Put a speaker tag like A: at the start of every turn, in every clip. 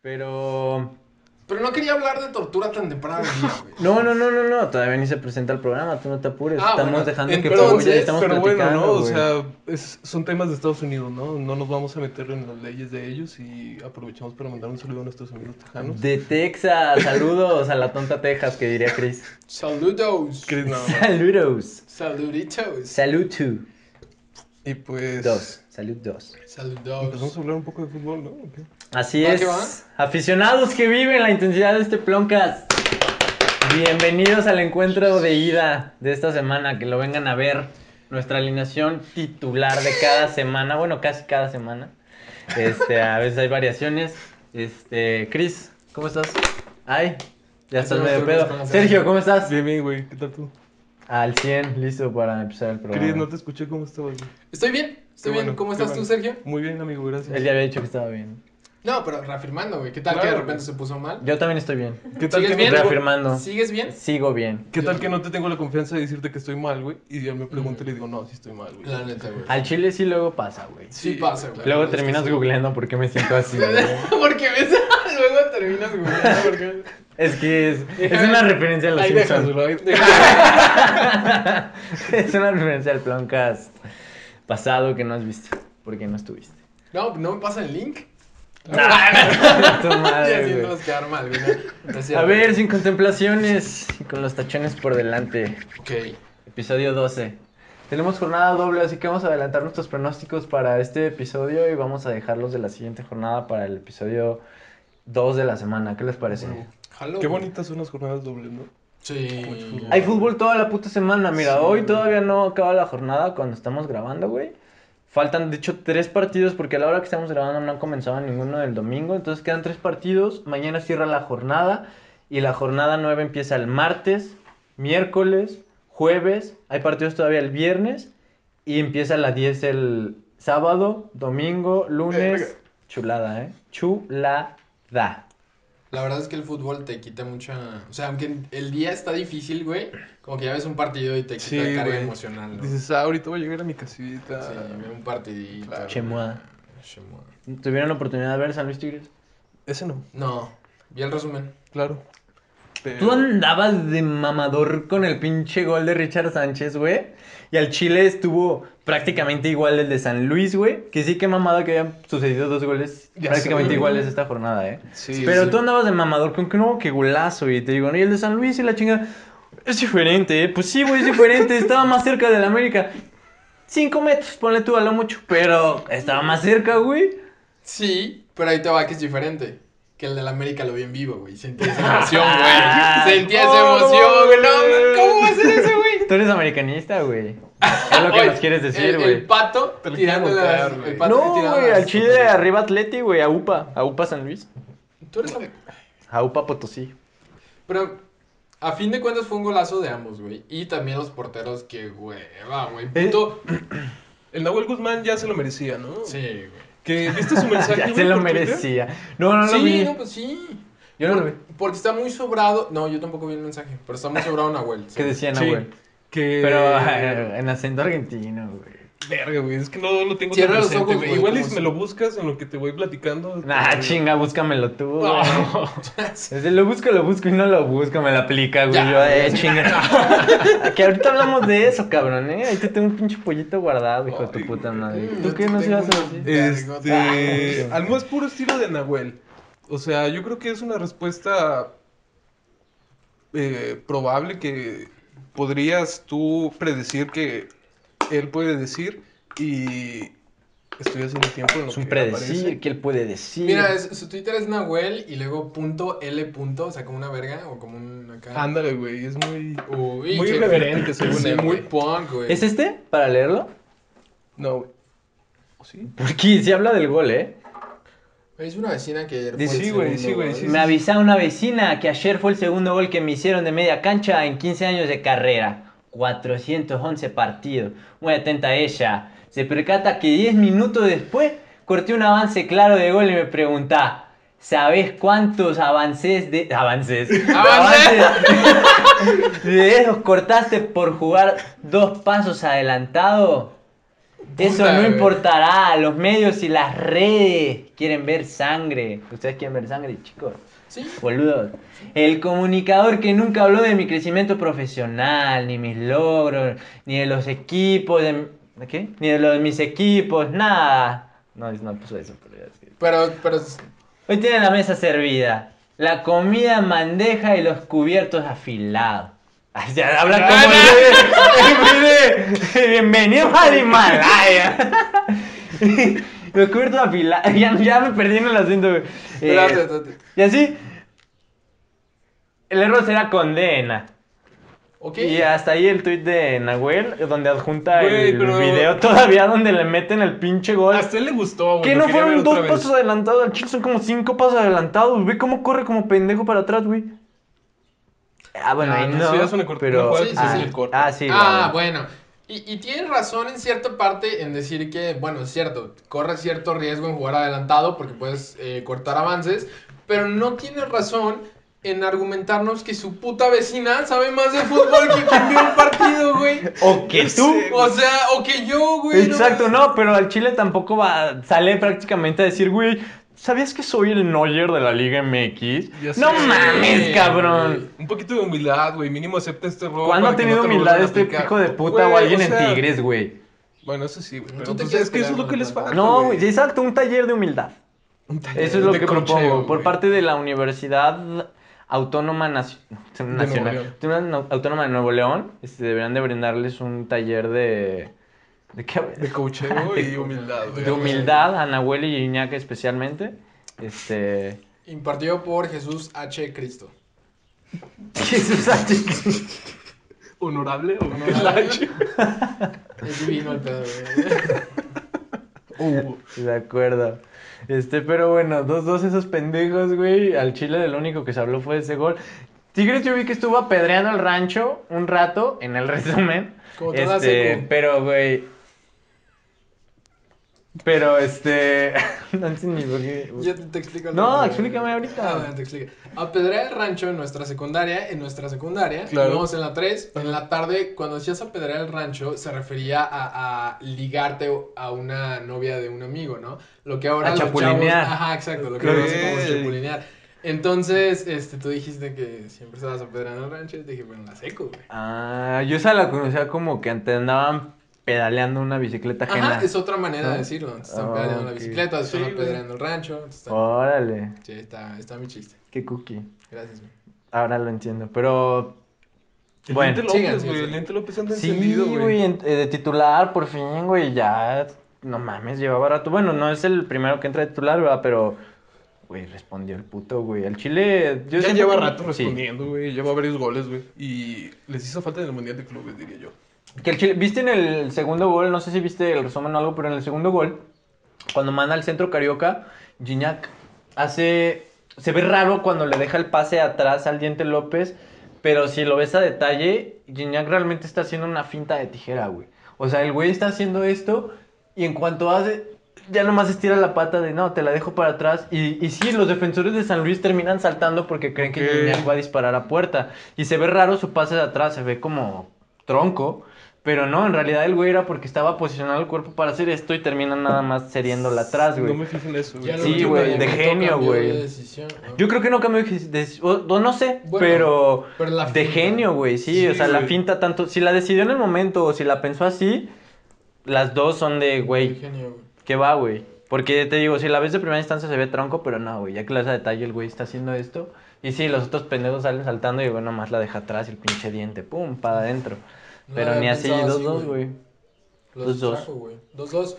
A: Pero.
B: Pero no quería hablar de tortura tan temprano, güey.
A: No, no, no, no, no. Todavía ni se presenta el programa. Tú no te apures.
B: Ah,
A: estamos
B: bueno,
A: dejando que
B: entonces,
A: fluya y estamos
C: pero bueno,
A: platicando.
C: ¿no? O
A: güey.
C: sea, es- son temas de Estados Unidos, ¿no? No nos vamos a meter en las leyes de ellos y aprovechamos para mandar un saludo a nuestros amigos tejanos.
A: De Texas. Saludos a la tonta Texas, que diría Chris.
B: Saludos.
C: Chris, nada más.
A: Saludos.
B: Saluditos.
A: Salud tú.
C: Y pues.
A: Dos. Salud dos.
C: Empezamos
B: Saludos.
C: a hablar un poco de fútbol, ¿no? ¿O qué?
A: Así
B: ¿Va
A: es.
B: que va?
A: Aficionados que viven la intensidad de este Ploncas. Bienvenidos al encuentro de ida de esta semana. Que lo vengan a ver. Nuestra alineación titular de cada semana. Bueno, casi cada semana. Este, a veces hay variaciones. Este, Chris, ¿cómo estás? Ay, ya
B: Eso
A: estás
B: no
A: medio
B: estoy
A: pedo.
B: buscando.
A: Sergio, ¿cómo estás?
C: Bien, bien, güey. ¿Qué tal tú?
A: Al 100, listo para empezar el programa.
C: Chris, no te escuché cómo estabas. güey.
B: Estoy bien,
C: Qué
B: estoy bien.
C: bueno,
B: ¿Cómo
C: qué
B: estás tú,
C: bueno.
B: Sergio?
C: Muy bien, amigo, gracias.
A: Él ya había dicho que estaba bien.
B: No, pero reafirmando, güey. ¿Qué tal
C: Claro,
B: que de
C: güey.
B: repente se puso mal?
A: Yo también estoy bien.
C: ¿Qué tal,
B: ¿Sigues
C: que no,
B: bien?
C: tengo-
A: Reafirmando.
B: ¿Sigues bien?
A: Sigo bien.
C: ¿Qué tal que no te tengo la confianza de decirte que estoy mal, güey? Y él me pregunta y le digo, no, sí estoy mal, güey.
B: La neta, güey.
A: Al chile sí luego pasa, güey.
B: Sí pasa, güey.
A: Luego
B: Es que
A: terminas
B: sí.
A: googleando por qué me siento así. güey.
B: Porque ves, luego terminas, güey. Porque...
A: Es que es, es una referencia a los
C: Ahí
A: Simpsons.
C: déjalo, ahí déjalo.
A: es una referencia al Ploncast pasado que no has visto. Porque no estuviste.
B: No, no me pasa el link.
A: Tu
B: y
A: madre,
B: así
A: güey.
B: no vas a quedar mal, güey. ¿no? No es
A: A
B: cierto.
A: ver, sin contemplaciones y con los tachones por delante.
B: Ok.
A: Episodio 12. Tenemos jornada doble, así que vamos a adelantar nuestros pronósticos para este episodio y vamos a dejarlos de la siguiente jornada para el episodio 2 de la semana. ¿Qué les parece?
B: Jalo,
C: Qué
B: güey.
C: bonitas son las jornadas dobles, ¿no? Mucho
B: Sí.
C: fútbol.
A: Hay fútbol toda la puta semana, mira,
B: Sí,
A: hoy
B: güey.
A: todavía no acaba la jornada cuando estamos grabando, güey. Faltan, de hecho, tres partidos porque a la hora que estamos grabando no han comenzado ninguno del domingo, entonces quedan tres partidos, mañana cierra la jornada y la jornada nueve empieza el martes, miércoles, jueves, hay partidos todavía el viernes y empieza la 10 el sábado, domingo, lunes,
B: Eh,
C: Verga.
A: chulada, ¿eh? Chulada.
B: La verdad es que el fútbol te quita mucha. O sea, aunque el día está difícil, güey. Como que ya ves un partido y te quita
C: Sí,
B: carga
C: güey.
B: emocional, ¿no?
C: Dices, ah, ahorita voy a llegar a mi casita.
B: Sí, un partidito.
C: Claro.
A: Chemoa.
B: Chemoa.
A: ¿Tuvieron la oportunidad de ver San Luis Tigres?
C: Ese no,
B: No, vi el resumen.
C: claro. Pero-
A: Tú andabas de mamador con el pinche gol de Richard Sánchez, güey. Y al Chile estuvo prácticamente igual el de San Luis, güey. Que sí que mamada que hayan sucedido dos goles
C: Ya
A: prácticamente
C: sé, güey.
A: iguales esta jornada, eh.
C: Sí,
A: Pero
C: sí.
A: tú andabas de mamador con que no, que golazo. Y te digo, no, y el de San Luis y la chinga. Es diferente, eh. Pues sí, güey, es diferente. Estaba más cerca del América. Cinco metros, ponle tú a lo mucho. Pero estaba más cerca, güey.
B: Sí, pero ahí te va que es diferente. Que el del América lo vi en vivo, güey. Sentí esa emoción,
A: Ah.
B: güey. Sentí esa
C: Oh,
B: emoción, güey.
C: güey.
B: No, ¿cómo va a ser eso, güey?
A: Tú eres americanista, güey. Es lo que
B: Oye,
A: nos quieres decir,
B: el-
A: güey.
B: El pato
C: Te lo
B: tirando
C: quiero
B: las-
C: botar,
B: el
C: güey.
B: pato
A: No,
B: tirando
A: güey,
B: las-
A: al Chile arriba Atleti, güey, a UPA, a UPA San Luis,
B: Tú eres la-
A: a UPA Potosí.
B: Pero a fin de cuentas fue un golazo de ambos, güey. Y también los porteros, que hueva, güey.
A: Eh.
B: Puto.
C: El Nahuel Guzmán ya se lo merecía, ¿no?
B: Sí, güey.
C: Que viste su mensaje.
A: Ya
C: güey,
A: se lo
C: por Twitter?
A: merecía. No, no lo
B: sí,
A: vi.
B: no, pues sí.
A: Yo no lo vi.
B: Porque está muy sobrado. No, yo tampoco vi el mensaje. Pero está muy sobrado Nahuel. sí.
A: ¿Qué decían,
C: Sí,
A: güey?
C: Que...
A: Pero ay, en acento argentino, güey.
C: Verga, güey, es que no lo tengo
B: Cierra los
C: presente,
B: ojos,
C: güey.
B: güey,
C: Igual
B: como
C: y si
B: si-
C: me lo buscas en lo que te voy platicando.
A: Nah,
C: te-
A: chinga, búscamelo tú, güey.
C: Ah.
A: Desde lo busco, lo busco y no lo busco, me la aplica, güey.
B: Ya.
A: Yo, eh, chinga. que ahorita hablamos de eso, cabrón, eh. Ahí te tengo un pinche pollito guardado, hijo de
C: Ay,
A: tu puta
C: güey.
A: madre.
B: Mm,
A: ¿Tú
B: yo
A: qué
B: te
A: nos
B: tengo
A: ibas a
B: una-
A: decir?
C: Este,
A: Vergota.
C: al más puro estilo de Nahuel. O sea, yo creo que es una respuesta eh, probable que podrías tú predecir que él puede decir y estoy haciendo tiempo en lo
A: Es un
C: que
A: predecir,
C: aparece.
A: ¿qué él puede decir?
B: Mira, es- su Twitter es Nahuel y luego punto L punto, o sea, como una verga o como un acá.
C: Ándale, güey, es muy
B: Uy,
C: Ah, muy
B: qué-
C: irreverente, según
B: Sí,
C: él,
B: muy
C: güey.
B: punk, güey.
A: ¿Es este para leerlo?
C: no. güey. ¿O ¿Sí?
A: Porque sí habla del gol, ¿eh?
B: Es una vecina que ayer fue
C: Sí,
B: el
C: güey,
B: segundo
C: sí, güey,
B: gol.
C: sí,
A: Me avisa una vecina que ayer fue el segundo gol que me hicieron de media cancha en 15 años de carrera. 411 partidos. Muy atenta a ella. Se percata que 10 minutos después corté un avance claro de gol y me pregunta, ¿sabes cuántos avances de... Avances.
B: ¿Avances?
A: avances de esos cortaste por jugar dos pasos adelantado? Eso
B: Puta,
A: no
B: güey.
A: importará. Los medios y las redes quieren ver sangre. Ustedes quieren ver sangre, chicos.
B: Sí.
A: Boludos. El comunicador que nunca habló de mi crecimiento profesional, ni mis logros, ni de los equipos, de... ¿de ¿Qué? Ni de los de mis equipos, nada. No, es- no puso eso, pero ya es que-
B: Pero, pero,
A: Hoy tienen la mesa servida, la comida en bandeja y los cubiertos afilados. Ay, Ya habla como de... Bienvenidos al Himalaya. los cubiertos afilados. Ya, ya me perdí en el acento. güey. Eh,
B: espérate, espérate.
A: y así, el error será condena.
B: Ok.
A: Y hasta ahí el tuit de Nahuel, donde adjunta
C: Güey,
A: el
C: pero-
A: video todavía donde le meten el pinche gol.
C: Hasta él este le gustó, güey.
A: Que
C: lo
A: no
C: quería
A: fueron
C: ver
A: dos
C: otra vez.
A: pasos adelantados, al chile son como cinco pasos adelantados. Ve cómo corre como pendejo para atrás, güey. Ah, bueno,
C: No,
A: ahí
C: no,
A: no.
C: sí, es una cort- una
A: pero...
C: jugada
B: que se
A: ah,
B: hace en el
C: corte.
A: ah, sí.
B: ah,
A: güey.
B: bueno. Y, y tienes razón en cierta parte en decir que, bueno, es cierto, corre cierto riesgo en jugar adelantado porque puedes eh, cortar avances, pero no tienes razón en argumentarnos que su puta vecina sabe más de fútbol que quien vio el partido, güey.
A: O que
C: No
A: tú.
C: sé,
B: O sea, o que yo, güey. no
A: Exacto,
B: mames.
A: no, pero al Chile tampoco va, sale prácticamente a decir, güey, ¿sabías que soy el Neuer de la Liga
C: Ya
A: MX? No
C: sé,
A: mames,
B: güey.
A: cabrón.
C: Un poquito de humildad, güey. Mínimo acepta este error.
A: ¿Cuándo
C: para
A: ha
C: que
A: tenido
C: no te lo
A: humildad
C: vuelvan a
A: este
C: aplicar.
A: pico de puta
C: Güey,
A: o alguien en
C: sea,
A: Tigres, güey?
C: Bueno, eso sí, güey.
B: Tú
C: Pero
B: te
C: pues
B: quieres
C: es que eso es lo que
B: quedar
C: les
B: con
C: falta.
A: No,
C: güey.
A: exacto, un taller de humildad.
C: Un taller
A: Eso es lo
C: de
A: que
C: crocheo,
A: propongo por
C: güey.
A: parte de la Universidad Autónoma Naci-
C: Nuevo
A: Nacional. Autónoma- Autónoma de Nuevo León. este, deberían de brindarles un taller de... ¿De qué?
C: De coacheo y humildad, güey.
A: De humildad a Nahuel y Iñaka especialmente. Este...
B: Impartido por Jesús H. Cristo.
A: Jesús H.
C: Honorable o no.
B: Es divino el pedo, güey.
C: Uh,
A: De acuerdo. Este, pero bueno, dos, dos esos pendejos, güey. Al Chile del único que se habló fue de ese gol. Tigres yo vi que estuvo apedreando el rancho un rato, en el resumen.
B: Como todo
A: Este,
B: seco.
A: pero, güey. Pero, este. no sé ni por qué.
B: Yo te, te explico. el
A: No,
B: nombre, güey.
A: explícame ahorita.
B: Ah, bueno, te explico. Apedrear el rancho en nuestra secundaria, en nuestra secundaria,
C: Claro.
B: íbamos en la 3, en la tarde, cuando decías apedrear el rancho, se refería a, a ligarte a una novia de un amigo, ¿no? Lo que ahora
A: A
B: los
A: chapulinear.
B: chavos- ajá, exacto, lo que
A: Ok.
B: conocen como chapulinear. Entonces, este, tú dijiste que siempre estabas apedreando el rancho, y te dije, bueno, la seco, güey.
A: Ah, yo esa la conocía como que antes andaban pedaleando una bicicleta ajena.
B: Ajá, es otra manera
A: Ah.
B: de decirlo. Te están
A: Ah,
B: pedaleando la
A: ok.
B: bicicleta, te están
C: Sí, güey. Oh.
B: apedreando el rancho. te están-
A: Órale,
B: Sí, está, está mi chiste.
A: qué cookie.
B: Gracias, güey.
A: Ahora lo entiendo, pero.
C: El
A: Bueno.
C: Lente
B: Sigan,
C: López,
B: sigan,
C: güey.
B: sigan.
C: El Lente López anda
A: Sí,
C: encendido,
A: güey, en- eh, de titular, por fin, güey, ya. No mames, llevaba rato. Bueno, no es el primero que entra de titular, ¿verdad? Pero, güey, respondió el puto, güey. Al Chile. Yo
C: ya
A: siempre-
C: lleva rato
A: Sí.
C: respondiendo, güey. Lleva varios goles, güey. Y les hizo falta en el Mundial de Clubes, diría yo.
A: Que el Chile, viste en el segundo gol, no sé si viste el resumen o algo, pero en el segundo gol, cuando manda al centro Carioca, Gignac hace. Se ve raro cuando le deja el pase atrás al diente López, pero si lo ves a detalle, Gignac realmente está haciendo una finta de tijera, güey. O sea, el güey está haciendo esto y en cuanto hace. Ya nomás estira la pata de no, te la dejo para atrás. Y, y sí, los defensores de San Luis terminan saltando porque creen
C: Ok.
A: que Gignac va a disparar a puerta. Y se ve raro su pase de atrás, se ve como tronco. Pero no, en realidad el güey era porque estaba posicionado el cuerpo para hacer esto y termina nada más cediéndola atrás, güey.
C: No me fijo en eso, güey.
B: Ya lo
A: Sí,
B: último
A: güey,
B: que
A: de
B: me tocó
A: genio,
B: cambió
A: güey.
B: de decisión, ¿no?
A: Yo creo que no cambió de- de- o, o no sé,
B: Bueno,
A: pero,
B: pero la
A: de
B: finta.
A: genio, güey, sí,
C: Sí,
A: o sea, la
C: güey.
A: finta tanto, si la decidió en el momento o si la pensó así, las dos son de,
B: De
A: güey,
B: genio, güey.
A: ¿qué va, güey? Porque te digo, si la ves de primera instancia se ve tronco, pero no, güey, ya que la ves a detalle el güey está haciendo esto y sí, los otros pendejos salen saltando y bueno, más la deja atrás y el pinche diente, pum, para adentro.
B: No
A: Pero
B: había
A: ni así,
B: pensado
A: dos,
B: así,
A: dos,
B: güey.
A: güey.
B: Los
A: Dos,
B: dos.
A: dos.
B: güey. Dos, dos.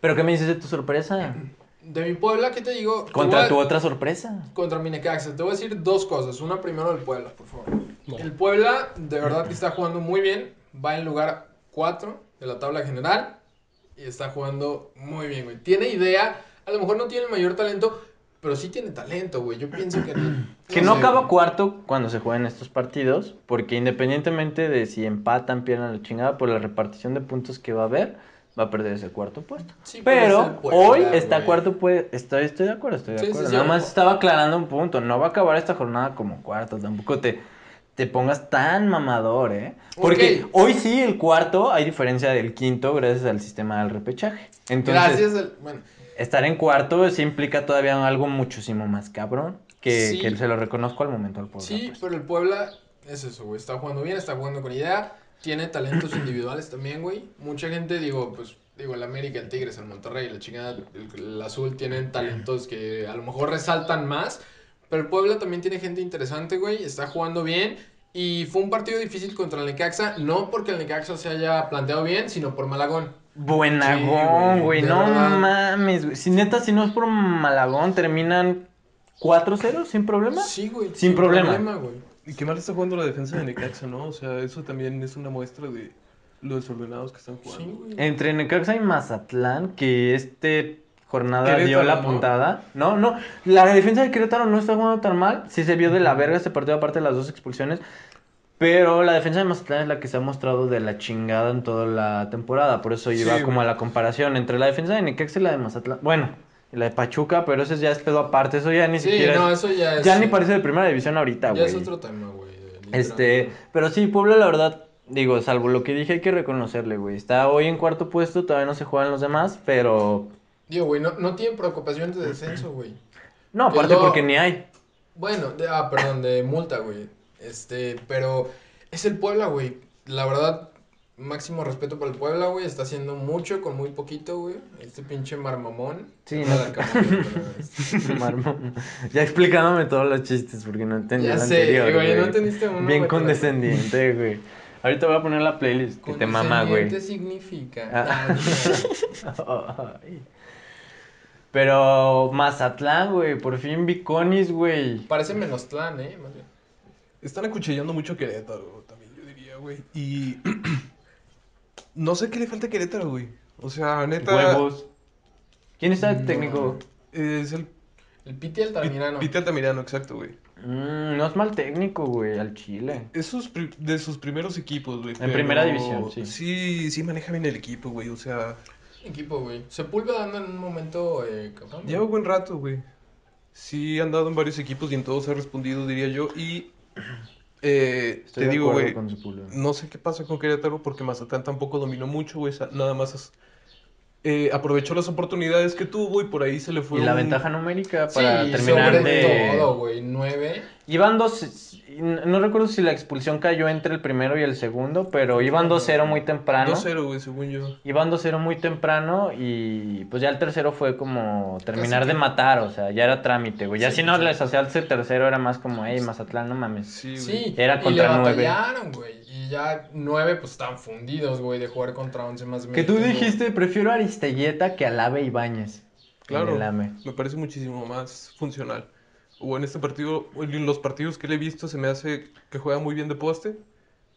A: ¿Pero qué me dices de tu sorpresa?
B: De mi Puebla, ¿qué te digo? Te voy
A: Contra
B: a-
A: tu otra sorpresa.
B: Contra mi Necaxa. Te voy a decir dos cosas. Una primero del Puebla, por favor.
C: No.
B: El Puebla, de verdad que está jugando muy bien. Va en lugar 4 de la tabla general. Y está jugando muy bien, güey. Tiene idea. A lo mejor no tiene el mayor talento. Pero sí tiene talento, güey. Yo pienso que.
A: Que no
B: sé,
A: acaba
B: güey.
A: cuarto cuando se juegan estos partidos, porque independientemente de si empatan, pierden la chingada, por la repartición de puntos que va a haber, va a perder ese cuarto puesto.
B: Sí, pero es el
A: Pero
B: Puebla,
A: hoy está
B: güey.
A: cuarto puesto. Estoy, estoy de acuerdo, estoy de
B: Sí, sí,
A: acuerdo.
B: sí,
A: Nada
B: ojo.
A: más estaba aclarando un punto. No va a acabar esta jornada como cuarto, tampoco te, te pongas tan mamador, ¿eh? Porque
B: Ok.
A: hoy sí el cuarto hay diferencia del quinto gracias al sistema del repechaje. Entonces,
B: Gracias. al- bueno,
A: estar en cuarto sí implica todavía algo muchísimo más cabrón que,
B: Sí.
A: que se lo reconozco al momento al pueblo. pues.
B: sí, pero el Puebla es eso, güey. Está jugando bien, está jugando con idea. Tiene talentos individuales también, güey. Mucha gente, digo, pues, digo, el América, el Tigres, el Monterrey, la chingada, el, el Azul tienen talentos que a lo mejor resaltan más. Pero el Puebla también tiene gente interesante, güey. Está jugando bien. Y fue un partido difícil contra el Necaxa, no porque el Necaxa se haya planteado bien, sino por Malagón.
A: Buenagón,
B: Sí, güey,
A: güey,
B: de
A: no
B: verdad.
A: mames, güey. Si neta, si no es por Malagón, terminan 4-0 sin problema.
B: Sí, güey.
A: Sin problema.
B: güey.
C: Y qué mal está jugando la defensa de Necaxa, ¿no? O sea, eso también es una muestra de los desordenados que están
B: Sí,
C: jugando.
B: güey.
A: Entre Necaxa y Mazatlán, que este jornada dio
C: Querétaro,
A: la
C: ¿no?
A: puntada. No, no, la defensa de Querétaro no está jugando tan mal. Sí se vio de la verga este partido, aparte de las dos expulsiones. Pero la defensa de Mazatlán es la que se ha mostrado de la chingada en toda la temporada. Por eso
C: Sí,
A: lleva
C: güey.
A: como a la comparación entre la defensa de Necaxa y la de Mazatlán. Bueno, y la de Pachuca, pero eso ya es pedo aparte. Eso ya ni
B: Sí,
A: siquiera.
B: no,
A: es-
B: eso ya es.
A: ya ni parece de primera división ahorita,
B: Ya
A: güey.
B: es otro tema, güey.
A: Este, pero sí, Puebla, la verdad, digo, salvo lo que dije, hay que reconocerle, güey. Está hoy en cuarto puesto, todavía no se juegan los demás, pero.
B: Digo, güey, no, no tienen preocupación de descenso, güey.
A: No, aparte
B: Yo-
A: porque ni hay.
B: Bueno, de- ah, perdón, de multa, güey. Este, pero es el Puebla, güey. La verdad, máximo respeto para el Puebla, güey. Está haciendo mucho con muy poquito, güey. Este pinche marmamón.
A: Sí,
B: Nada,
A: no.
B: cabrón, pero-
A: Marmón. ya explicándome todos los chistes porque no entendí
B: Ya
A: el
B: sé,
A: anterior,
B: güey, no
A: güey.
B: entendiste uno,
A: Bien
B: güey, pero-
A: condescendiente, güey. Ahorita voy a poner la playlist que te mama, güey.
B: Condescendiente significa?
A: Ah.
B: Ah, no.
A: Ay. Pero Mazatlán, güey, por fin Viconis, güey.
B: Parece Menostlán, ¿eh? Más bien.
C: Están acuchillando mucho a Querétaro, también yo diría, güey. Y no sé qué le falta a Querétaro, güey. O sea, neta,
A: Huevos. ¿Quién está de
B: No.
A: técnico?
C: es el
B: El Piti Altamirano.
C: Pite Altamirano, exacto, güey.
A: Mm, no es mal técnico, güey, al Chile.
C: Es sus pri- de sus primeros equipos, güey.
A: En primera división, sí.
C: Sí, sí maneja bien el equipo, güey. O sea,
B: Equipo, güey. Sepúlveda anda en un momento, eh, cabrón.
C: lleva buen rato, güey. Sí ha andado en varios equipos y en todos ha respondido, diría yo. Y eh,
A: Estoy
C: te
A: de
C: digo,
A: acuerdo
C: güey,
A: con su pulo.
C: No sé qué pasa con Querétaro porque Mazatlán tampoco dominó mucho, güey. sa- Nada más as- eh, aprovechó las oportunidades que tuvo y por ahí se le fue
A: Y la
C: un-
A: ventaja numérica
B: Sí,
A: para terminar
B: sobre
A: de...
B: todo, güey. Nueve.
A: Iban dos... No no recuerdo si la expulsión cayó entre el primero y el segundo, pero iban 2-0 muy temprano.
C: 2-0, güey, según yo.
A: Iban 2-0 muy temprano y pues ya el tercero fue como terminar
B: Casi
A: de
B: que-
A: matar, o sea, ya era trámite, güey. Ya
B: Sí,
A: si no
B: sí.
A: les hacía el tercero era más como, hey, Mazatlán, no mames.
C: Sí, güey.
B: Sí,
A: Era contra
B: y le
A: nueve.
B: batallaron, güey. Y ya nueve, pues están fundidos, güey, de jugar contra once más
A: Que tú
B: méritos,
A: dijiste, prefiero a Aristelleta que a Ave Ibáñez.
C: Claro.
A: En el E. AME.
C: Me parece muchísimo más funcional. O en este partido, o en los partidos que le he visto, se me hace que juega muy bien de poste,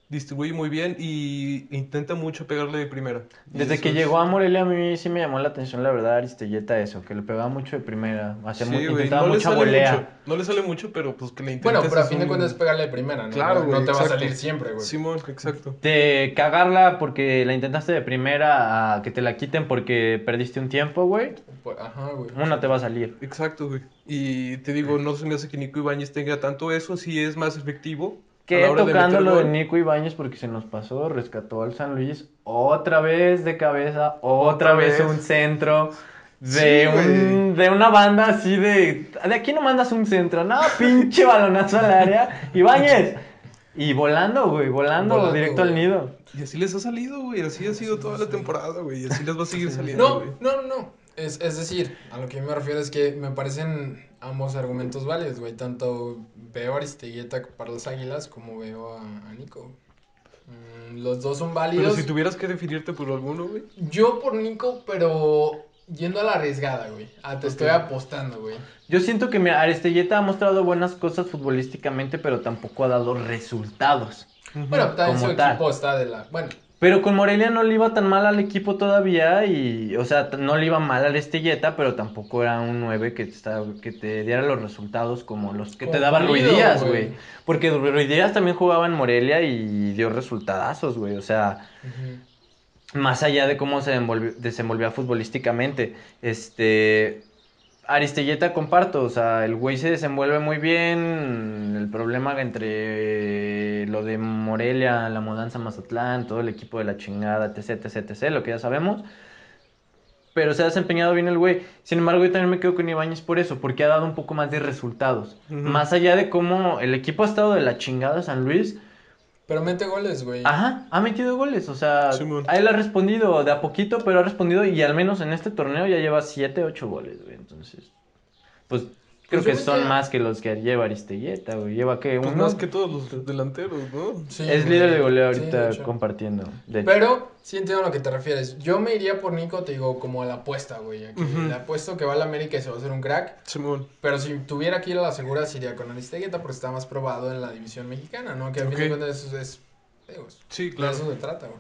C: distribuye muy bien y intenta mucho pegarle de primera. Y
A: Desde
C: eso
A: que
C: es-
A: llegó a Morelia a mí sí me llamó la atención la verdad Aristelleta eso, que le pegaba mucho de primera, hacía
C: Sí,
A: mu-
C: güey,
A: intentaba
C: no le
A: mucha
C: sale
A: volea.
C: mucho, no le sale mucho, pero pues que le
B: güey. Bueno,
C: intentes
B: pero a
C: es
B: fin de
C: un-
B: cuentas es pegarle de primera, ¿no?
C: Claro,
B: No,
C: güey,
B: no te va a
C: exacto.
B: salir siempre, güey.
C: Simón, exacto.
A: De cagarla porque la intentaste de primera a que te la quiten porque perdiste un tiempo, güey,
B: Pues, Ajá, güey.
C: Ah,
A: una te va a salir.
C: Exacto, güey. Y te digo, no se me hace que Nico Ibáñez tenga tanto eso, sí es más efectivo. a
A: Que
C: la hora de
A: tocando
C: meter
A: lo de
C: gol.
A: Nico Ibáñez porque se nos pasó, rescató al San Luis otra vez de cabeza, otra,
C: Otra
A: vez
C: vez.
A: un centro. De,
C: Sí, güey.
A: un- de una banda así de. De aquí no mandas un centro, no, pinche balonazo al área. Ibáñez. Y volando, güey, volando,
B: Volando,
A: directo al
B: güey.
A: nido.
C: Y así les ha salido, güey. Así ha sido toda la temporada, güey. Y así les va a seguir saliendo,
B: No,
C: güey.
B: no, no, no. Es, es decir, a lo que yo me refiero es que me parecen ambos argumentos válidos, güey. Tanto veo a Aristeguieta para los Águilas como veo a, a Nico. Mm, los dos son válidos.
C: Pero si tuvieras que definirte por alguno, güey.
B: Yo por Nico, pero yendo a la arriesgada, güey. Ah, te estoy
C: Ok.
B: apostando, güey.
A: Yo siento que, mira, Aristelleta ha mostrado buenas cosas futbolísticamente, pero tampoco ha dado resultados.
B: Bueno, también
A: Como
B: su
A: tal.
B: equipo está de la. Bueno,
A: Pero con Morelia no le iba tan mal al equipo todavía y, o sea, t- no le iba mal al Estilleta, pero tampoco era un 9 que te, estaba- que te diera los resultados como los que te daba Ruiz
B: Cumplido,
A: Díaz,
B: güey.
A: güey. Porque Ruiz Díaz también jugaba en Morelia y dio resultadazos, güey. O sea, más allá de cómo se envolvió- desenvolvía futbolísticamente. Este, Aristelleta comparto, o sea, el güey se desenvuelve muy bien. El problema entre lo de Morelia, la mudanza a Mazatlán, todo el equipo de la chingada, etc, etc, etc, lo que ya sabemos. Pero se ha desempeñado bien el güey. Sin embargo, yo también me quedo con Ibáñez por eso, porque ha dado un poco más de resultados.
C: Ujú.
A: Más allá de cómo el equipo ha estado de la chingada San Luis,
B: Pero mete goles, güey.
A: Ajá, ha metido goles, o sea,
C: Simón.
A: a él ha respondido de a poquito, pero ha respondido y al menos en este torneo ya lleva 7, 8 goles, güey, entonces, pues creo
B: yo
A: que
B: creo
A: son
B: que-
A: más que los que lleva Aristelleta, güey, lleva que
C: Pues
A: uno,
C: más que todos los delanteros, ¿no?
B: Sí,
A: es
B: güey.
A: líder de goleo
B: Sí, de
A: ahorita
B: hecho.
A: compartiendo, de hecho.
B: Pero sí entiendo a lo que te refieres. Yo me iría por Nico, te digo, como a la apuesta, güey. a que
C: Ujú.
B: Le apuesto que va a la América y se va a hacer un crack.
C: Simón.
B: Pero si tuviera que ir a la segura, se iría con Aristeguieta porque está más probado en la división mexicana, ¿no? Que al fin de
C: Ok.
B: cuentas es. es digo, es-
C: Sí,
B: de
C: claro.
B: eso se trata, güey.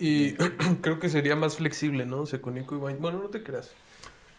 C: Y creo que sería más flexible, ¿no? O sea, con Nico Ibáñez. Bueno, no te creas.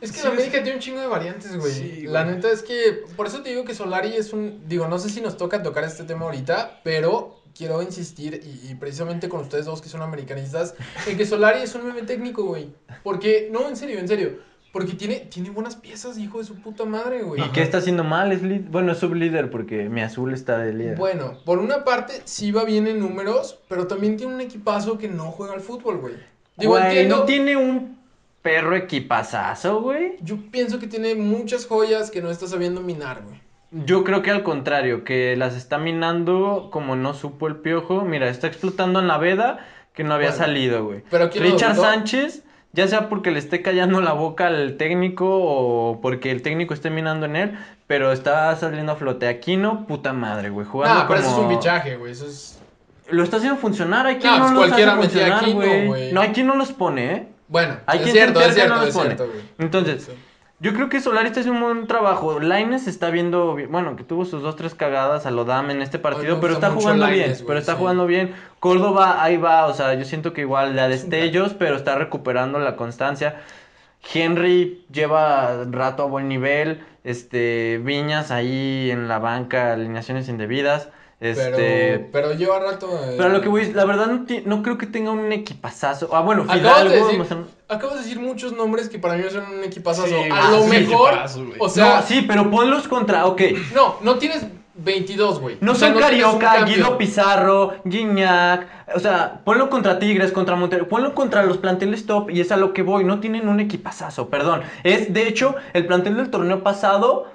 B: Es que
C: Sí,
B: la
C: es-
B: América tiene un chingo de variantes, güey.
C: Sí,
B: la
C: güey.
B: neta es que, por eso te digo que Solari es un, digo, no sé si nos toca tocar este tema ahorita, pero quiero insistir, y, y precisamente con ustedes dos que son americanistas, en que Solari es un meme técnico, güey. Porque, no, en serio, en serio, porque tiene, tiene buenas piezas, hijo de su puta madre, güey.
A: ¿Y qué está haciendo mal? Es lí- bueno, es sublíder porque mi azul está de líder.
B: Bueno, por una parte sí va bien en números, pero también tiene un equipazo que no juega al fútbol, güey. Digo,
A: Güey,
B: entiendo-
A: ¿no tiene un perro equipazazo, güey?
B: Yo pienso que tiene muchas joyas que no está sabiendo minar, güey.
A: Yo creo que al contrario, que las está minando como no supo el piojo. Mira, está explotando en la veda que no había
B: Bueno,
A: salido, güey.
B: pero ¿quién lo
A: Richard
B: debutó?
A: Sánchez, ya sea porque le esté callando la boca al técnico o porque el técnico esté minando en él, pero está saliendo a flote. Aquí no, puta madre, güey. Jugando
B: Ah, pero eso es
A: como-
B: un bichaje, güey. Eso es
A: Lo está haciendo funcionar, hay quien
B: No,
A: no,
B: pues
A: los hace
B: cualquiera metía
A: funcionar,
B: a Aquino,
A: güey.
B: güey.
A: No, hay quien no los pone, ¿eh?
B: Bueno,
A: Hay
B: es
A: quien
B: cierto,
A: se
B: es
A: empieza y
B: cierto,
A: no
B: es
A: les pone.
B: cierto, güey.
A: Entonces,
B: Sí.
A: Yo creo que Solari está haciendo un buen trabajo. Laines está viendo, bien- bueno, que tuvo sus dos, tres cagadas a lo Dame en este
B: Ay,
A: partido,
B: me
A: pero
B: gusta
A: está
B: mucho
A: jugando
B: Lainez,
A: bien,
B: güey,
A: pero está
B: sí.
A: jugando bien. Córdoba, ahí va, o sea, yo siento que igual da
B: Es un crack.
A: destellos, pero está recuperando la constancia. Henry lleva rato a buen nivel, este, Viñas ahí en la banca, alineaciones indebidas, este...
B: Pero, pero lleva rato. eh,
A: Pero, a lo que voy, la verdad no, ti- no creo que tenga un equipazazo. Ah, bueno,
B: Acabas de
A: Fidalgo,
B: decir-
A: o sea,
B: Acabas de decir muchos nombres que para mí son un equipazo.
C: Sí, güey,
B: a lo
A: es un
B: mejor.
C: equipazo, güey.
B: o sea,
A: no, sí, pero ponlos contra, ok,
B: no, no tienes 22, güey.
A: No
B: O sea,
A: son
B: tienes un
A: Carioca,
B: cambio.
A: Guido Pizarro, Guiñac. O sea, ponlo contra Tigres, contra Monterrey. Ponlo contra los planteles top y es a lo que voy. No tienen un equipazazo, perdón. Es, de hecho, el plantel del torneo pasado.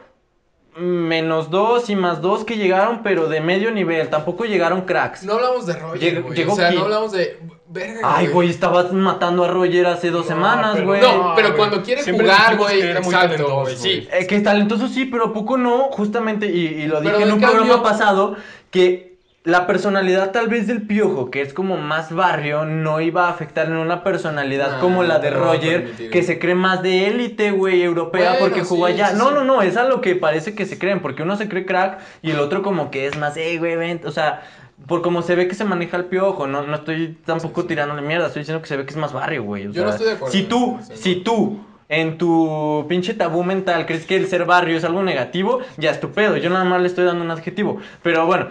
A: Menos dos y más dos que llegaron, pero de medio nivel. Tampoco llegaron cracks.
B: No hablamos de Roger,
A: Llegó-
B: güey.
A: llegó
B: o sea,
A: Kid.
B: no hablamos de. Verga,
A: Ay, güey, estabas matando a Roger hace dos
C: No,
A: semanas,
C: pero-
A: güey.
B: No, Ah, pero
C: güey.
B: cuando quiere
C: Siempre
B: jugar,
C: dijimos
B: güey.
C: que era muy
B: Exacto,
C: talentoso,
B: güey. Sí.
A: Eh, que es talentoso sí, pero ¿a poco no, justamente, y, y lo dije
B: Pero
A: en
B: de
A: un
B: cambio-
A: programa pasado, que la personalidad tal vez del piojo, que es como más barrio, no iba a afectar en una personalidad
B: Nah,
A: como la de
B: Ah, no lo va a
A: Roger,
B: permitir.
A: que se cree más de élite, güey, europea,
B: Bueno,
A: porque jugó
B: sí,
A: allá.
B: sí,
A: no,
B: sí.
A: no, no, es a lo que parece que se creen, porque uno se cree crack y el otro como que es más, eh, güey, ven, o sea... Por como se ve que se maneja el piojo, no, no estoy tampoco tirándole mierda, estoy diciendo que se ve que es más barrio, güey. o
B: Yo no
A: sea,
B: estoy de acuerdo
A: Si
B: en
A: tú,
B: eso, sí,
A: si
B: no.
A: tú en tu pinche tabú mental crees que el ser barrio es algo negativo, ya estupendo. Yo nada más le estoy dando un adjetivo. Pero bueno,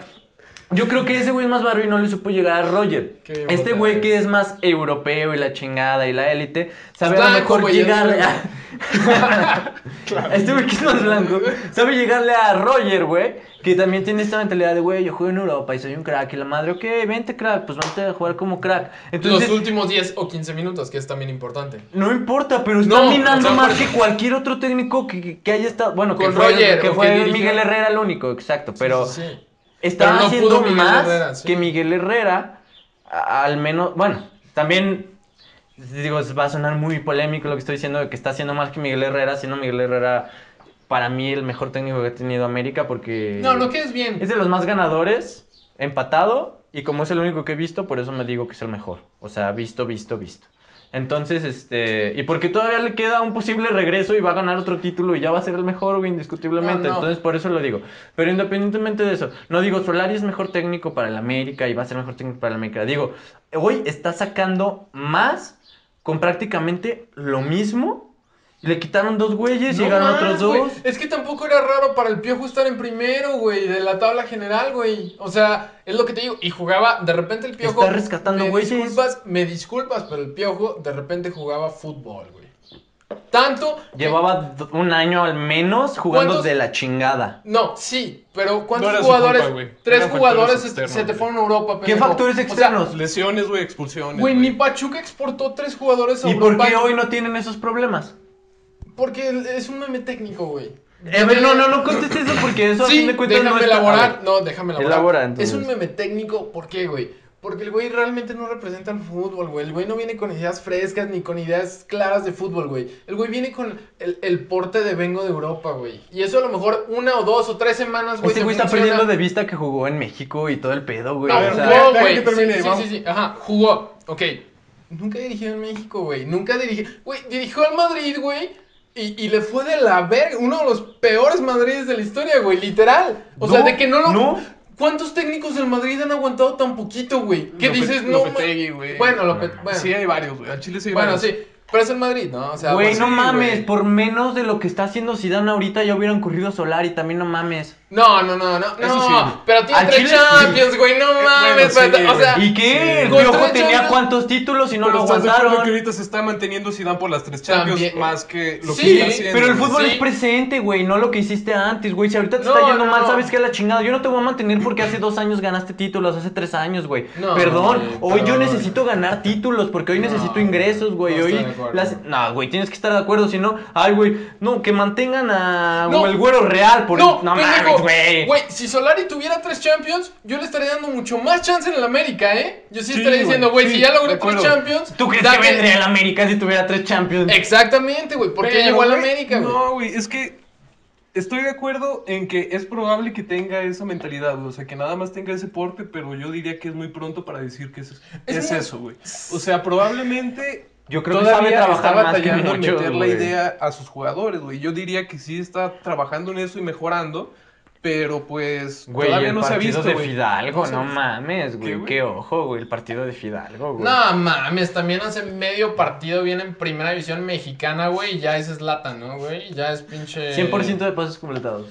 A: yo creo que ese güey es más barrio y no le supo llegar a Roger.
B: Qué bien
A: Este
B: votado.
A: güey que es más europeo y la chingada y la élite, sabe a lo
B: Blanco,
A: mejor
B: güey, es
A: llegarle a.
B: blanco.
A: Este güey que es más blanco, sabe llegarle a Roger, güey. Que también tiene esta mentalidad de, güey, yo juego en Europa y soy un crack. Y la madre, ok, vente crack, pues vente a jugar como crack. Entonces,
B: Los últimos 10 o 15 minutos, que es también importante.
A: no importa, pero está
B: No,
A: minando
B: o sea,
A: más
B: porque-
A: que cualquier otro técnico que, que- que haya estado. Bueno, que
B: Con
A: fue,
B: Roger,
A: que
B: o
A: fue
B: que dirigió-
A: Miguel Herrera el único, exacto. Pero
B: Sí, sí, sí.
A: está
B: Pero no
A: haciendo
B: pudo Miguel
A: más
B: Herrera, sí.
A: que Miguel Herrera. a- Al menos, bueno, también. Digo, va a sonar muy polémico lo que estoy diciendo de que está haciendo más que Miguel Herrera, siendo Miguel Herrera para mí el mejor técnico que ha tenido América porque
B: No, no quedes bien.
A: es de los más ganadores, empatado, y como es el único que he visto, por eso me digo que es el mejor. O sea, visto, visto, visto. Entonces, este, y porque todavía le queda un posible regreso y va a ganar otro título y ya va a ser el mejor, güey, indiscutiblemente.
B: No, no.
A: Entonces, por eso lo digo. Pero independientemente de eso, no digo Solari es mejor técnico para el América y va a ser mejor técnico para el América. Digo, hoy está sacando más con prácticamente lo mismo. Le quitaron dos güeyes,
B: No
A: llegaron
B: más,
A: otros dos.
B: güey. Es que tampoco era raro para el Piojo estar en primero, güey, de la tabla general, güey. O sea, es lo que te digo. Y jugaba, de repente el Piojo.
A: Está rescatando
B: Me
A: güeyes.
B: disculpas, me disculpas, pero el Piojo de repente jugaba fútbol, güey. Tanto. que-
A: Llevaba d- un año al menos jugando
B: ¿Cuántos-
A: de la chingada.
B: No, sí, pero ¿cuántos
C: No era su
B: jugadores?
C: culpa, güey.
B: tres
C: Eran
B: jugadores
C: factores
B: se-
C: externos,
B: se te
C: güey.
B: fueron a Europa.
A: ¿Qué
B: pendejo.
A: factores
B: O sea,
A: externos?
C: Lesiones, güey, expulsiones.
B: Güey, ni Pachuca exportó tres jugadores a
A: ¿Y por
B: Europa.
A: qué hoy no tienen esos problemas?
B: Porque es un meme técnico, güey.
A: Eh, pero no, no, no contestes eso porque eso a
B: Sí,
A: fin de cuentas
B: déjame
A: no está-
B: elaborar.
A: A ver,
B: No, déjame elaborar.
A: Elabora,
B: es
A: entonces.
B: un meme técnico, ¿por qué, güey? Porque el güey realmente no representa el fútbol, güey. El güey no viene con ideas frescas ni con ideas claras de fútbol, güey. El güey viene con el, el porte de vengo de Europa, güey. Y eso a lo mejor una o dos o tres semanas, güey.
A: Este
B: te
A: güey está
B: funciona.
A: perdiendo de vista que jugó en México y todo el pedo, güey.
B: No,
A: o
C: ver,
A: sea,
B: jugó,
C: deja
B: güey.
C: que termine,
B: sí, sí,
C: vamos.
B: sí, sí. Ajá, jugó. Ok. Nunca dirigió en México, güey. Nunca dirigió. Güey, dirigió al Madrid, güey. Y, y le fue de la verga. Uno de los peores Madrides de la historia, güey. Literal. O sea,
A: no,
B: de que no lo.
A: No,
B: ¿Cuántos técnicos del Madrid han aguantado tan poquito, güey? ¿Qué dices? No, ma-
C: güey.
B: Bueno, lo bueno,
C: Sí, hay varios, güey. Al Chile sí hay
B: bueno,
C: varios.
B: sí. Pero es el Madrid, ¿no? O sea,
A: güey,
B: pues,
A: no
B: sí,
A: mames.
B: güey.
A: Por menos de lo que está haciendo Zidane ahorita ya hubieran corrido a Solari también, no mames.
B: No, no, no, no.
C: Eso
B: no,
C: sí.
B: Pero tiene
A: Al
B: tres
A: Chile,
B: Champions, güey. No
C: bueno,
B: mames.
C: sí,
B: pero- o
C: güey.
B: sea,
A: ¿Y qué? El
B: Con
A: Piojo
B: tres
A: tenía
B: Champions-
A: cuántos títulos y no
C: pero
A: lo
C: estás de acuerdo que
A: aguantaron.
C: ahorita se está manteniendo Zidane por las tres Champions
B: También.
C: más que lo
B: Sí,
C: que está haciendo.
A: Pero el
C: güey.
A: fútbol
B: Sí.
A: es presente, güey, no lo que hiciste antes, güey. Si ahorita te
B: No,
A: está yendo
B: no,
A: mal,
B: no.
A: sabes que a la chingada. Yo no te voy a mantener porque hace dos años ganaste títulos, hace tres años, güey.
B: No,
A: Perdón,
B: güey,
A: hoy yo
B: perdón.
A: necesito ganar títulos porque hoy
B: No,
A: necesito ingresos, güey.
B: no
A: hoy
B: estoy de acuerdo.
A: las- No, güey, tienes que estar de acuerdo, si no... Ay, güey, no, que mantengan a...
B: No.
A: o el güero real por...
B: No,
A: mames,
B: pendejo.
A: güey.
B: Güey, si Solari tuviera tres Champions, yo le estaría dando mucho más chance en el América, ¿eh? Yo sí,
C: Sí,
B: estaría diciendo,
C: güey, sí,
B: güey, si ya
C: de
B: logré tres
C: acuerdo.
B: Champions.
A: ¿Tú crees
B: dame-
A: que vendría al América si tuviera tres Champions?
B: Exactamente, güey. ¿Por qué
C: Pero,
B: llegó al
C: güey,
B: América, güey?
C: No, güey, es que estoy de acuerdo en que es probable que tenga esa mentalidad, güey, o sea, que nada más tenga ese porte, pero yo diría que es muy pronto para decir que es,
B: Es
C: es
B: muy-
C: eso, güey. O sea, probablemente
A: Yo creo que
C: todavía
A: sabe trabajar
C: está
A: más que
C: batallando en
A: muchos,
C: meter la
A: güey.
C: idea a sus jugadores, güey. Yo diría que sí está trabajando en eso y mejorando, pero pues
A: Güey,
C: todavía
A: el
C: no se ha
A: partido
C: visto,
A: de
C: güey.
A: Fidalgo,
C: No se ha
A: no,
C: visto.
A: mames, güey.
C: ¿Qué,
A: ¿Qué,
C: güey?
A: ojo, güey, el partido de Fidalgo, güey.
B: No mames, también hace medio partido viene en primera división mexicana, güey, y ya es Slatan, ¿no, güey? Ya es
A: Eh,
B: pinche
A: 100% de pasos completados.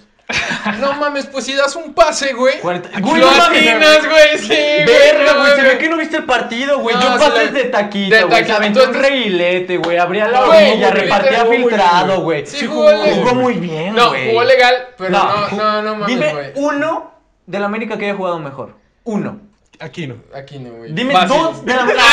B: No mames, pues si das un pase, güey.
A: Cuarenta-
B: Güey,
A: Güey,
B: lo
A: no mames,
B: atinas, güey, sí. güey,
A: Verga,
B: no
A: güey, se
B: mames.
A: ve que no viste el partido, güey.
B: No,
A: Yo
B: se
A: pasé
B: la-
A: de taquito,
B: de
A: güey. Se
B: taquito,
A: aventó un
B: entonces-
A: reilete, güey. Abría la
B: Güey,
A: orilla,
B: jugó muy
A: repartía
C: bien, jugó muy
A: filtrado,
C: bien,
A: güey.
B: Sí, jugó legal.
A: Jugó muy bien,
B: No,
A: güey.
B: jugó legal, pero no,
A: ju-
B: no, no mames,
A: Dime
B: güey.
A: uno de la América que haya jugado mejor. Uno.
C: Aquí no.
B: Aquí no, güey.
A: Dime
B: Fácil.
A: dos de la América.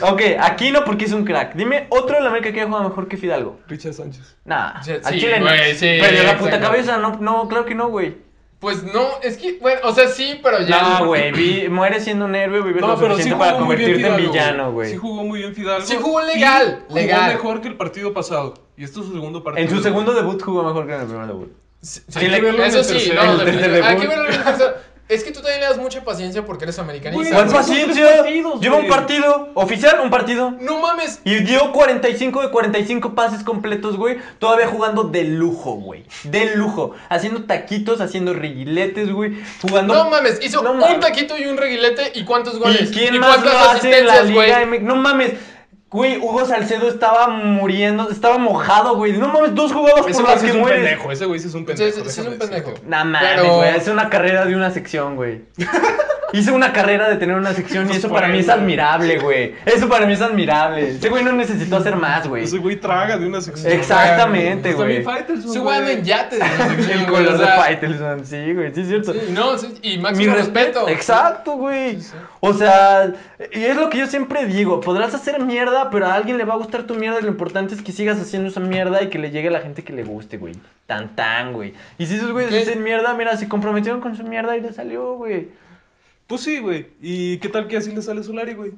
A: ok, aquí no porque es un crack. Dime otro de la América que haya jugado mejor que Fidalgo.
C: Richard Sánchez.
A: Nah,
B: Sí,
A: al
B: sí,
A: Chile no.
B: güey, sí,
A: Perdió la puta
B: exacto.
A: cabeza, no, no, claro que no, güey.
B: Pues no, es que, bueno, o sea, sí, pero ya.
A: No, güey, vi- mueres siendo un héroe, vives lo suficiente para
C: muy
A: convertirte
C: bien
A: en
C: Fidalgo,
A: villano, güey.
C: Sí jugó muy bien Fidalgo.
B: Sí jugó
C: y
B: legal,
C: jugó
B: legal.
C: mejor que el partido pasado. Y esto es su segundo partido.
A: En su segundo debut jugó mejor que en el primer debut.
B: Sí,
A: hay que verlo en
B: eso
C: el
B: sí,
C: tercer-
B: no,
C: en el
B: definitivamente.
A: tercer
B: Hay
A: debut.
B: que verlo en el tercer- Es que tú también le das mucha paciencia porque eres
C: Güey,
B: americanista.
A: ¿Cuál
C: ¿Cuál
B: güey.
A: paciencia?
C: partidos,
A: Lleva un
C: güey?
A: partido, oficial un partido.
B: No mames.
A: Y dio 45 de 45 pases completos, güey. Todavía jugando de lujo, güey. De lujo. Haciendo taquitos, haciendo reguiletes, güey. Jugando.
B: No mames, hizo
A: No
B: un
A: mames.
B: taquito y un reguilete y cuántos goles.
A: ¿Y quién más lo
B: cuántas
A: hace en la
B: asistencias, güey.
A: Liga MX? No mames. Güey, Hugo Salcedo estaba muriendo, estaba mojado, güey. No mames, dos jugadas
C: Ese
A: por
C: güey
A: las
C: sí
A: que
C: es un
A: mueres.
C: pendejo. Ese güey sí es un
B: Sí,
C: pendejo.
B: sí, sí es
C: déjame
B: un pendejo.
C: decirte.
A: No mames,
B: Pero-
A: güey. Es una carrera de una sección, güey. Hice una carrera de tener una sección y
C: Pues
A: eso
C: por
A: para mí
C: ahí,
A: es
C: güey.
A: admirable, güey. Eso para mí es admirable. Ese güey no necesitó hacer más, güey.
C: Ese güey traga de una sección.
A: Exactamente,
C: Pues también
A: güey.
C: Faitelson,
B: Ese güey anda en yates.
A: El color de Faitelson, sí, güey, sí es cierto.
B: Sí, no, sí, y máximo respeto.
A: Exacto, güey.
B: sí.
A: O sea, y es lo que yo siempre digo, podrás hacer mierda, pero a alguien le va a gustar tu mierda y lo importante es que sigas haciendo esa mierda y que le llegue a la gente que le guste, güey. Tan tan, güey. Y si esos güeyes
B: ¿Qué?
A: hacen mierda, mira, se comprometieron con su mierda y le salió, güey.
C: Pues sí, güey. ¿Y qué tal que así le sale Solari, güey?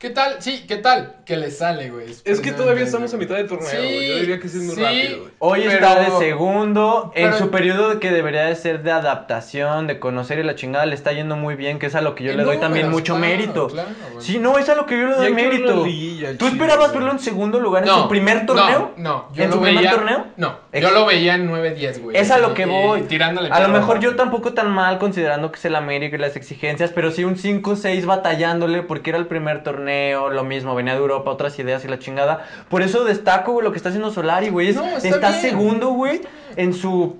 B: ¿Qué tal? Sí, ¿qué tal? Que le sale, güey.
C: Es que todavía estamos a mitad de torneo, güey. Yo diría que sí es muy rápido, güey.
A: Hoy
B: Pero-
A: está de segundo, en
B: pero-
A: su periodo de que debería de ser de adaptación, de conocer y la chingada, le está yendo muy bien, que es a lo que yo
B: En
A: le doy también
B: números,
A: mucho
B: claro,
A: mérito.
B: claro, güey.
A: sí, no, es a lo que yo le
C: Y
A: doy
C: hay que verlo en
A: mérito.
C: liguilla, al
A: ¿Tú
C: Chile,
A: esperabas
C: güey.
A: verlo en segundo lugar en su primer
B: no,
A: torneo?
B: No, yo
A: ¿En
B: lo
A: su
B: veía.
A: primer torneo?
B: No, yo
A: Ex-
B: lo veía en 9-10, güey.
A: Es a lo
B: Así,
A: que voy.
B: eh, Tirándole
A: a lo
B: paro.
A: mejor yo tampoco tan mal considerando que es el América y las exigencias, pero sí un 5-6 batallándole porque era el primer torneo, lo mismo, venía de Europa, otras ideas y la chingada. Por eso destaco, güey, lo que está haciendo Solari, güey. Es-
B: No, está
A: está
B: bien.
A: segundo, güey, en su...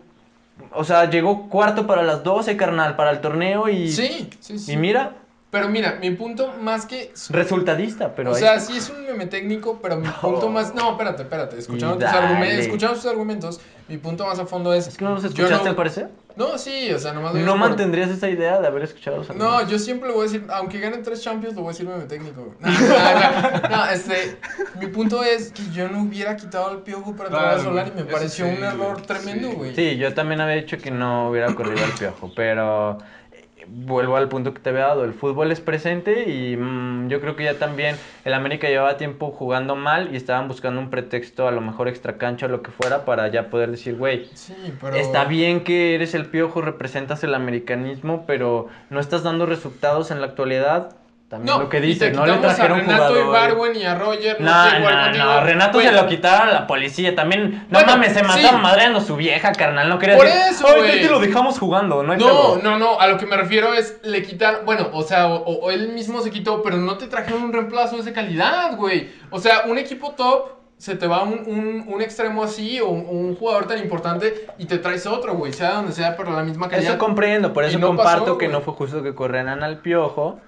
A: O sea, llegó cuarto para las 12, carnal, para el torneo y...
B: Sí, sí, sí.
A: Y mira,
B: Pero mira, mi punto más que.
A: Resultadista, pero
B: o
A: ahí-
B: sea, sí es un meme técnico, pero mi punto más. No, espérate, espérate. Escuchando tus,
A: Dale.
B: argumentos, escuchando tus argumentos, mi punto más a fondo es.
A: es que no los
B: yo
A: escuchaste
B: no-
A: al parecer.
B: No, sí, o sea, nomás. lo digo
A: No
B: por-
A: mantendrías esa idea de haber escuchado los
B: No,
A: argumentos.
B: yo siempre le voy a decir, aunque ganen tres Champions, le voy a decir meme técnico. No, no, no, no, este, mi punto es que yo no hubiera quitado el piojo para traer
C: Claro,
B: a Solari, me
C: eso
B: pareció
C: sí,
B: un error
C: güey,
B: tremendo,
C: sí.
B: güey.
A: Sí, yo también había dicho que no hubiera ocurrido el piojo, pero eh, vuelvo al punto que te había dado. El fútbol es presente y mm, yo creo que ya también el América llevaba tiempo jugando mal y estaban buscando un pretexto, a lo mejor extracancha o lo que fuera, para ya poder decir, güey,
B: Sí, pero.
A: Está bien que eres el piojo, representas el americanismo, pero no estás dando resultados en la actualidad. También
B: No,
A: lo que
B: y
A: dice,
B: te
A: no le
B: quitamos
A: trajeron
B: a Renato
A: jugador.
B: Ibarwen y a Roger.
A: No,
B: sé,
A: no,
B: pues, igual
A: no,
B: contigo,
A: Renato
B: güey.
A: se lo quitaron a la policía también. No
B: Bueno,
A: mames, se
B: sí.
A: mataron madreando su vieja, carnal. No quería
B: Por
A: decir,
B: eso,
A: "Ay,
B: güey".
A: te lo dejamos jugando, no hay
B: No,
A: pedo".
B: no, no, a lo que me refiero es le quitaron, bueno, o sea, o, o él mismo se quitó, pero no te trajeron un reemplazo de esa calidad, güey. O sea, un equipo top, se te va un, un- un extremo así o un, un jugador tan importante y te traes otro, güey, sea donde sea, pero la misma calidad.
A: Eso comprendo, por
B: Y
A: eso
B: no
A: comparto
B: pasó,
A: que no
B: güey.
A: fue justo que corrieran al piojo,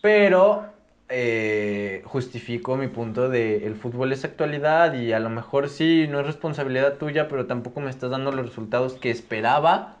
A: pero eh, justifico mi punto de el fútbol es actualidad y a lo mejor sí, no es responsabilidad tuya, pero tampoco me estás dando los resultados que esperaba.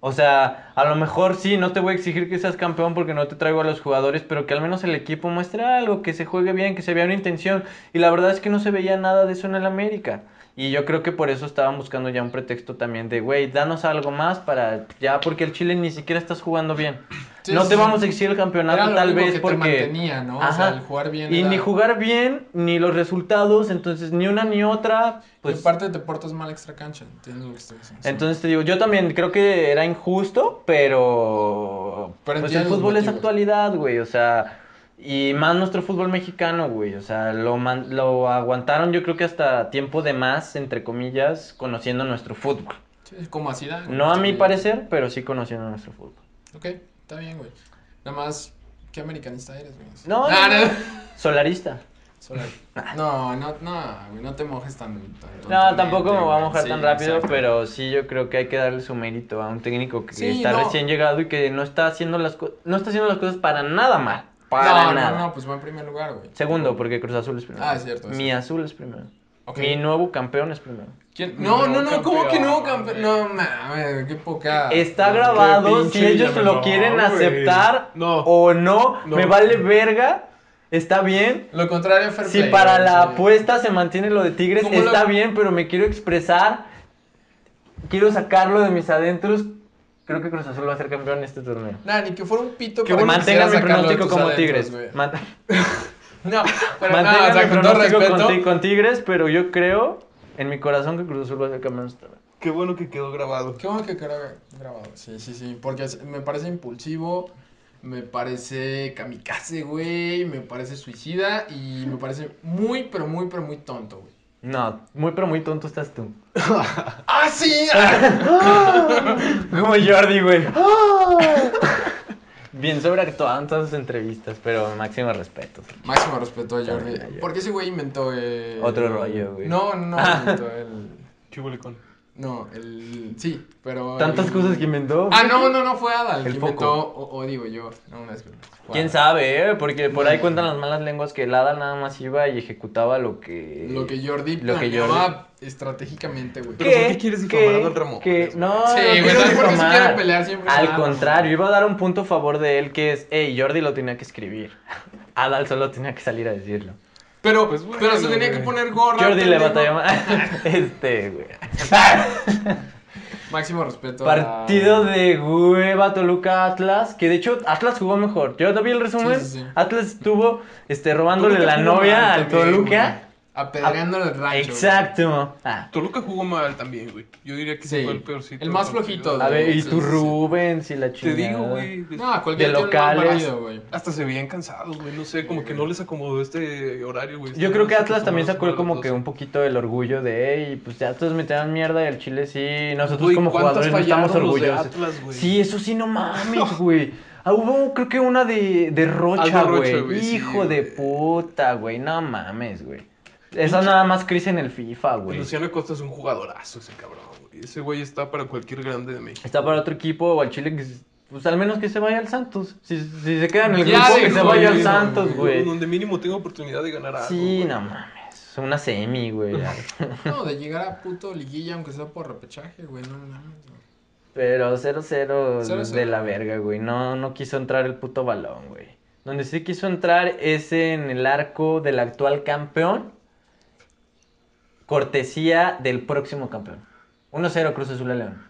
A: O sea, a lo mejor sí, no te voy a exigir que seas campeón porque no te traigo a los jugadores, pero que al menos el equipo muestre algo, que se juegue bien, que se vea una intención. Y la verdad es que no se veía nada de eso en el América. Y yo creo que por eso estaban buscando ya un pretexto también de, güey, danos algo más para ya, porque el Chile ni siquiera estás jugando bien.
B: Sí,
A: no
B: sí,
A: te
B: sí.
A: vamos a exigir el campeonato
B: Era lo
A: tal
B: único
A: vez
B: que
A: porque...
B: te mantenía, ¿no? O sea,
A: Ajá.
B: el jugar bien.
A: Y
B: era-
A: ni jugar bien, ni los resultados, entonces ni una ni otra,
B: y
A: pues...
B: aparte te portas mal extra cancha, entiendo lo que estoy diciendo.
A: Entonces te digo, yo también creo que era injusto, pero,
B: Pero
A: pues el
B: entiendo los
A: fútbol es
B: motivos.
A: actualidad, güey, o sea, y más nuestro fútbol mexicano, güey, o sea, lo, man- lo aguantaron yo creo que hasta tiempo de más, entre comillas, conociendo nuestro fútbol.
B: Sí, como así da.
A: No a mi parecer, pero sí conociendo nuestro fútbol.
B: Ok, está bien, güey. Nada más, ¿qué americanista eres, güey?
A: No,
B: Ah,
A: no, no. Solarista.
B: Solari. No, no, no, güey, no te mojes tan, tan
A: No, tampoco me voy
B: tontamente,
A: a
B: güey.
A: mojar
B: Sí,
A: tan rápido,
B: exacto.
A: pero sí yo creo que hay que darle su mérito a un técnico que
B: Sí,
A: está
B: no.
A: recién llegado y que no está haciendo las co- no está haciendo las cosas para nada mal. Para
B: No,
A: nada.
B: no, no, pues va en primer lugar, güey.
A: Segundo, porque Cruz Azul es primero.
B: Ah, es cierto, es
A: Mi
B: cierto.
A: azul es primero.
B: Ok.
A: Mi nuevo campeón es primero.
B: ¿Quién? No, no, no,
C: Nuevo
B: ¿cómo que no,
C: campeón,
B: campeón? No, mames, qué poca.
A: Está
C: qué
A: grabado, si
C: pinche
A: ellos lo
C: Villamelón,
A: quieren
C: güey.
A: aceptar
B: Oh.
C: No.
A: o no,
C: No.
A: me vale verga, está bien.
B: Lo contrario, fair
A: Si
B: play,
A: para
B: güey,
A: la
B: sí.
A: apuesta se mantiene lo de Tigres,
B: ¿Cómo lo-
A: está bien, pero me quiero expresar, quiero sacarlo de mis adentros. Creo que Cruz Azul va a ser campeón en este torneo.
B: Nah, ni que fuera un pito
A: Que
B: para
A: mantenga mi
B: quisieras sacarlo de
A: pronóstico
B: tus
A: como
B: adentros,
A: Tigres.
B: güey.
A: Man-
B: No, pero no,
A: mantenga
B: o sea,
A: mi
B: con todo
A: pronóstico con,
B: respeto.
A: ti- con Tigres, pero yo creo en mi corazón que Cruz Azul va a ser campeón en este torneo.
C: Qué bueno que quedó grabado.
B: Qué bueno que quedó grabado. Sí, sí, sí. Porque es- me parece impulsivo, me parece kamikaze, güey, me parece suicida y me parece muy, pero muy, pero muy tonto, güey.
A: No, muy pero muy tonto estás tú.
B: ¡Ah, sí!
A: Como Jordi, güey. Bien sobreactuado en todas sus entrevistas, pero máximo respeto.
B: Máximo respeto a Jordi.
A: También a Jordi.
B: Porque ese güey inventó el...
A: Otro rollo, güey. Ah.
B: No, no, no, inventó el...
C: Chibulicón.
B: No, el... Sí, pero...
A: Tantas
B: el-
A: cosas que inventó.
B: Ah, no, no, no fue Adal.
A: El
B: que
A: foco.
B: inventó, o, o digo yo. No, no es que... fue
A: Quién
B: Adal.
A: sabe, eh? porque por
C: Mm.
A: ahí cuentan las malas lenguas que el hada nada más iba y ejecutaba lo que.
B: Lo que Jordi
A: Lo que
B: planeaba estratégicamente, güey.
C: Pero ¿por qué quieres difamar a Don Ramón?
A: que- no,
B: Sí,
A: no
B: güey,
A: quiero
B: ¿sabes por qué se
A: difamar.
B: quieren pelear siempre?
A: Al
B: Ah,
A: contrario, iba a dar un punto a favor de él que es, hey, Jordi lo tenía que escribir. Adal solo tenía que salir a decirlo.
B: Pero,
C: Pues bueno,
B: pero se tenía
C: güey.
B: que poner gorra.
A: Jordi le
B: pendejo.
A: batalló más. Este, güey.
B: Máximo respeto. a-
A: Partido de hueva Toluca Atlas, que de hecho Atlas jugó mejor. Yo vi el resumen.
B: Sí, sí, sí.
A: Atlas estuvo este robándole
C: Toluca
A: la
C: jugó
A: novia
C: mal
A: al
C: también,
A: Toluca.
B: Apedreando el rancho.
A: Exacto. Ah.
C: Toluca jugó mal también, güey. Yo diría que ese
B: Sí,
C: fue el peorcito.
B: el más
C: del partido.
B: flojito,
A: A ver, y
B: Sí,
A: tu
B: sí, sí.
A: Rubens y la
C: Te
A: chingada.
C: digo, güey. pues,
B: güey. No, cualquier tiene un mal
A: locales.
B: partido, güey.
C: Hasta se veían cansados, güey. No sé, como que no les acomodó este horario, güey.
A: Yo creo que Atlas también sacó
C: acuerda
A: como que un poquito el orgullo de, hey, pues ya todos metían mierda y el Chile sí, nosotros
C: Güey,
A: como
C: ¿cuántos
A: jugadores no estamos
C: fallaron los de
A: orgullosos.
C: Atlas, güey?
A: sí, eso sí, no mames, güey. Ah, hubo creo que una de, de Rocha,
C: Ah, de Rocha,
A: güey.
C: güey, sí,
A: Hijo de
C: güey.
A: puta, güey, no mames, güey. Esa nada más crisis en el FIFA, güey.
C: Luciano Costa es un jugadorazo ese cabrón, güey. Ese güey está para cualquier grande de México.
A: Está para otro equipo o al Chile que s- Pues al menos que se vaya al Santos. Si, si se queda en el
B: Ya
A: grupo, que
B: dijo,
A: se vaya al
B: güey, no,
A: Santos, güey.
C: Donde mínimo tengo oportunidad de ganar algo.
A: Sí,
C: güey.
A: no mames. Una semi, güey.
B: No, de llegar a puto liguilla, aunque sea por repechaje, güey, no mames. güey.
A: Pero 0-0 de
B: 0-0.
A: la verga, güey. No, no quiso entrar el puto balón, güey. Donde sí quiso entrar es en el arco del actual campeón. Cortesía del próximo campeón. 1-0 Cruz Azul a León.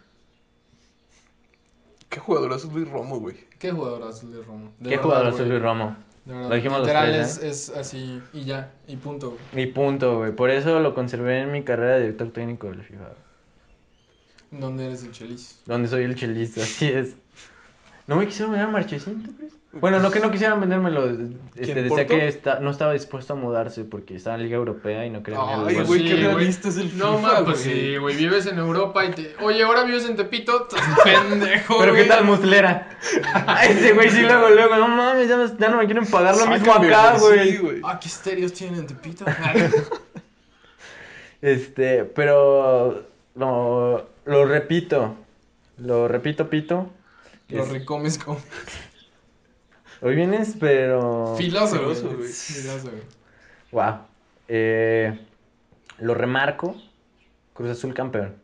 C: Qué jugadorazo es Luis Romo, güey.
B: ¿Qué jugadorazo Luis Romo? De
A: Qué
B: verdad,
A: jugador es
B: güey.
A: Luis Romo.
B: De verdad.
A: Lo dijimos los
B: Literal
A: tres,
B: es, es así y ya, y punto. güey.
A: Y punto, güey. Por eso lo conservé en mi carrera de director técnico del FIFA. güey.
B: Donde eres el chelis.
A: Donde soy el chelista, así es. ¿No me quisieron vender a Marchesín, tú crees? Bueno, no que no quisieran vendérmelo. Este, decía
C: Porto?
A: que está, no estaba dispuesto a mudarse porque estaba en Liga Europea y no quería venir al
C: Ay,
A: Barça.
C: güey,
B: Sí,
C: qué
B: güey.
C: realista es el FIFA,
B: No mames, pues
C: güey.
B: sí, güey, vives en Europa y te... Oye, ahora vives en Tepito, estás pendejo,
A: Pero qué
B: güey.
A: tal muslera. Ah, Ese güey sí luego, luego, no mames, ya, me- ya no me quieren pagar lo mismo
C: Sácame,
A: acá, güey.
C: sí, güey.
B: Ah, qué estéreos tienen en Tepito.
A: Este, pero lo, lo repito. Lo repito, Pito.
B: Lo
A: Es-
B: recomes con
A: Hoy vienes, pero.
B: filoso, güey.
C: Filoso, güey.
B: Filoso, güey.
A: Wow. Eh, lo remarco. Cruz Azul campeón.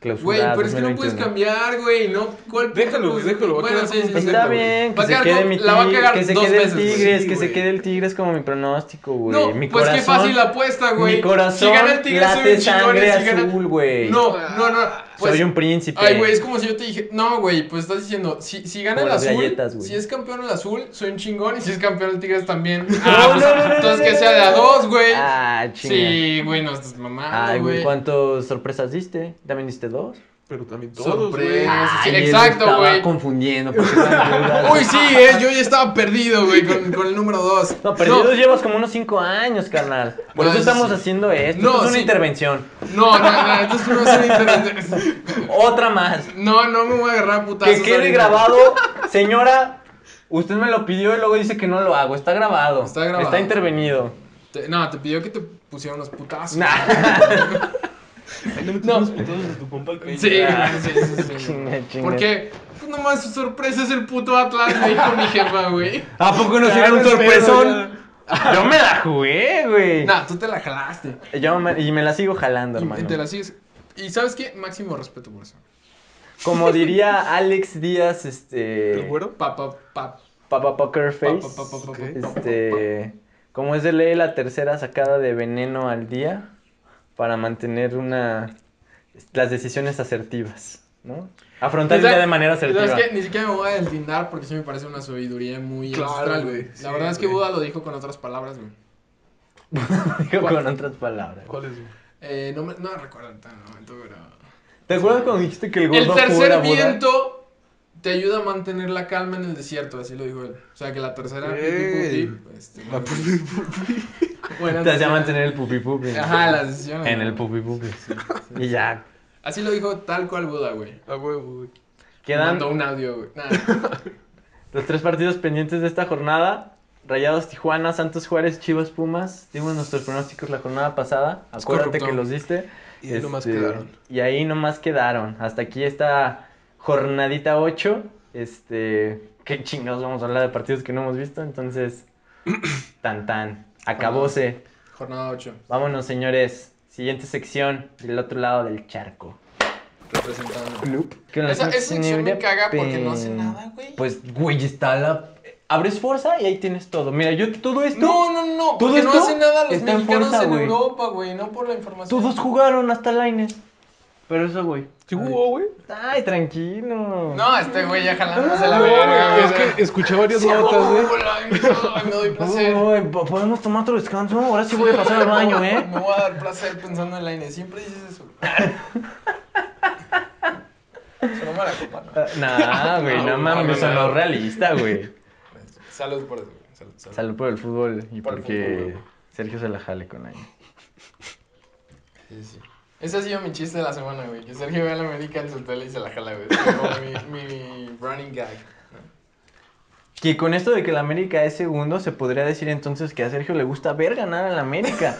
A: Clausura
B: Güey, pero es que no
A: 2021.
B: puedes cambiar, güey, no, ¿cuál?
C: Déjalo,
B: pues,
C: déjalo, va a
B: Bueno,
C: quedar
B: sí, sí,
C: como
B: sí.
A: Está
C: güey.
A: bien, que
B: Va a
A: se
B: quedar
A: quede
B: con-
A: mi
B: la va a
A: Tigres,
B: cagar
A: que se
B: dos
A: quede el
B: veces, güey.
A: Tigres,
C: Sí,
A: que se
C: güey.
A: quede el Tigres como mi pronóstico, güey.
B: No,
A: mi
B: pues
A: corazón,
B: qué fácil la apuesta, güey.
A: Mi corazón
B: si gana el Tigres, soy
A: late
B: un chingón y
A: sangre
B: si gana-
A: azul, güey.
B: No, no, no. Pues,
A: Soy un príncipe.
B: Ay, güey, es como si yo te dije, no, güey, pues estás diciendo, si, si gana
A: Como
B: el
A: las
B: azul,
A: galletas, güey.
B: si es campeón el azul, soy un chingón, y si es campeón el Tigres también.
A: No,
B: Ah, pues,
A: no, no, no,
B: entonces
A: no,
B: que
A: no,
B: sea de a
A: no.
B: dos, güey.
A: Ah, chinga.
B: sí, güey, no estás mamando,
A: Ay, güey,
B: güey.
A: ¿cuántas sorpresas diste? ¿También diste dos?
C: Pero también todos, güey.
B: Sorpresa. Sí,
A: Ay, él
B: exacto,
A: estaba
B: güey.
A: confundiendo. porque eran dudas.
B: Uy, sí, eh, yo ya estaba perdido, güey, con, con el número dos.
A: No, perdidos llevas como unos 5 años, carnal. Por
B: No,
A: eso
B: eso
A: estamos
B: Ah, sí.
A: haciendo esto.
B: No,
A: esto es una
B: sí.
A: intervención.
B: No, no, no, entonces no es interesante.
A: Otra más.
B: No, no me voy a agarrar a putazos.
A: Que quede
B: ahorita.
A: grabado, señora. Usted me lo pidió y luego dice que no lo hago. Está grabado.
B: Está grabado.
A: Está intervenido.
B: Te- no, te pidió que te pusieran los putazos.
A: Nah.
C: Ay, no, no. de tu compa el
B: Sí,
C: Peña.
B: sí, sí, sí, sí.
A: Chinga, chinga.
B: ¿Por qué? Pues nomás su sorpresa es el puto Atlas, me dijo mi jefa, güey.
A: ¿A poco nos
C: Claro,
A: dieron un
C: espero,
A: sorpresón? Yo me la jugué, güey.
B: Nah, tú te la jalaste.
A: Yo me- y me la sigo jalando,
B: Y,
A: hermano.
B: y te la sigues. Y sabes qué? Máximo respeto por eso.
A: Como diría Alex Díaz, este.
C: ¿El güero?
B: Pa, pa, pa.
A: Papa Poker Face.
B: Pa, pa, pa, pa,
C: Ok.
B: pa, pa,
A: Este, como es de ley la tercera sacada de veneno al día para mantener una las decisiones asertivas, ¿no? Afrontar el
B: ¿Sabes-
A: día de manera
B: pa. ¿Sabes
A: asertiva.
B: qué? Ni siquiera me voy a deslindar porque sí me parece una sabiduría muy
C: Claro,
B: ancestral,
C: güey.
B: La
C: Sí,
B: verdad es que
C: güey.
B: Buda lo dijo con otras palabras, güey.
A: Digo con otras palabras.
C: ¿Cuál es, güey?
B: Eh, no, me, no recuerdo en tal momento, pero...
A: ¿Te acuerdas cuando dijiste que el
B: El
A: gordo fuera
B: tercer
A: Buda?
B: viento te ayuda a mantener la calma en el desierto, así lo dijo él. O sea que la tercera.
C: Ey.
B: pipí, este,
C: La pupi.
B: bueno,
A: Te hacía
B: entonces-
A: mantener el pupi pupi.
B: Ajá, las decisiones.
A: En el
B: güey.
A: pupi pupi. Y ya.
B: Así lo dijo tal cual Buda, güey.
C: A huevo, güey.
A: Quedan
B: Mandó un audio, güey. Nah,
A: los tres partidos pendientes de esta jornada. Rayados Tijuana, Santos Juárez, Chivas Pumas. Dimos nuestros pronósticos la jornada pasada. Acuérdate
B: corrupto.
A: que los diste.
C: Y ahí nomás
A: Este,
C: quedaron.
A: Y ahí nomás quedaron. Hasta aquí esta jornadita 8. Este. Qué chingados vamos a hablar de partidos que no hemos visto. Entonces. tan tan. Acabóse.
B: jornada 8.
A: Vámonos, señores. Siguiente sección del otro lado del charco.
B: Representando.
A: Que nos
B: Esa, esa sección me
A: enseñe
B: caga porque no hace
A: pen-
B: nada, güey.
A: Pues, güey, está la. Abres fuerza y ahí tienes todo. Mira, yo todo esto.
B: No, no, no.
A: ¿Todo
B: Porque no
A: esto
B: hace nada los
A: está en
B: mexicanos
A: fuerza,
B: en
A: güey.
B: Europa, güey. No por la información.
A: Todos jugaron hasta Laines. Pero eso, güey.
C: ¿Sí jugó, güey?
A: Ay, tranquilo.
B: No, este güey ya jalándose la
A: Ah,
C: No,
B: verga.
C: güey,
B: güey.
C: Es que escuché varias
B: Sí,
C: notas, güey.
B: ay, ay, me doy placer.
A: Ay, po- ¿Podemos tomar otro descanso? Ahora sí voy a pasar al baño, ¿eh?
B: Me voy a dar placer pensando en la INE. Siempre dices eso. Sonó mala copa, ¿no?
A: Nah, güey, no
C: No,
A: mames,
C: no, no.
A: sonó realista, güey.
B: Salud por eso, güey. Salud, salud.
A: Salud por el fútbol y
B: Por el
A: porque
B: fútbol.
A: Sergio se la jale con ahí.
B: Sí, sí. Ese ha sido mi chiste de la semana, güey. Que Sergio ve a la América en su tele y se la jala, güey. Es como mi, mi, mi running gag.
A: Que con esto de que la América es segundo, se podría decir entonces que a Sergio le gusta ver ganar a la América.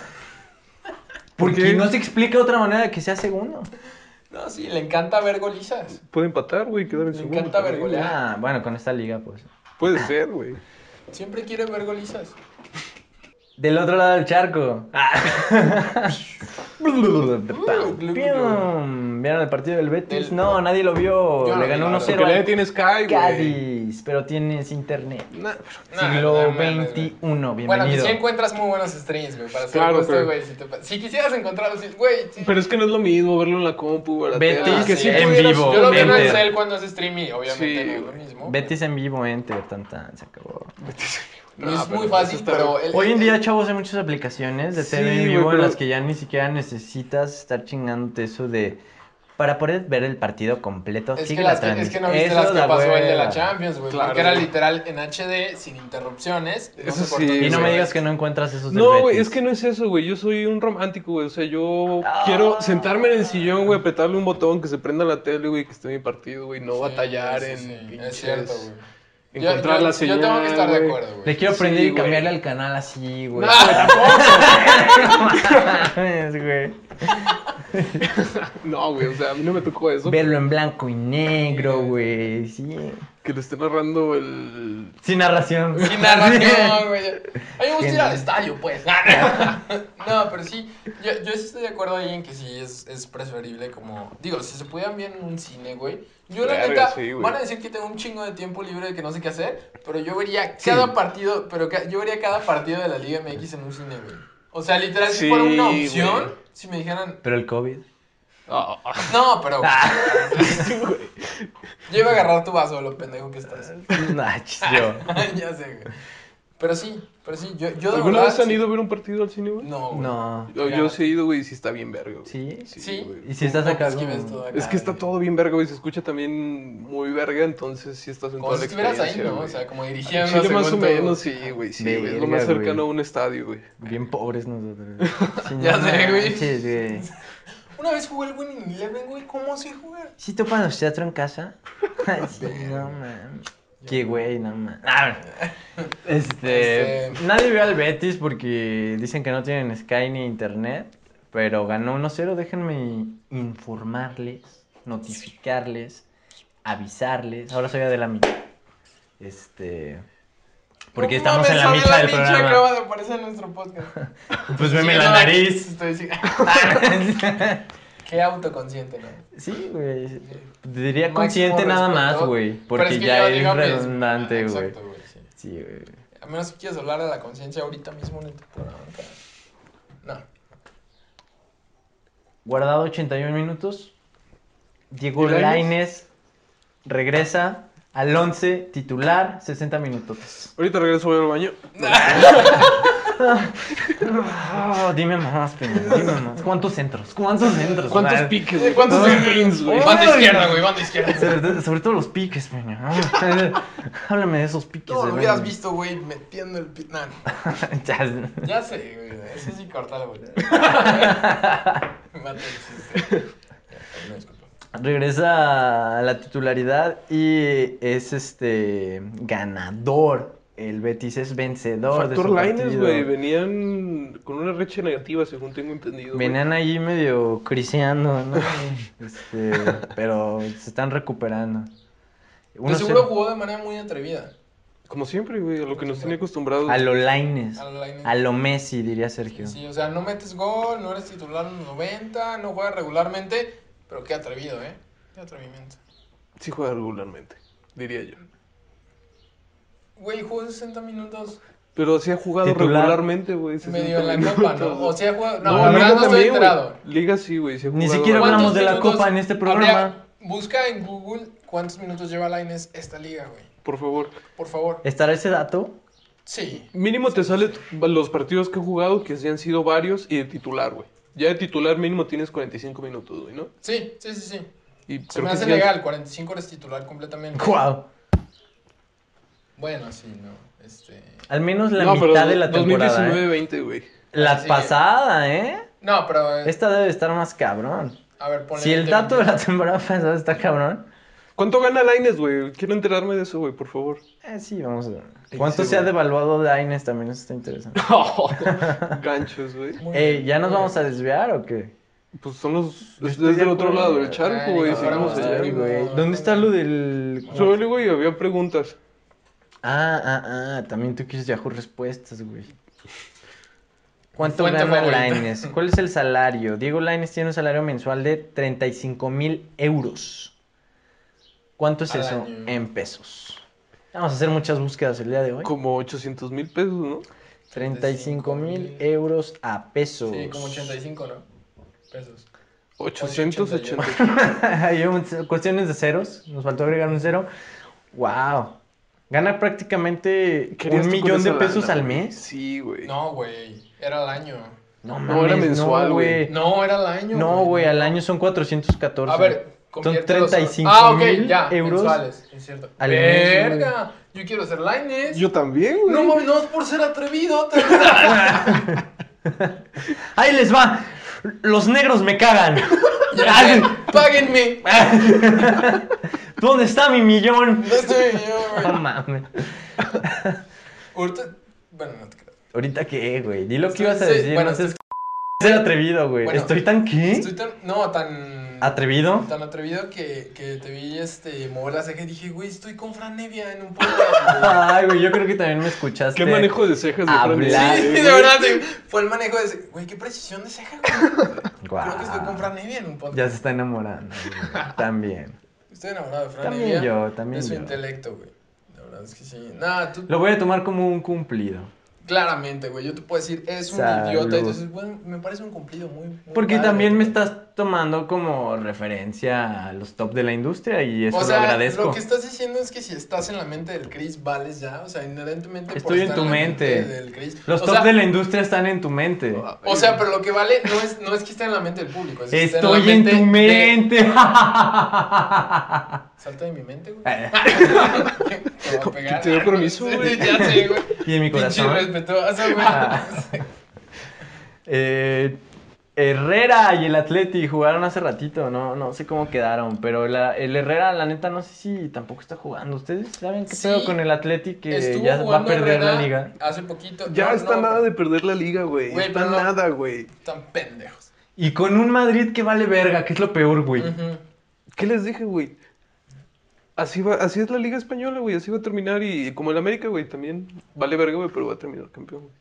C: ¿Por
A: Porque
C: qué?
A: no se explica otra manera de que sea segundo.
B: No, sí, le encanta ver golizas.
C: Puede empatar, güey, quedar en
B: Me
C: segundo.
B: encanta ver goles.
A: Ah, bueno, con esta liga, pues.
C: Puede ser, güey.
B: Siempre quiere ver golizas.
A: Del otro lado del charco. Ah. Pium. ¿Vieron el partido del Betis?
B: Del-
A: No, nadie lo vio.
B: Yo no
A: Le
B: vi
A: ganó
B: nada.
A: 1-0
C: Porque nadie
A: al
C: tiene Sky, güey.
A: Cádiz, pero tienes internet.
C: Nah,
B: Nah,
A: Siglo
B: no mames, güey.
A: XXI,
B: Bueno, que
A: bienvenido.
B: sí encuentras muy buenos streams, güey, para ser
C: Claro,
B: honesto,
C: pero-
B: güey. Si, te pa- si quisieras encontrarlos, sí, güey, sí.
C: Pero es que no es lo mismo verlo en la compu, ¿verdad?
A: Betis
B: Ah,
A: que
B: sí,
A: sí en
B: pudieras-
A: vivo,
B: Yo lo veo en el
A: enter.
B: cel cuando es stream y obviamente
C: Sí,
B: no es lo
C: güey.
B: mismo.
A: Betis en vivo, enter, tan, tan, se acabó.
B: No,
C: Ah,
B: es muy
C: pero
B: fácil,
C: eso está-
B: pero... el-
A: Hoy en
B: el-
A: día, chavos, hay muchas aplicaciones de
C: Sí,
A: TV en
C: güey,
A: vivo en
C: pero-
A: las que ya ni siquiera necesitas estar chingándote eso de. Para poder ver el partido completo,
B: Es que,
A: sigue
B: las
A: la
B: que, es que no
A: transmisión.
B: viste las
A: Eso
B: que
A: da
B: pasó el de la
A: hueva.
B: Champions, güey.
C: Claro,
B: Porque era
C: güey.
B: literal en HD, sin interrupciones. no
C: Eso
B: se cortó
C: sí,
B: ni
A: Y no me
B: una
A: digas
B: vez.
A: que no encuentras esos del
C: No, güey,
A: Betis.
C: es que no es eso, güey. Yo soy un romántico, güey. O sea, yo
A: Ah.
C: quiero sentarme en el sillón, güey, apretarle un botón, que se prenda la tele, güey, que esté mi partido, güey. No
B: Sí,
C: batallar
B: sí,
C: en
B: sí,
C: pinches-
B: Es cierto, güey. Yo-
C: Encontrar
B: yo-
C: la señal,
B: Yo tengo que estar de
C: güey.
B: acuerdo, güey.
A: Le quiero prender
C: Sí,
A: y
C: güey.
A: cambiarle al canal así, güey.
B: No, güey, tampoco.
A: mames, güey.
C: No, güey, o sea, a mí no me tocó eso.
A: Verlo en blanco y negro, güey. Sí.
C: Que le esté narrando el...
A: Sin narración.
B: Sin narración, güey. A mí me gusta ir al
A: Genial.
B: estadio, pues. No, pero sí, yo, yo sí estoy de acuerdo ahí en que sí es, es preferible como... Digo, si se pudieran bien en un cine, güey. Yo la
C: Verga,
B: neta,
C: sí, güey.
B: van a decir que tengo un chingo de tiempo libre de que no sé qué hacer, pero yo vería cada partido, pero ca- yo vería cada partido de la Liga MX en un cine, güey. O sea, literal, si
C: Sí,
B: fuera una opción,
C: güey.
B: si me dijeran...
A: Pero el COVID.
C: Ah, ah,
B: No, pero...
C: güey.
B: Yo iba a agarrar tu vaso, lo pendejo que estás.
A: Nah, chis, yo.
B: ya sé, güey. Pero sí, pero sí, yo, yo de
C: ¿Alguna
B: verdad
C: vez han
B: sí-
C: ido a ver un partido al cine, güey?
B: No, güey.
A: No.
C: Yo, yo sí he ido, güey, y sí está bien verga, güey.
A: ¿Sí?
B: Sí.
C: güey.
A: Y si estás
B: No,
A: acá.
B: pues, que ves
A: como-
B: todo acá,
C: Es que está
B: güey.
C: todo bien verga, güey. Se escucha también muy verga, entonces sí estás en
B: Como
C: toda
B: si
C: la
B: estuvieras ahí,
C: experiencia,
B: ¿no? O
C: güey.
B: sea, como
C: Al
B: dirigiendo.
C: Chile
B: según
C: más o
B: tú.
C: menos, sí, güey, sí, güey. Es lo más
A: Verga, güey.
C: cercano a un estadio, güey.
A: Bien pobres nosotros. Sí,
B: Ya
A: no
B: sé, güey.
A: manches, güey.
B: Una vez jugué el Winning Eleven, güey. ¿Cómo se juega?
A: ¿Sí topan los teatro en casa? Ay, sí, no mames. Qué güey, no mames. Ah, Este,
B: Este-
A: Nadie vio al Betis porque dicen que no tienen Sky ni internet. Pero ganó 1-0. Déjenme informarles, notificarles, avisarles. Ahora soy de la mitad. Este. Porque
B: No
A: estamos en la
B: mames,
A: mitad del
B: Adela Micha acaba
A: programa.
B: de aparecer en nuestro podcast.
A: Pues veme
B: Sí,
A: la
B: no,
A: nariz.
B: Estoy diciendo- Qué autoconsciente, ¿no?
A: Sí, güey.
B: Sí.
A: Diría
B: Máximo
A: consciente nada
B: respeto.
A: más, güey.
B: Pero
A: Porque
B: es que yo
A: ya es
B: digo que
A: redundante,
B: Ah,
A: güey.
B: Exacto, güey. sí.
A: Sí, güey.
B: A menos que quieras hablar a la conciencia ahorita mismo en tu programa. cara. No.
A: Guardado 81 minutos. Diego
C: ¿Y Lainez?
A: Lainez regresa al 11 titular, 60 minutos.
C: Ahorita regreso, voy al baño.
A: Ah, dime más, pendejo, dime más. ¿Cuántos centros? ¿Cuántos centros?
C: ¿Cuántos
A: Vale.
C: piques, güey? ¿Cuántos
A: Ay.
C: screens, güey?
A: Pues Ay.
B: Banda izquierda, güey. Banda izquierda.
A: Sobre, to- sobre todo los piques, peña. Ah, Háblame de esos piques.
B: No,
A: de
B: lo hubieras
A: verdad.
B: visto, güey, metiendo el pit. No, no.
A: Ya-
B: Ya sé, güey. Eso sí, cortalo, güey. Mata el chiste. No, disculpa.
A: regresa a la titularidad y es este ganador. El Betis es vencedor de
C: Factor
A: su
C: Lines,
A: partido.
C: güey. Venían con una recha negativa, según tengo entendido. güey.
A: Venían ahí medio criseando, ¿no? Este, pero se están recuperando.
B: De
A: Uno
B: seguro
A: se-
B: jugó de manera muy atrevida.
C: Como siempre, güey, a lo que nos tiene acostumbrados.
A: a lo Laines,
B: A lo Lainez.
A: a lo Messi, diría Sergio.
B: Sí, o sea, no metes gol, no eres titular en los 90, no juegas regularmente, pero qué atrevido, ¿eh? Qué atrevimiento.
C: Sí juega regularmente, diría yo.
B: Güey, jugó 60 minutos
C: Pero sí ha jugado
A: Titular.
C: regularmente, güey. 60
B: medio en la
C: minutos.
B: copa, ¿no? O sea, jugó... No,
C: No,
B: la
C: Liga
B: verdad no estoy
C: también, güey.
B: enterado.
C: Liga sí, güey. sí ha
A: Ni
C: jugado
A: siquiera
C: regular.
A: hablamos de la
B: ¿Cuántos
A: copa en
B: minutos
A: este programa?
B: habría- Busca en Google cuántos minutos lleva Laines esta liga, güey.
C: Por favor.
B: Por favor.
A: ¿Estará ese dato?
B: Sí.
C: Mínimo te sale los partidos que he jugado, que sí han sido varios, y de titular, güey. Ya de titular mínimo tienes 45 minutos, güey, ¿no?
B: Sí, sí, sí, sí.
C: Y
B: Se me hace
C: sí has-
B: legal, 45 eres titular completamente.
A: ¡Guau!
B: Bueno, sí, no. Este.
A: Al menos la
C: No, pero
A: mitad de la temporada. ¿eh?
C: 2019-20, güey.
A: La
B: Sí.
A: pasada, ¿eh?
B: No, pero. eh,
A: Esta debe estar más cabrón.
B: A ver, ponle.
A: Si el
B: 20,
A: dato de
B: 20.
A: la temporada pasada está cabrón,
C: ¿Cuánto gana Laines, güey? Quiero enterarme de eso, güey, por favor.
A: eh, sí, vamos a ver.
C: Sí,
A: ¿Cuánto
C: sí,
A: se ha
C: güey.
A: devaluado Laines? También eso está interesante.
C: Ganchos, güey.
B: Muy
A: Ey,
B: bien,
A: ¿ya nos
B: muy
A: vamos
B: bien.
A: a desviar o qué?
C: Pues son los.
A: Yo
C: Es
A: estoy
C: desde
A: de
C: el otro
A: acuerdo.
C: lado del charco,
B: Ay,
C: güey.
B: no,
A: Ahora
C: Seguimos
B: vamos
A: vamos a ver,
C: allá.
B: llegar.
A: güey. ¿Dónde está lo del...?
C: Súbele, güey, había preguntas.
A: Ah, ah, ah, también tú quieres Yahoo Respuestas, güey. ¿Cuánto
B: Fuente
A: gana
B: favorita.
A: Laines? ¿Cuál es el salario? Diego Laines tiene un salario mensual de 35 mil euros. ¿Cuánto es
B: Al
A: eso
B: año.
A: en pesos? Vamos a hacer muchas búsquedas el día de hoy.
C: Como 800 mil pesos, ¿no?
A: 35 mil euros a pesos.
B: Sí, como 85, ¿no? Pesos.
C: 880.
A: Hay un- cuestiones de ceros. Nos faltó agregar un cero. ¡Wow! Gana prácticamente
C: ¿Qué harías
A: un
C: tú con
A: millón de
C: esa
A: pesos
C: lana,
A: al
C: güey?
A: mes.
C: Sí, güey.
B: No, güey. Era al año.
A: No,
C: No, era mensual, güey.
B: No, era al año.
A: No, güey, al año son 414.
B: A ver, conviértelos a-
A: 35
B: Ah, ok,
A: mil
B: ya.
A: euros
B: Mensuales, es cierto.
A: al mes,
B: Verga. Yo quiero ser Lines.
C: Yo también, güey.
B: No, mames, no es por ser atrevido. te-
A: Ahí les va. Los negros me cagan.
B: Ya, Páguenme.
A: ¿Dónde está mi millón?
B: No estoy yo,
A: No
B: güey.
A: mames.
B: Ahorita- Bueno, no te creo.
A: Ahorita qué, güey. Di lo que
B: Estoy-
A: ibas a
B: sí,
A: decir.
B: bueno,
A: no seas ser atrevido, güey.
B: Bueno,
A: ¿Estoy tan qué?
B: Estoy tan. No, tan.
A: ¿Atrevido?
B: Tan atrevido que, que te vi este, mover la ceja y dije, güey, estoy con Fran Nevia en un podcast. güey.
A: Ay, güey, yo creo que también me escuchaste.
C: ¿Qué manejo de cejas de Fran
A: Hablar.
C: Evia,
B: este, Sí,
C: güey?
B: de verdad, sí. fue el manejo de ese. Güey, qué precisión de ceja, güey.
A: Guau.
B: Creo que estoy con Fran Nevia en un podcast.
A: Ya se está enamorando. güey. También.
B: Estoy enamorado de Fran
A: También
B: Evia,
A: yo, también
B: De su
A: yo.
B: intelecto, güey. La verdad es que sí. Nada, tú.
A: Lo voy a tomar como un cumplido.
B: Claramente, güey. Yo te puedo decir, es un
A: Salud.
B: idiota. Y tú dices, bueno, me parece un cumplido muy. muy
A: Porque
B: padre.
A: también me estás tomando como referencia a los top de la industria y eso
B: O sea,
A: lo agradezco.
B: lo que estás diciendo es que si estás en la mente del Chris, vales ya. O sea, inherentemente. por
A: Estoy en
B: estar
A: tu
B: la
A: mente.
B: del Chris.
A: Los
B: o
A: top
B: sea,
A: de la industria están en tu mente.
B: O sea, pero lo que vale no es, no es que esté en la mente del público. Es que esté
A: Estoy
B: la
A: en tu
B: de-
A: mente.
B: Salta de mi mente, güey.
A: Eh,
B: Te voy a pegar.
C: Te dio permiso, güey.
B: Sí, ya sé, güey.
A: y en mi
B: Pinche
A: corazón.
B: respetuoso, güey.
A: Ah. Eh, Herrera y el Atleti jugaron hace ratito, no, no sé cómo quedaron, pero la- el Herrera, la neta, no sé si tampoco está jugando. ¿Ustedes saben qué
B: Sí.
A: pedo con el Atleti que
B: Estuvo
A: ya va a
B: jugando
A: perder
B: Herrera
A: la liga?
B: Hace poquito.
C: Ya
B: No,
C: está
B: no,
C: nada de perder la liga, güey.
B: Güey,
C: Está
B: pero no-
C: nada, güey.
B: Tan pendejos.
A: Y con un Madrid que vale verga, que es lo peor, güey.
B: Ujú.
C: ¿Qué les dije, güey? Así, va, así es la Liga Española, güey. Así va a terminar. Y como el América, güey, también. Vale verga, güey, pero va a terminar campeón. güey.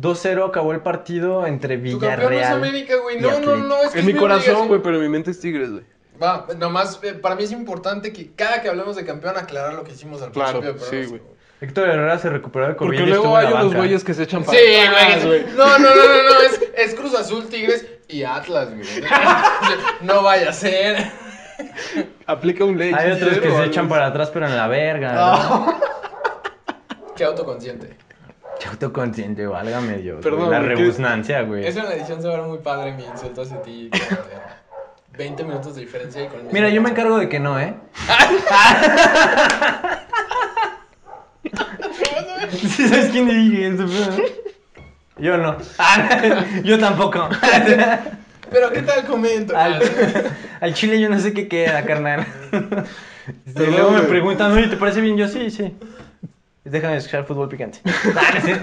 A: 2-0 acabó el partido entre
B: Tu campeón no es
A: Villarreal.
B: América, güey.
A: y
B: No, no,
A: Atlético.
B: no. Es que
C: En
B: es
C: mi corazón,
B: obligación.
C: güey, pero en mi mente es Tigres, güey.
B: Va, nomás, eh, para mí es importante que cada que hablemos de campeón aclarar lo que hicimos al
C: Claro,
B: principio.
C: sí,
B: pero no sé,
C: güey.
A: Héctor Herrera se recuperó de COVID
C: Porque
A: y
C: luego
A: estuvo en
C: hay
A: la
C: unos
A: banca.
C: güeyes que se echan para atrás,
B: Sí, güey. No, no, no, no, no. Es, es Cruz Azul, Tigres y Atlas, güey. No vaya a ser.
C: Aplica un ley.
A: Hay otros que se echan para atrás, pero en la verga.
B: Ah.
A: ¿no?
B: Qué autoconsciente.
A: Qué autoconsciente, válgame Dios.
C: Perdón,
A: güey, la
C: güey, que-
A: rebuznancia, güey.
B: Eso en la edición se va a ver muy padre, mi insulto hacia ti. como de 20 minutos de diferencia y con
A: Mira, yo me encargo de que no, ¿eh? ¿Sí ¿Sabes quién dirige eso? Yo no. Ah, Yo tampoco.
B: Pero ¿qué tal comento?
A: Al, al chile yo no sé qué queda, carnal. Y
C: Perdón,
A: luego me
C: güey.
A: preguntan, oye, ¿te parece bien? Yo sí, sí. Déjame escuchar fútbol picante. Ah, no, es-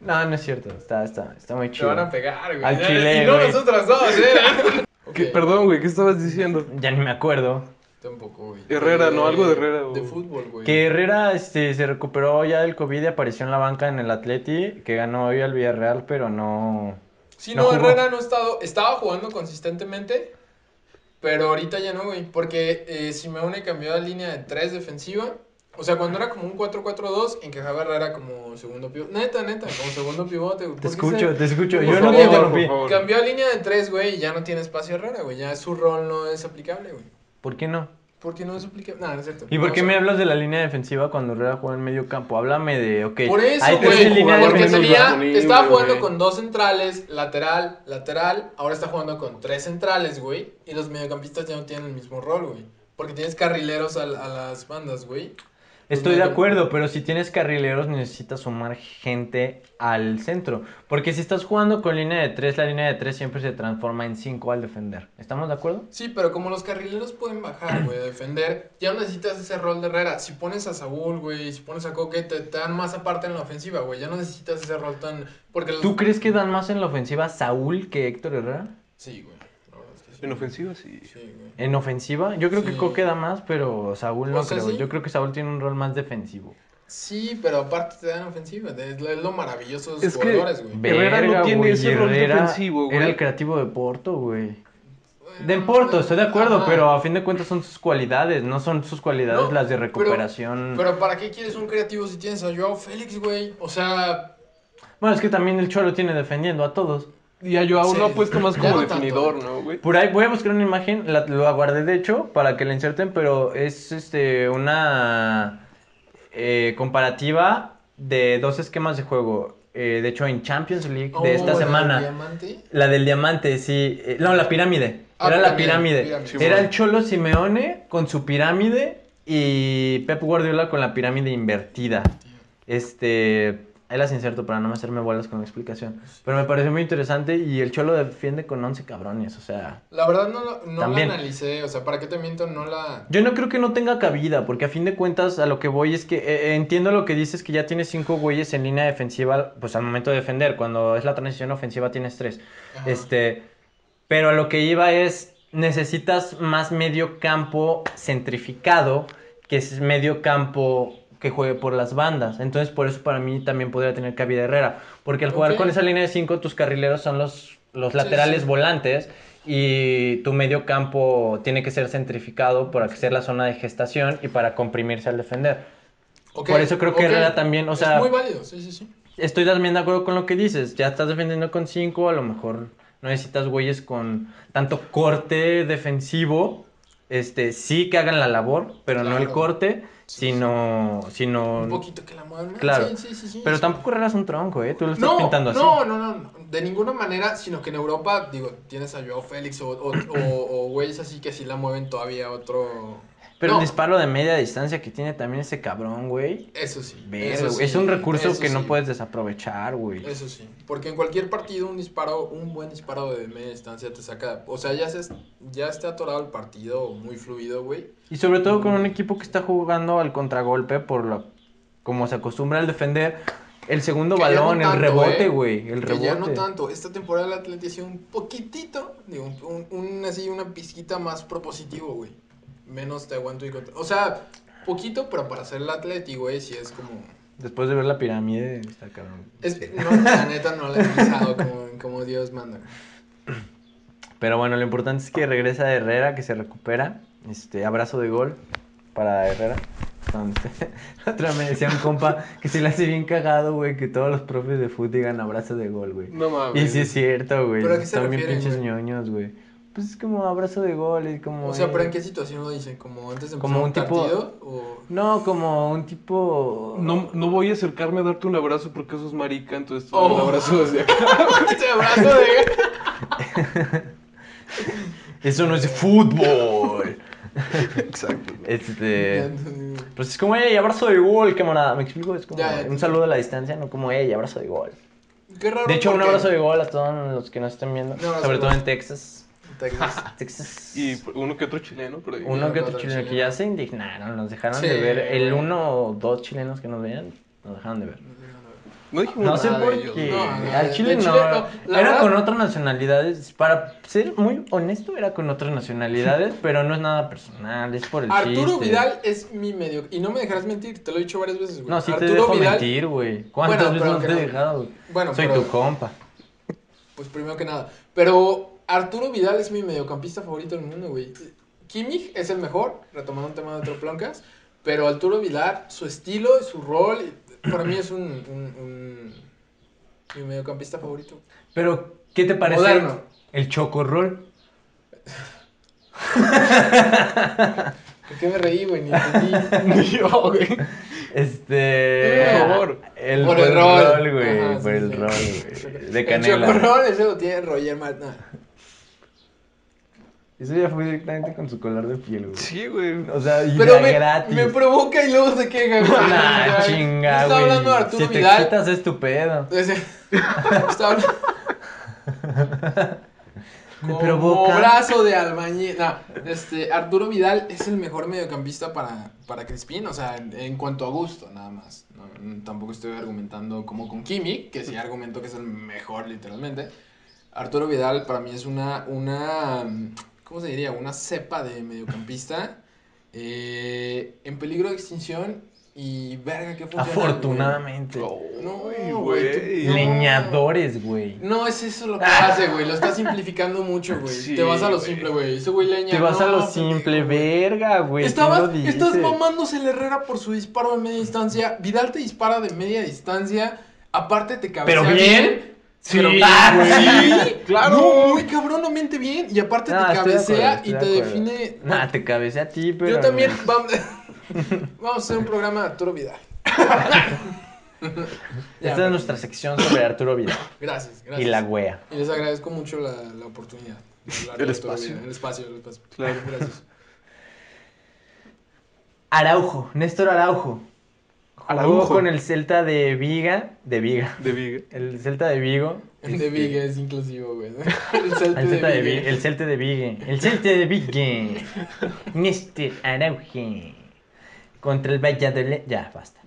A: No, no es cierto. Está, está, está muy
B: Te van a
A: chido.
B: pegar, güey.
A: Al chile,
B: Y no
A: güey.
B: nosotros dos, ¿eh?
C: ¿Qué-
B: Ok,
C: Perdón, güey, ¿qué estabas diciendo?
A: Ya ni me acuerdo.
B: Tampoco, güey.
C: Herrera, ¿no? Algo de Herrera, güey.
B: De fútbol, güey.
A: Que Herrera este, se recuperó ya del COVID y apareció en la banca en el Atleti, que ganó hoy al Villarreal, pero no...
B: Sí,
A: No
B: no,
A: jugó.
B: Herrera no ha estado. Estaba jugando consistentemente. Pero ahorita ya no, güey. Porque eh, Simeone cambió la línea de 3 defensiva. O sea, cuando era como un 4-4-2, encajaba Herrera como segundo pivote. Neta, neta, como segundo pivote. güey.
A: Te
B: ¿Por qué se-
A: escucho, te escucho.
B: por
A: Yo no
B: favor,
A: te
B: por
A: interrumpí.
C: favor.
B: Cambió a línea de 3, güey, y ya no tiene espacio Herrera, güey. Ya su rol no es aplicable, güey.
A: ¿Por qué no?
B: ¿Por qué no es aplicable? Nada, no es cierto.
A: ¿Y por
B: No,
A: qué
B: o
A: me
B: sea,
A: hablas de la línea defensiva cuando Herrera juega en medio campo? Háblame de, ok,
B: Por eso,
A: hay tres en
B: güey.
A: línea
B: Porque
A: defensiva.
C: menos
B: tenía,
C: disponible,
B: estaba jugando
C: güey.
B: con dos centrales, lateral, lateral. Ahora está jugando con tres centrales, güey. Y los mediocampistas ya no tienen el mismo rol, güey. Porque tienes carrileros a, a las bandas, güey.
A: Estoy de acuerdo, pero si tienes carrileros necesitas sumar gente al centro. Porque si estás jugando con línea de tres, la línea de tres siempre se transforma en cinco al defender. ¿Estamos de acuerdo?
B: Sí, pero como los carrileros pueden bajar, güey, a defender, ya no necesitas ese rol de Herrera. Si pones a Saúl, güey, si pones a Coque, te, te dan más aparte en la ofensiva, güey. Ya no necesitas ese rol tan. Porque los-
A: ¿Tú crees que dan más en la ofensiva Saúl que Héctor Herrera?
B: Sí, güey. la verdad es que
C: En ofensiva, sí.
B: Sí, güey.
A: En ofensiva, yo creo que
B: Sí.
A: Coque da más, pero Saúl no
B: O sea,
A: creo.
B: sí.
A: Yo creo que Saúl tiene un rol más defensivo.
B: Sí, pero aparte te dan ofensiva. Es lo, es lo maravilloso de
C: Es
B: esos
C: que-
B: jugadores, güey.
C: Herrera no
A: Verga,
C: tiene
A: güey,
C: ese rol
A: Herrera
C: defensivo, güey.
A: Era el creativo de Porto, güey.
B: Bueno,
A: De Porto, estoy de acuerdo,
B: Mm, ajá.
A: pero a fin de cuentas son sus cualidades, no son sus cualidades
B: No,
A: las de
B: pero-
A: recuperación.
B: Pero ¿para qué quieres un creativo si tienes a Joao Félix, güey? O sea,
A: Bueno, es que también el Cholo tiene defendiendo a todos.
C: Y a Joao
B: Sí.
C: lo ha puesto más
B: Ya
C: como
B: no tanto.
C: definidor, ¿no, güey?
A: Por ahí voy a buscar una imagen, la, lo aguardé de hecho para que la inserten, pero es este una eh, comparativa de dos esquemas de juego. eh, de hecho, en Champions League
B: ¿cómo
A: de esta
B: el
A: semana.
B: diamante?
A: La del diamante, sí. eh, no, la pirámide.
B: Ah,
A: Era la
B: pirámide,
A: pirámide.
B: pirámide.
A: Era
C: Sí,
A: el Cholo Simeone con su pirámide y Pep Guardiola con la pirámide invertida. Este. Ahí las inserto para no hacerme bolas con la explicación. Pero me pareció muy interesante y el Cholo defiende con 11 cabrones. O sea,
B: La verdad no, lo- no la
A: También.
B: analicé, o sea, ¿para qué te miento? No la...
A: yo no creo que no tenga cabida, porque a fin de cuentas a lo que voy es que eh, eh, entiendo lo que dices que ya tienes cinco güeyes en línea defensiva, pues al momento de defender, cuando es la transición ofensiva tienes tres.
B: Ajá.
A: Este, pero a lo que iba es, necesitas más medio campo centrificado, que es medio campo que juegue por las bandas. Entonces, por eso para mí también podría tener cabida Herrera. Porque al jugar
B: Ok.
A: con esa línea de 5, tus carrileros son los, los
B: Sí,
A: laterales
B: sí.
A: volantes y tu medio campo tiene que ser centrificado para que sea la zona de gestación y para comprimirse al defender.
B: Ok,
A: por eso creo que
B: ok.
A: Herrera también, o sea,
B: Es muy válido, sí, sí, sí.
A: Estoy también de acuerdo con lo que dices. Ya estás defendiendo con 5, a lo mejor no necesitas güeyes con tanto corte defensivo. Este, sí que hagan la labor, pero no el
B: Claro.
A: corte,
B: Sí,
A: sino sino
B: Un poquito que la muevan.
A: Claro.
B: Sí, sí, sí, sí.
A: pero
B: sí.
A: tampoco eras un tronco, eh. Tú lo estás
B: No,
A: pintando así.
B: no, no, no, no, de ninguna manera, sino que en Europa, digo, tienes a Joao Félix o, o, o- o güeyes así que sí la mueven todavía a otro...
A: Pero
B: no,
A: el disparo de media distancia que tiene también ese cabrón, güey.
B: Eso sí.
A: verga,
B: eso
A: güey,
B: sí,
A: es un recurso
B: eso
A: que no
B: sí,
A: puedes desaprovechar, güey.
B: Eso sí, porque en cualquier partido un disparo, un buen disparo de media distancia te saca, o sea, ya se, ya está atorado el partido muy fluido, güey.
A: Y sobre todo con un equipo que está jugando al contragolpe por lo como se acostumbra al defender el segundo
B: Que ya no
A: balón,
B: tanto,
A: el rebote,
B: eh.
A: güey, el
B: Que
A: rebote.
B: ya no tanto, esta temporada el Atleti ha sido un poquitito, digo, un, un- un así una pizquita más propositivo, güey. Menos te aguanto y contra- o sea, poquito, pero para ser el Atleti, güey, sí es como
A: Después de ver la pirámide, está cabrón.
B: es, no, la neta no la he analizado como, como Dios manda.
A: Pero bueno, lo importante es que regresa Herrera, que se recupera. Este, abrazo de gol para Herrera. Donde esté. La Otra me decía un compa que se le hace bien cagado, güey, que todos los profes de fútbol digan abrazo de gol, güey.
C: No mames.
A: Y sí es cierto, güey.
B: ¿Pero a qué se
A: Están bien
B: refieren,
A: pinches
B: güey?
A: ñoños, güey. Pues es como abrazo de gol, es como...
B: O sea, pero en
A: eh,
B: qué situación lo dicen, como antes de empezar
A: Como
B: un,
A: un tipo-
B: partido o
A: No, como un tipo...
C: No, no voy a acercarme a darte un abrazo porque eso es marica, entonces te
B: Oh.
C: doy un abrazo desde acá.
B: Ese abrazo de
A: Eso no es de fútbol.
C: Exacto.
A: Este...
B: Ya,
A: Pues es como, hey, abrazo de gol, camarada. ¿Me explico? Es como
B: Ya, ya,
A: un
B: te-
A: saludo a la distancia, no como, hey, abrazo de gol.
B: Qué raro.
A: De hecho, un
B: porque-
A: abrazo de gol a todos los que nos están viendo,
B: Un abrazo
A: sobre
B: de
A: todo
B: gol.
A: en Texas.
B: Texas.
A: Texas.
C: Y uno que otro chileno por ahí.
A: Uno
B: no,
A: que
B: no,
A: otro
B: no,
A: chileno que
B: chileno.
A: ya se indignaron, nos dejaron
B: Sí.
A: de ver. El uno o dos chilenos que nos veían, nos dejaron de ver.
C: No dijimos
A: No sé
C: nada
A: por
C: de ellos,
A: qué.
C: ¿no?
B: No, no,
A: Al
B: de
A: Chile
B: Chile
A: no.
B: no. La
A: Era
B: verdad-
A: con otras nacionalidades. Para ser muy honesto, era con otras nacionalidades, pero no es nada personal, es por el
B: Arturo
A: chiste.
B: Vidal es mi medio. Y no me dejarás mentir, te lo he dicho varias veces, güey.
A: No, sí
B: Arturo
A: te dejo
B: Vidal-
A: mentir, güey. ¿Cuántas
B: Bueno,
A: veces
B: pero
A: no te
B: que
A: he
B: no.
A: dejado, güey?
B: Bueno,
A: Soy
B: pero-
A: tu compa.
B: Pues primero que nada. Pero Arturo Vidal es mi mediocampista favorito del mundo, güey. Kimmich es el mejor, retomando un tema de otro plancas. Pero Arturo Vidal, su estilo y su rol, para mí es un. un- un- mi mediocampista favorito.
A: Pero, ¿qué te parece
B: Moderno.
A: el chocorrol?
B: ¿Por qué me reí, güey? Ni entendí. Ni yo, güey.
A: Este.
B: Por
C: favor.
A: El
B: Ah, Por
A: por
B: el
A: el rol,
B: rol. Ajá,
A: güey.
B: sí,
A: Por el
B: sí.
A: rol, güey. De
B: El
A: canela.
B: chocorrol, ese lo tiene Roger Martínez.
A: Eso ya fue directamente con su color de piel, güey.
C: Sí, güey.
A: O sea, y
B: Pero
A: era
B: me,
A: gratis.
B: me provoca y luego se queja, güey. O
A: Nah,
B: sea,
A: chinga,
B: Está
A: güey.
B: hablando de Arturo
A: si te
B: Vidal.
A: excitas es tu pedo.
B: Ese- Está hablando.
A: Me
B: Como
A: provoca.
B: brazo de albañil. No, este, Arturo Vidal es el mejor mediocampista para, para Crispín, o sea, en, en cuanto a gusto, nada más. No, no, tampoco estoy argumentando como con Kimi, que sí argumento que es el mejor, literalmente. Arturo Vidal para mí es una, una mm, ¿cómo se diría? Una cepa de mediocampista eh, en peligro de extinción y verga, qué funciona, güey.
A: Afortunadamente.
B: No,
C: Uy,
B: güey,
C: güey.
B: tú- no.
A: Leñadores, güey.
B: No, es eso lo que hace, güey. Lo está simplificando mucho, güey.
C: Sí,
B: Te vas a lo
C: güey.
B: simple, güey. Ese güey leña.
A: Te vas a
B: no,
A: lo
B: pendejo,
A: simple,
B: güey.
A: verga, güey. ¿quién
B: Estabas-
A: lo dice?
B: estás mamándose el Herrera por su disparo de media distancia. Vidal te dispara de media distancia. Aparte te cabecea
A: Pero bien. ah,
B: Sí,
A: Sí,
B: claro.
A: güey.
B: Sí,
C: Claro.
B: No, muy cabronamente bien. Y aparte
A: Nah,
B: te
A: Ah, estoy de
B: cabecea
A: acuerdo, estoy
B: y
A: de
B: te
A: acuerdo.
B: define.
A: Nah, te cabecea a ti, pero.
B: Yo también. Vamos, vamos a hacer un programa de Arturo Vidal. Ya,
A: Esta es nuestra sección sobre Arturo Vidal
B: Gracias, gracias.
A: y la wea.
B: Y les agradezco mucho la, la oportunidad. de hablar de
C: El
B: Arturo
C: espacio.
B: Vidal. El espacio, el espacio.
C: Claro.
B: Gracias.
A: Araujo, Néstor Araujo. Jugó
C: Araujo.
A: con el Celta de Viga. De Viga.
C: De Viga.
A: El Celta de Vigo.
B: El de
A: este,
B: Viga es inclusivo, güey. El salte
A: El Celta de
B: Viga.
A: Vigue. El Celta de Vigue. El Celta de Vigue. Néstor Araujo. Contra el Valladolid. Ya, basta.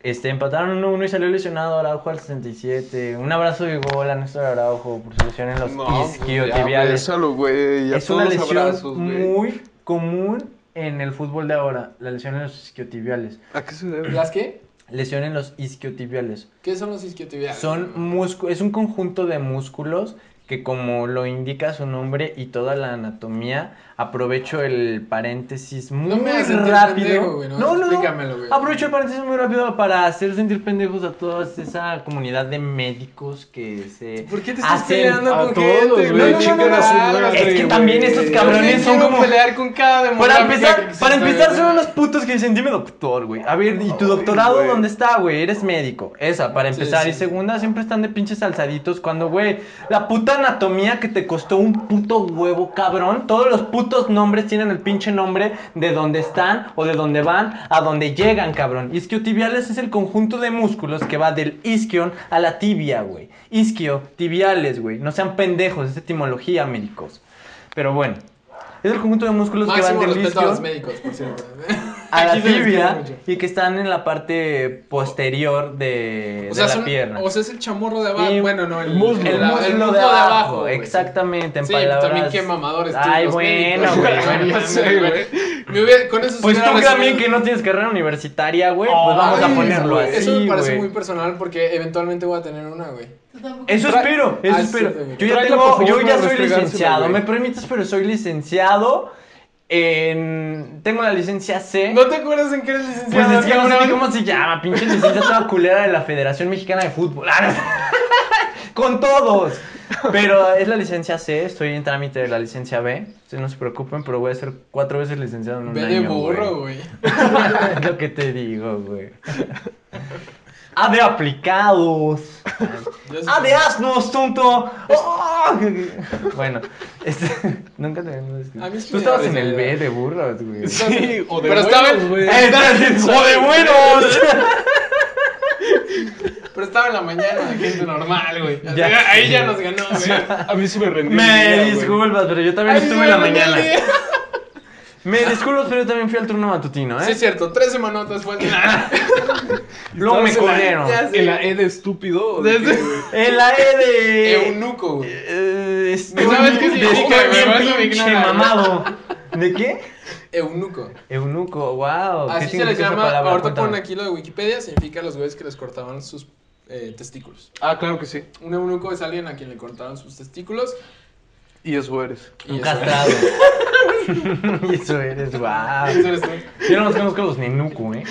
A: Este, empataron 1-1 y salió lesionado Araujo al 67. Un abrazo de gol a Néstor Araujo por su lesión en los isquiotibiales.
C: Bésalo, güey. ya
A: Es una
C: todos los
A: lesión
C: abrazos, güey.
A: muy común en el fútbol de ahora. La lesión en los isquiotibiales.
C: ¿A qué se debe?
B: ¿Las qué?
A: Lesión en los isquiotibiales.
B: ¿Qué son los isquiotibiales?
A: Son múscu- es un conjunto de músculos que como lo indica su nombre y toda la anatomía, aprovecho el paréntesis muy
B: No me hagas sentir
A: rápido.
B: pendejo, güey, no,
A: no, no,
B: explícamelo, güey.
A: Aprovecho el paréntesis muy rápido para hacer sentir pendejos a toda esa comunidad de médicos que se
B: ¿Por qué te estás
A: hacen
B: peleando
A: a
B: con
A: todos,
B: gente,
A: güey.
B: güey?
A: Chingan
B: No,
A: a su
B: no, no,
A: madre,
B: es que
A: güey.
B: también estos cabrones son como... pelear con cada
A: Para empezar, para empezar son unos putos que dicen, dime doctor, güey. A ver, ¿y tu
C: Ay,
A: doctorado
C: güey.
A: dónde está, güey? Eres médico. Esa, para
B: Sí,
A: empezar. Y
B: sí.
A: segunda, siempre están de pinches alzaditos cuando, güey, la puta anatomía que te costó un puto huevo, cabrón. Todos los putos nombres tienen el pinche nombre de dónde están o de dónde van a dónde llegan, cabrón. Isquiotibiales es el conjunto de músculos que va del isquion a la tibia, güey. Isquiotibiales, güey. No sean pendejos, es etimología, médicos. Pero bueno. Es el conjunto de músculos
B: Máximo
A: que van del
B: respeto a los
A: isquion
B: médicos, por cierto.
A: a
B: Aquí
A: la
B: se les quiere
A: tibia
B: mucho.
A: y que están en la parte posterior de,
B: O sea,
A: de la
B: son-
A: pierna.
B: O sea, es el chamorro de abajo.
A: Y
B: Bueno, no, el,
A: el muslo,
B: el- el muslo
A: de abajo.
B: güey.
A: exactamente, en
B: Sí,
A: palabras.
B: también qué mamadores. tú,
A: Ay,
B: los
A: bueno,
B: médicos,
A: güey.
B: no
C: Ya
B: mames,
C: sé,
B: güey.
C: güey.
B: Me hubiera- Con eso se
A: Pues tú
B: hubiera
A: también
B: resuelto-
A: que no tienes carrera universitaria, güey, pues vamos
B: Ay,
A: a ponerlo
B: güey,
A: así,
B: Eso me parece
A: güey.
B: muy personal porque eventualmente voy a tener una, güey.
A: Eso
C: Tra-
A: espero, eso
B: Ah, sí,
A: espero.
B: güey.
A: Yo ya
C: Tráela,
A: tengo,
C: por favor,
A: yo ya
C: para
A: soy
C: restregársela,
A: licenciado,
C: güey.
A: me permites, pero soy licenciado en tengo la licencia C.
B: ¿No te acuerdas en qué eres
A: Pues
B: licenciado?
A: es que no sé
B: cabrón?
A: ni cómo se llama, pinche licencia toda culera de la Federación Mexicana de Fútbol. Ah, no. Con todos. Pero es la licencia C, estoy en trámite de la licencia B. Ustedes no se preocupen, pero voy a ser cuatro veces licenciado en un
B: Ve
A: año.
B: de burro, güey.
A: güey. Es lo que te digo, güey. A de aplicados.
B: Ya sé
A: A de
B: Pues que-
A: asnos, tonto. Oh. Bueno, este, nunca te habíamos
B: A mí sí
A: Tú
B: me
A: estabas
B: da
A: en el
B: risa,
A: B de burros, güey.
C: Sí, o de
B: Pero estaba-
C: buenos, güey.
A: Eh, ¡O de buenos!
B: Pero estaba en la mañana de gente normal, güey. Así,
A: Ya.
B: Ahí ya nos ganó, güey.
C: A mí sí me rendí.
A: Me
C: el día, güey.
A: disculpas, pero yo también
B: Ahí
A: estuve en la
B: nos ganó el
A: mañana.
B: día.
A: Me disculpas, pero yo también fui al turno matutino,
B: Sí,
A: ¿eh?
B: es cierto, tres semanotas fue el
A: Luego me
C: Estabas en
A: corrieron.
C: la-
B: Ya sé.
C: En la E de estúpido. ¿o de
B: Desde-
C: qué, güey?
A: En la E de...
B: Eunuco, güey.
A: Eh, estoy
B: ¿Sabes qué significa,
A: estoy
B: güey? Vas a
A: bien pinche
B: ignorar, güey.
A: mamado. ¿De qué?
B: Eunuco.
A: Eunuco, wow. ¿qué
B: Así se les
A: significa esa
B: llama.
A: palabra?
B: Ahorita
A: Cuéntame.
B: ponen aquí lo de Wikipedia, significa los güeyes que les cortaban sus eh, testículos.
C: Ah, claro que sí.
B: Un eunuco es alguien a quien le cortaron sus testículos.
C: Y eso eres.
B: y
A: Un
B: eso-
A: castrado. y eso eres,
B: eso
A: wow.
B: eres tú.
A: Yo no los conozco a los nenuco, ¿eh?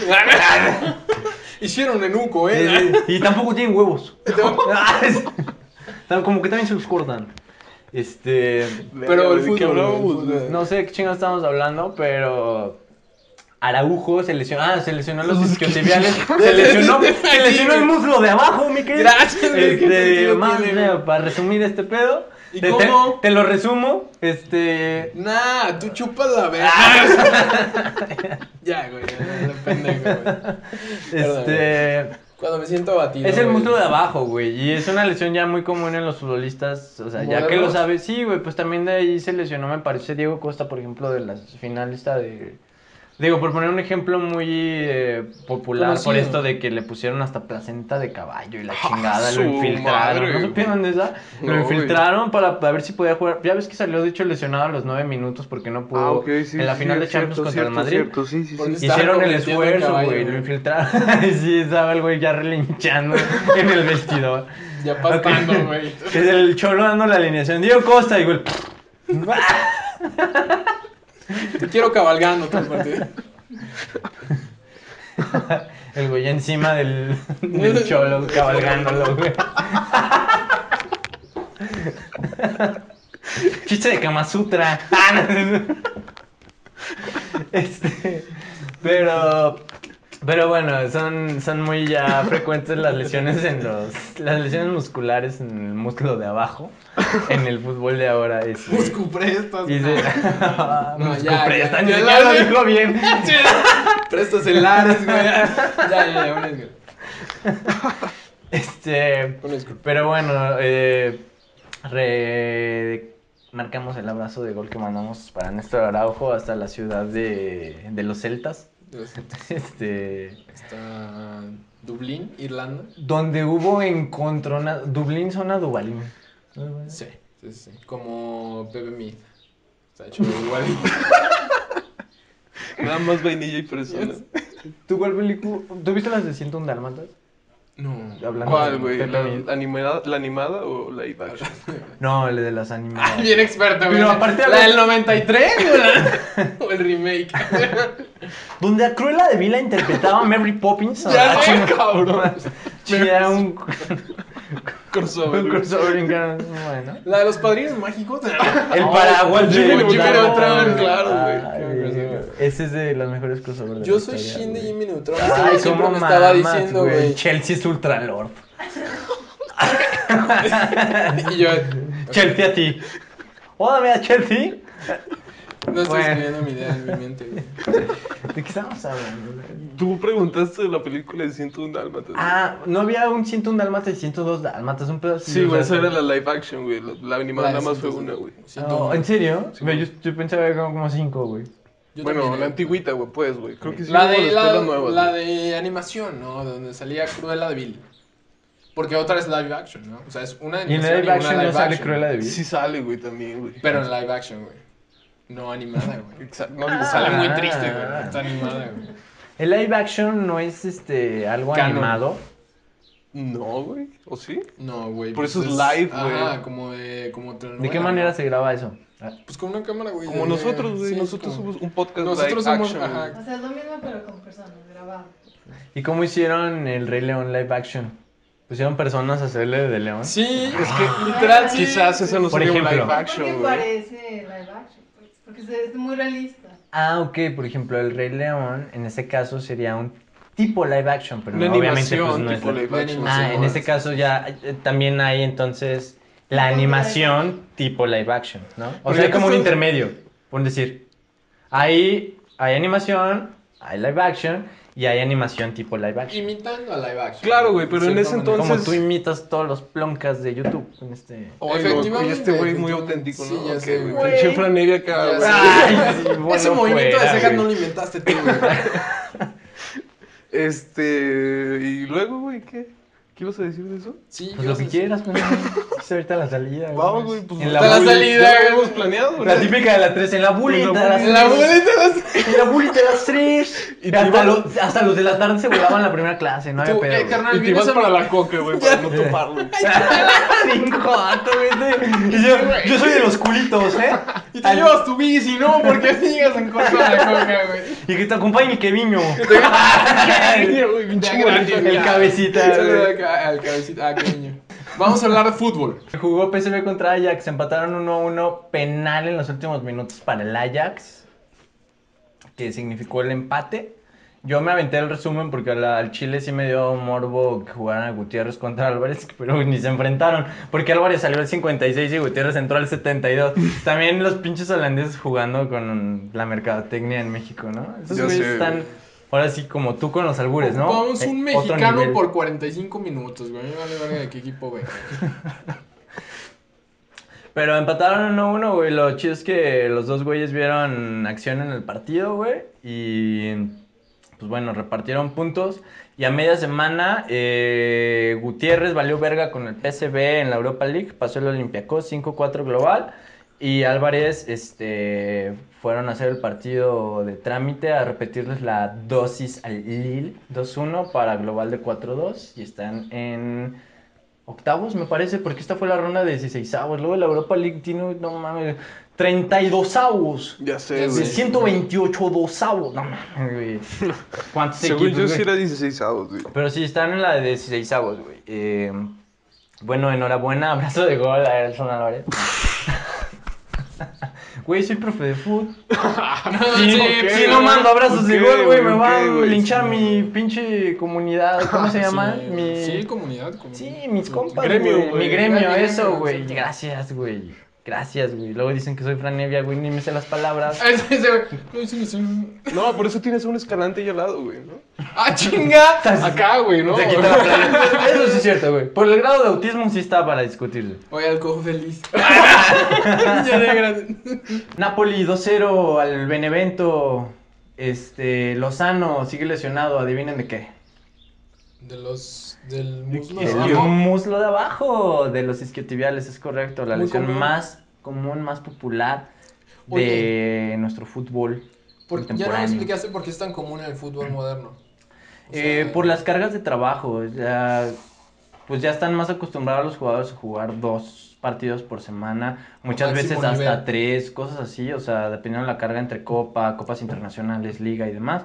B: Hicieron eunuco, ¿eh?
A: Eh, Y tampoco tienen huevos. Ah, Tan- Como que también se los cortan. Este...
B: Pero el
C: ¿De qué
B: fútbol,
C: hablamos,
B: el
C: güey?
B: fútbol.
A: No sé de qué chingados estábamos hablando, pero. Araujo se lesionó. Ah, se lesionó los isquiotibiales. Se lesionó, se lesionó el muslo de abajo, mi querido.
B: Gracias, güey, qué
A: Este,
B: sentido
A: más,
B: tiene,
A: mira,
B: güey.
A: para resumir este pedo.
B: ¿Y
A: te,
B: cómo?
A: Te, te lo resumo. Este.
B: Nah, tú chupas la verga. ya, güey, ya, ya, pendejo, güey.
A: Este.
B: Cuando me siento abatido.
A: Es el
B: güey.
A: muslo de abajo, güey. Y es una lesión ya muy común en los futbolistas. O sea, ya que lo
B: Modernos.
A: sabes. Sí, güey, pues también de ahí se lesionó, me parece, Diego Costa, por ejemplo, de la finalista de Digo, por poner un ejemplo muy eh, popular,
B: Conocido.
A: por esto de que le pusieron hasta placenta de caballo y la
C: ¡Ah,
A: chingada,
C: su
A: lo infiltraron.
C: madre,
A: ¿No supieron de esa?
C: No,
A: lo
C: güey.
A: infiltraron para, para ver si podía jugar. Ya ves que salió, de hecho, lesionado a los nueve minutos porque no pudo
B: Oh,
C: Ah, ok, sí,
A: en la
C: sí,
A: final de
C: es
A: Champions
C: cierto,
A: contra el
C: cierto,
A: Madrid.
C: cierto, sí, sí,
B: Porque
C: sí.
B: Estaba
A: Hicieron el
B: compitiendo el
A: esfuerzo,
B: caballo,
A: güey,
B: güey.
A: lo infiltraron. sí, estaba el güey ya relinchando en el vestidor.
B: Ya patando, güey.
A: Que es el cholo dando la alineación. Diego Costa, y güey.
B: Te quiero cabalgando todo el partido.
A: El güey encima del, del cholo cabalgándolo, güey. Chiste de Kama Sutra. Ah, no. Este, pero, pero bueno, son, son muy ya frecuentes las lesiones en los, las lesiones musculares en el músculo de abajo, en el fútbol de ahora. Es,
B: Muscuprestas.
A: y se-
B: No,
A: Muscu
B: Ah, ya,
A: presta,
B: ya,
A: ni
B: ya,
A: siquiera
B: ya.
A: lo dijo bien.
B: Sí. Prestas el Ares, güey. Ya, ya, ya, una disculpa.
A: Este,
B: Una disculpa.
A: Pero bueno, eh, re- marcamos el abrazo de gol que mandamos para Néstor Araujo hasta la ciudad de, de los Celtas. Este,
B: Está Dublín, Irlanda.
A: donde hubo encontrona. Dublín zona Dubalín.
B: Sí, sí, sí. Como Pepe Me. Está hecho de igual.
C: Nada más vainilla y persona.
A: ¿Tú cuál película? ¿Tú viste las de 101 Dálmatas?
B: No.
A: Hablando de
C: ¿Cuál, güey?
A: Pepe
C: ¿La
A: Mil.
C: animada, ¿La animada o la live action?
A: No, el de las animadas.
B: Bien experto, güey.
A: Pero aparte
B: la
A: habla-
B: del 93 o, la- o el remake.
A: Donde a Cruella de Vila interpretaba a Mary Poppins.
B: Ya
A: Ah,
B: sé,
A: chinga.
B: cabrón.
A: Sí, era un,
C: Crossover.
A: un
C: güey.
A: crossover en cada- Bueno.
B: la de los padrinos mágicos.
A: El
C: Oh,
A: paraguas
C: Jimmy
A: de
C: Neutron,
A: Neutron,
C: claro,
B: güey.
A: Ay, Ese es de los mejores crossovers de
B: Yo
A: la
B: soy
A: historia,
B: Shin de
A: güey.
B: Jimmy Neutron.
A: Ay,
B: Ay, siempre
A: cómo
B: me estaba
A: mamas,
B: diciendo, güey.
A: Chelsea es ultralord.
B: Y yo
A: Chelsea a ti. Hola, mira, Chelsea.
B: no estoy
A: Bueno.
B: escribiendo mi idea en mi mente, güey.
A: ¿De qué estamos hablando?
C: Tú preguntaste de la película de 101 Dálmatas. güey.
A: Ah, no había un 101 dálmatas y 102 dálmatas, un pedo así,
C: Sí,
A: o
C: güey, esa
A: sea,
C: era la live action, güey. La, la animada
B: La de
C: nada más fue
B: 101.
C: una, güey.
A: oh, ¿En serio?
C: Sí,
A: Ve,
C: güey.
A: yo, yo pensaba que eran como 5, güey.
B: Yo
C: bueno,
B: también,
C: la
B: eh.
C: antigüita, güey, pues, güey. Creo que sí.
B: La
C: hubo
B: de,
C: después
B: la,
C: las nuevas,
B: la
C: güey.
B: de animación, ¿no? Donde salía Cruella de Vil. Porque otra es live action, ¿no? O sea, es una
A: Y en
B: animación.
A: live
B: una
A: action no sale
B: action.
A: Cruella de Vil.
C: Sí sale, güey, también, güey.
B: Pero en live action, güey. No animada, güey.
C: Exacto. No, digo, sale
B: Sale
A: Ah.
B: muy triste, güey. No está animada, güey.
A: El live action no es este algo
B: Canon.
A: animado.
C: No, güey. ¿O sí?
B: No, güey.
C: Por eso
B: pues
C: es live,
B: Ajá,
C: güey.
B: como de. Como telenovela,
A: ¿De qué manera
B: ¿no?
A: se graba eso? Ah,
B: Pues con una cámara, güey.
C: Como
B: de-
C: nosotros, güey.
B: sí,
C: nosotros
B: como-
C: somos un podcast
B: Nosotros
C: live
B: somos,
C: action.
B: ajá.
C: güey.
D: O sea, es lo mismo, pero con personas, grabado.
A: ¿Y cómo hicieron el Rey León live action? ¿Pusieron personas a hacerle de León?
B: Sí,
C: Es que
B: literal, Ah, sí.
C: quizás esa no
A: Por
C: sería un
A: ejemplo.
C: live
D: Porque
C: action, güey.
D: parece live action, pues, porque se- es muy realista.
A: Ah, ok, por ejemplo, el Rey León, en este caso sería un tipo live action, pero
C: Una
A: no, obviamente pues,
C: animación
A: no es
C: tipo
A: la-
C: live
B: de
C: action.
A: Ah,
B: animación,
A: en
B: ¿no?
A: este caso ya eh, también hay entonces la
D: Tipo live
A: animación tipo live action, ¿no? O
C: Pero
A: sea,
C: ya
A: hay como un
C: estás-
A: intermedio, por decir. Ahí hay animación, hay live action y hay animación tipo live action.
B: Imitando a live action.
C: Claro, güey, pero en
B: Cierta
C: ese
B: manera.
C: entonces-
A: Como tú imitas todos los ploncas de YouTube en este...
C: Oye, güey,
B: Efectivamente,
C: este güey es muy
B: efectivamente.
C: auténtico,
B: Sí,
C: ¿no?
B: ya
C: Ok,
B: sé,
C: güey.
D: güey.
C: Pinche Fran Evia acá,
B: Ya
C: güey.
B: sé.
A: Ay, sí,
B: Ese
A: bueno,
B: movimiento de
A: fuera,
B: cejas no
A: güey.
B: lo inventaste tú, güey.
C: Este. Y luego, güey, ¿qué? ¿Qué ibas a decir de eso?
B: Sí,
A: Pues
B: yo
A: lo
B: sé,
A: que
B: sí.
A: quieras, güey. Es ahorita la salida, güey.
C: Vamos, güey, pues.
A: En la,
B: hasta la
A: buli-
B: salida.
C: Ya lo habíamos planeado, güey.
A: La típica de las tres, en la bully
C: En
A: de
C: la
A: las
B: La
A: tres.
B: bolita las...
A: En la bully de las tres.
C: Y
A: Y
C: te
A: hasta,
C: iban-
A: los, hasta los de la tarde se volaban la primera clase, no había
B: Tú,
A: pedo.
B: eh,
A: güey.
B: carnal.
C: Y te ibas para la coca, güey, para no
A: Ya.
C: toparlo.
A: Cinco vatos, güey. Y yo, yo soy de los culitos, ¿eh?
B: Y te llevas tu bici, ¿no? Porque si llegas en contra de la coca, güey.
A: Y que te acompañe el que vino.
C: güey, pinche gordito.
A: El cabecita,
B: Un saludo
A: güey.
B: acá Al cabecita. Ah, qué niño. Vamos a hablar de fútbol.
A: Jugó PSV contra Ajax, empataron 1-1 penal en los últimos minutos para el Ajax, que significó el empate. Yo me aventé el resumen porque al, al Chile sí me dio morbo que jugaran a Gutiérrez contra Álvarez, pero ni se enfrentaron, porque Álvarez salió al 56 y Gutiérrez entró al 72. También los pinches holandeses jugando con la mercadotecnia en México, ¿no? Esos
C: Ya
A: güeyes
C: sé,
A: están
C: güey.
A: ahora sí como tú con los albures, ¿no?
B: Vamos
A: Eh,
B: un
A: otro
B: mexicano
A: nivel.
B: por 45 minutos, güey. A mí me vale verga de qué equipo, güey.
A: Pero empataron 1-1, güey. Lo chido es que los dos güeyes vieron acción en el partido, güey. Y pues bueno, repartieron puntos. Y a media semana, eh, Gutiérrez valió verga con el PSV en la Europa League. Pasó el Olympiacos 5-4 global. Y Álvarez, este, fueron a hacer el partido de trámite, a repetirles la dosis al Lille 2-1 para global de 4-2. Y están en octavos, me parece, porque esta fue la ronda de 16 avos. Luego la Europa League tiene, no mames, 32 avos.
C: Ya
B: Ya
C: sé,
B: sé.
C: güey.
A: De 128 dosavos. No mames, güey. ¿Cuántos
C: Según
A: equipos,
C: yo
A: pues, güey?
C: sí era 16 avos, güey.
A: Pero sí, están en la de 16 avos, güey. Eh, bueno, enhorabuena. Abrazo de gol a Erson Álvarez. Güey, soy profe de fútbol.
B: sí,
A: Si
B: sí,
A: no
B: no Ah,
A: mando abrazos de
C: Ok,
A: gol, güey, me
C: ok,
A: va a
C: güey,
A: linchar
C: sí.
A: mi pinche comunidad. ¿Cómo se llama?
B: Sí,
A: mi...
B: sí, comunidad. comunidad.
A: Sí, mis compas,
B: Gremio,
A: güey.
B: güey.
A: Mi gremio,
B: Gremio,
A: eso,
B: gremio,
A: güey.
B: exacto.
A: Gracias, güey. Gracias, güey. Luego dicen que soy franevia, güey, ni me sé las palabras.
B: Ah, ese- ese güey. No, sí, sí.
C: No, por eso tienes un escalante ahí al lado, güey, ¿no?
B: Ah, chinga. Acá, güey, ¿no?
A: Se quita la playera. Eso sí es cierto, güey. Por el grado de autismo sí está para discutirse.
B: Oye, al cojo feliz. Ya de grande.
A: Napoli 2-0 al Benevento. Este, Lozano sigue lesionado, adivinen de qué.
B: De los. Del Ah, muslo.
C: Isquio.
A: El muslo de abajo de los isquiotibiales, es correcto. La
B: Muy
A: lesión
B: común.
A: más común, más popular de
B: Oye.
A: nuestro fútbol.
B: Por- ya no
A: contemporáneo.
B: me explicaste por qué es tan común en el fútbol moderno. O sea,
A: Eh, por las cargas de trabajo, ya, pues ya están más acostumbrados los jugadores a jugar dos partidos por semana, muchas
B: máximo
A: veces hasta
B: nivel.
A: tres, cosas así, o sea, dependiendo de la carga entre copa, copas internacionales, liga y demás,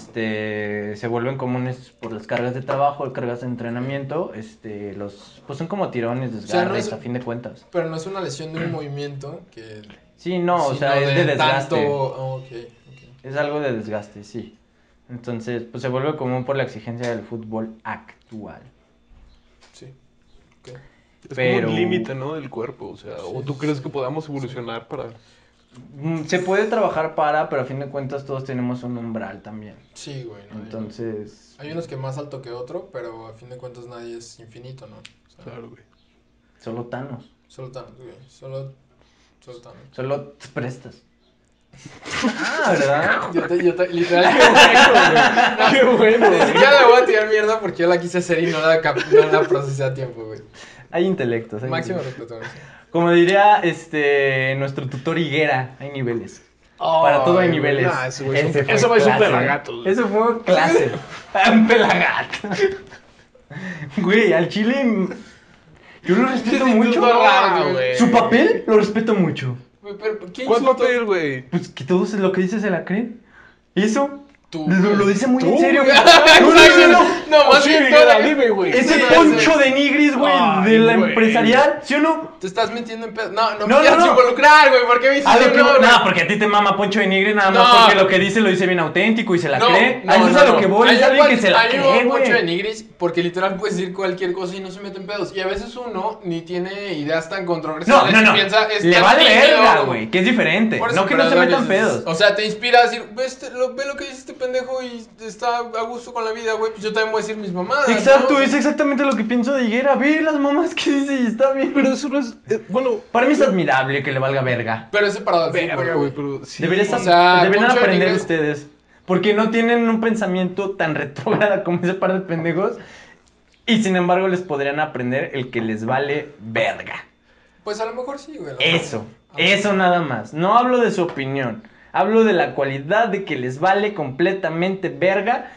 A: este, se vuelven comunes por las cargas de trabajo, cargas de entrenamiento, este, los, pues son como tirones,
B: sea, no
A: desgarres,
B: es-
A: a fin de cuentas.
B: Pero no es una lesión de un movimiento que.
A: Sí, no, o sea,
B: sino
A: es de desgaste.
B: Tanto... oh, ok, ok.
A: Es algo de desgaste, sí. Entonces, pues se vuelve común por la exigencia del fútbol actual.
B: Sí. ok.
C: Es
A: Pero-
C: como un límite, ¿no? Del cuerpo, o sea, o tú crees que podamos evolucionar para...
A: Mm, Se puede trabajar para, pero a fin de cuentas todos tenemos un umbral también.
B: Sí, güey. no,
A: Entonces,
B: Hay unos que más alto que otro, pero a fin de cuentas nadie es infinito, ¿no? O sea,
C: Claro, güey.
A: solo Thanos,
B: Solo Thanos, güey. Solo. Solo Thanos.
A: solo te prestas. Ah, ¿verdad?
B: Yo te, yo te, literal, qué bueno, güey. Qué bueno. Ya la voy a tirar mierda porque yo la quise hacer y no la, cap- no la procesé a tiempo, güey.
A: Hay intelectos. hay
B: Máximo
A: intelectos.
B: respeto.
A: Como diría este nuestro tutor Higuera, hay niveles. Para todo hay
C: Ay,
A: niveles.
C: nah, ese güey es un-
A: Ese fue
C: ese güey es un
A: clase.
C: pelagato, güey.
A: Eso fue clase. un pelagato. Güey, al chile. mm, Yo lo respeto
B: Ese
A: mucho.
B: tutor raro, güey.
A: Su papel lo respeto mucho.
B: Güey, pero ¿qué
C: ¿Cuál
B: insulto?
C: papel, güey?
A: Pues que todo se- lo que dice se la creen. Eso
B: Tú.
A: lo, lo dice muy
C: Tú,
A: en serio,
C: güey.
A: güey.
B: No,
A: No, no, no, no.
B: no, más
C: Ah, Sí,
B: bien
C: Miguel,
B: toda-
C: dime, güey.
A: Ese
B: Sí,
A: poncho
B: sí.
A: de nigris, güey,
C: Ay,
A: de la
C: güey.
A: empresarial, ¿sí o no?
B: Te estás metiendo en pedo. No, no,
A: No,
B: me
A: no,
B: quieras
A: no.
B: involucrar, güey. ¿Por qué me
A: Ah,
B: hiciste
A: lo que-
B: no, güey?
A: nada, porque a ti te mama poncho de nigris nada más
B: No.
A: porque lo que dice lo dice bien auténtico y se la
B: No,
A: cree.
B: no,
A: Ahí es
B: no,
A: a lo
B: no.
A: que voy, es
B: Ahí
A: alguien que
B: cual-
A: se la
B: ahí
A: cree,
B: va mucho de
A: güey.
B: nigris porque literal puedes decir cualquier cosa y no se mete en pedos. Y a veces uno ni tiene ideas tan
A: No,
B: controversiales
A: no,
B: y
A: no.
B: piensa... es
A: Le
B: tan
A: vale
B: niño,
A: verga, güey, que es diferente.
B: Por eso,
A: No que
B: pero
A: no se
B: lo
A: metan
B: dices,
A: pedos.
B: O sea, te inspira a decir, ve, este- lo, ve lo que dice este pendejo y está a gusto con la vida, güey. Pues yo también voy a decir mis mamadas. ¿no?
A: Exacto, es exactamente lo que pienso de Higuera. Ve las mamás que dice y está bien.
C: Pero eso no es... eh, bueno...
A: Para mí es admirable que le valga verga.
B: Pero es separado. sí,
C: Verga,
B: porque-
C: güey, pero sí.
A: Deberías
B: o sea,
A: deberían
B: Poncho de
A: aprender
B: Nigris-
A: ustedes. Porque no tienen un pensamiento tan retrógrada como ese par de pendejos. Y sin embargo, les podrían aprender el que les vale verga.
B: Pues a lo mejor sí, güey. a lo mejor.
A: Eso,
B: Ah,
A: eso nada más. No hablo de su opinión. Hablo de la cualidad de que les vale completamente verga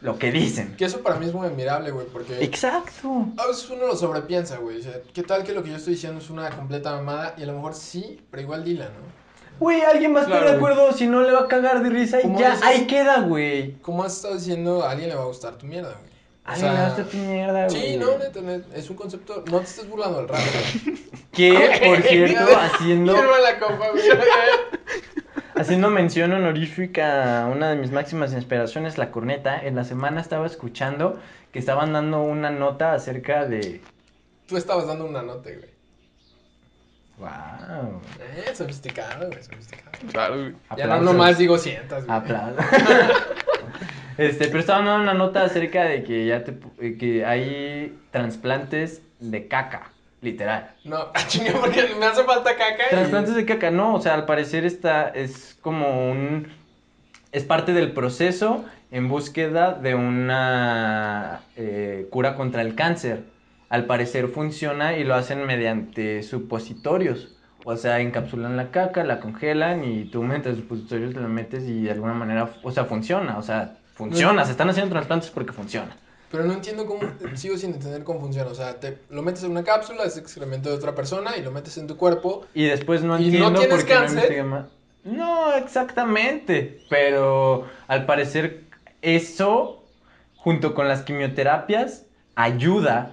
A: lo que dicen.
B: Que eso para mí es muy admirable, güey, porque
A: Exacto.
B: a veces uno lo sobrepiensa, güey. O sea, ¿qué tal que lo que yo estoy diciendo es una completa mamada? Y a lo mejor sí, pero igual dila, ¿no?
A: Güey, alguien va a estar
C: Claro,
A: de
C: güey.
A: acuerdo si no le va a cagar de risa y
B: ¿Cómo
A: ya,
B: dices?
A: ahí queda, güey.
B: Como has estado diciendo, a alguien le va a gustar tu mierda, güey. O
A: Ay,
B: sea,
A: no, esta tu mierda, güey.
B: Sí, no, neta, neta, es un concepto. No te estés burlando del rap, güey.
A: Que, por cierto, haciendo...
B: Quiero la copa, güey.
A: Haciendo mención honorífica a una de mis máximas inspiraciones, la corneta, en la semana estaba escuchando que estaban dando una nota acerca de...
B: Tú estabas dando una nota, güey.
A: ¡Wow!
B: Eh, sofisticado, güey, sofisticado.
C: Claro, güey.
B: Ya no nomás digo cientos, güey.
A: Aplausos. este, pero estaban dando una nota acerca de que ya te... pu- eh, que hay trasplantes de caca. literal.
B: No, ah, chinga, porque me hace falta caca. y-
A: Trasplantes de caca, no, o sea, al parecer está, es como un, es parte del proceso en búsqueda de una eh, cura contra el cáncer. Al parecer funciona y lo hacen mediante supositorios. O sea, encapsulan la caca, la congelan y tú mediante supositorios la metes y de alguna manera, o sea, funciona. O sea, funciona. Se están haciendo trasplantes porque funciona.
B: Pero no entiendo cómo, sigo sin entender cómo funciona. O sea, te, lo metes en una cápsula, es excremento de otra persona y lo metes en tu cuerpo.
A: Y después no
B: ¿Y no
A: entiendo
B: tienes
A: por qué no
B: cáncer?
A: investigué más. No, exactamente. Pero al parecer eso, junto con las quimioterapias, ayuda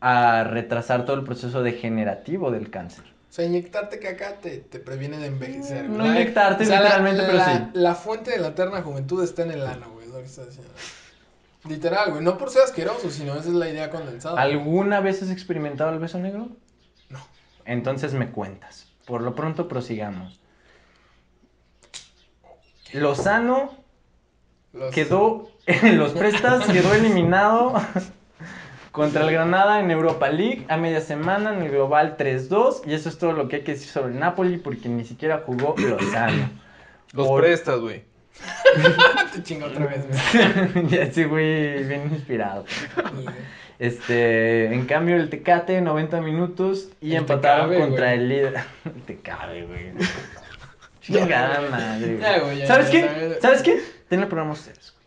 A: a retrasar todo el proceso degenerativo del cáncer.
B: O sea, inyectarte caca te, te previene de envejecer.
A: No
B: ¿verdad?
A: inyectarte literalmente,
B: la,
A: pero
B: la-
A: sí.
B: La fuente de la eterna juventud está en el ano, güey. es lo que estás diciendo. Literal, güey. No por ser asqueroso, sino esa es la idea condensada.
A: ¿Alguna vez has experimentado el beso negro?
B: No.
A: Entonces me cuentas. Por lo pronto prosigamos. Lozano
B: Los-
A: quedó en los prestas, quedó eliminado contra el Granada en Europa League a media semana en el Global 3-2 y eso es todo lo que hay que decir sobre el Napoli porque ni siquiera jugó Lozano.
C: Los
A: Por-
C: prestas, güey.
B: Ah, te chingo otra vez, güey.
A: ya sí, güey, bien inspirado. Este, en cambio el Tecate 90 minutos y
B: El
A: empataron
B: Tecabe,
A: contra
B: güey.
A: el líder. El Tecabe, güey. Chingada madre, güey.
B: Ya, güey, ya,
A: ¿Sabes
B: ya,
A: qué?
B: ya.
A: ¿Sabes qué? Ten el programa ustedes.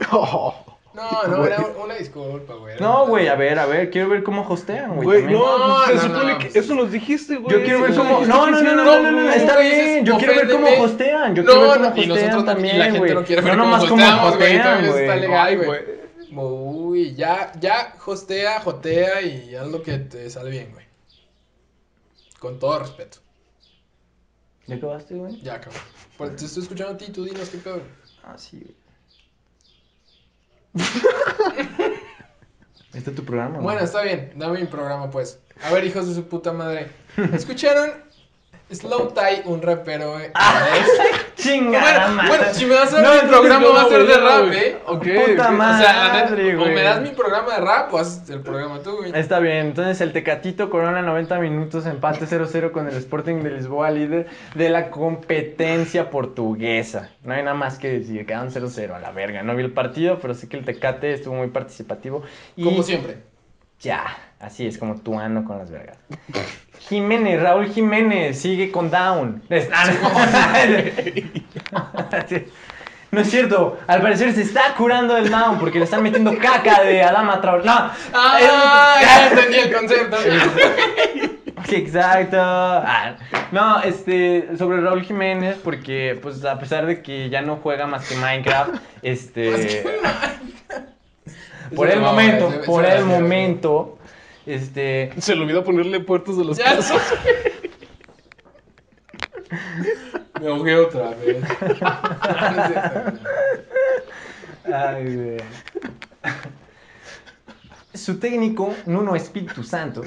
B: No, no, era una disculpa, güey. era
A: No,
B: una-
A: güey, a ver, a ver, quiero ver cómo hostean, güey.
C: Güey,
A: también.
C: no,
B: No,
C: se
B: no,
C: supone
B: no,
C: que
B: pues-
C: eso nos dijiste, güey.
A: Yo quiero ver
B: Sí,
A: cómo.
B: güey.
A: Pues, No, no, no, no, no, no, no,
C: Este
B: güey,
A: está
B: güey,
A: bien.
B: dices,
A: Yo quiero ver cómo
B: oféndeme.
A: hostean. Yo
B: No,
A: quiero ver cómo
B: no, y nosotros
A: hostean
B: también, la
A: también,
B: gente
A: güey.
B: no quiere
A: No
B: ver cómo
A: nomás cómo
B: hosteamos, güey.
A: hostean,
B: Entonces está
A: güey.
B: legal,
C: Ay,
B: güey.
C: güey.
B: Uy, ya, ya, hostea, jotea y haz lo que te sale bien, güey. Con todo respeto.
A: ¿Ya acabaste, güey?
B: Ya, cabrón. Pues te estoy escuchando a ti, tú dinos qué pedo.
A: Ah, sí, güey. Este es tu programa, güey.
B: Bueno, está bien, dame mi programa, pues. A ver, hijos de su puta madre. ¿Escucharon? Slow Tie, un rapero, eh.
A: Ah, Chingada
B: Bueno,
A: madre.
B: bueno, si me vas a
A: No,
B: dar mi
A: entonces
B: programa,
A: no,
B: va a ser de
A: güey,
B: rap,
A: güey.
B: eh.
C: Ok.
A: Puta
C: ok.
B: O sea, la neta,
A: madre,
B: o
A: güey.
B: me das mi programa de rap o haces el programa tú, güey.
A: Está bien, entonces el Tecatito corona 90 minutos, empate 0-0 con el Sporting de Lisboa, líder de la competencia portuguesa. No hay nada más que decir, quedaron 0-0 a la verga. No vi el partido, pero sé que el Tecate estuvo muy participativo. Y
B: Como siempre.
A: ya, así es como tu ano con las vergas. Jiménez, Raúl Jiménez, sigue con Down. Es- ah, no. No es cierto, al parecer se está curando del Down porque le están metiendo caca de Adama Traoré. No,
B: Ah, ya entendí el concepto.
A: Sí, Exacto. Ah, no, este, sobre Raúl Jiménez, porque pues a pesar de que ya no juega más que Minecraft, este... Por el
B: No,
A: momento,
B: ese- ese
A: por
B: era
A: el
B: cierto.
A: momento, este...
C: Se le olvidó ponerle puertos de los
B: Ya.
C: casos.
B: Me ahogué otra vez. No es cierto, güey.
A: Ay, güey. Su técnico, Nuno Espíritu Santo.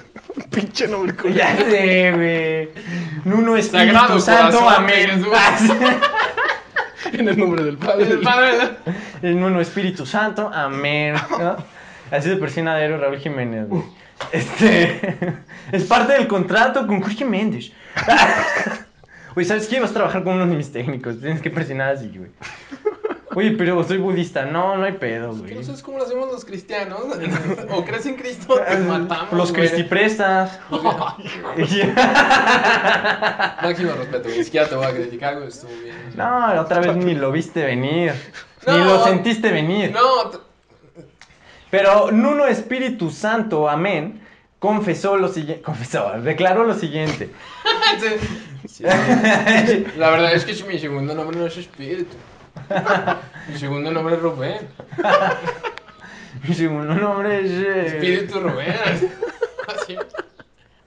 C: Pinche nombre culo.
A: Ya sé, güey. Nuno Espíritu
B: Sagrado
A: Santo,
B: corazón,
A: amén. Ah,
C: En el nombre del padre.
B: El padre-
A: En uno Espíritu Santo, amén. ¿no? Así se persinadero Raúl Jiménez. güey. Este es parte del contrato con Jorge Méndez. Oye, ¿sabes qué? Vas a trabajar con uno de mis técnicos. Tienes que presionar así, güey. Oye, pero soy budista. No, no hay pedo,
B: Que
A: güey.
B: No sabes cómo lo hacemos los cristianos. O crees en Cristo o te matamos.
A: Los
B: güey.
A: cristiprestas.
B: Máximo respeto, güey. Ni siquiera te voy a criticar, güey. Estuvo bien.
A: No, otra vez ni lo viste venir. Ni
B: No.
A: lo sentiste venir.
B: No, t-
A: Pero Nuno Espíritu Santo, amén, confesó lo siguiente, confesó, declaró lo siguiente.
B: Sí. La verdad es que mi segundo nombre no es Espíritu. Mi segundo nombre es Rubén.
A: Mi segundo nombre es... eh,
B: Espíritu Rubén. Así.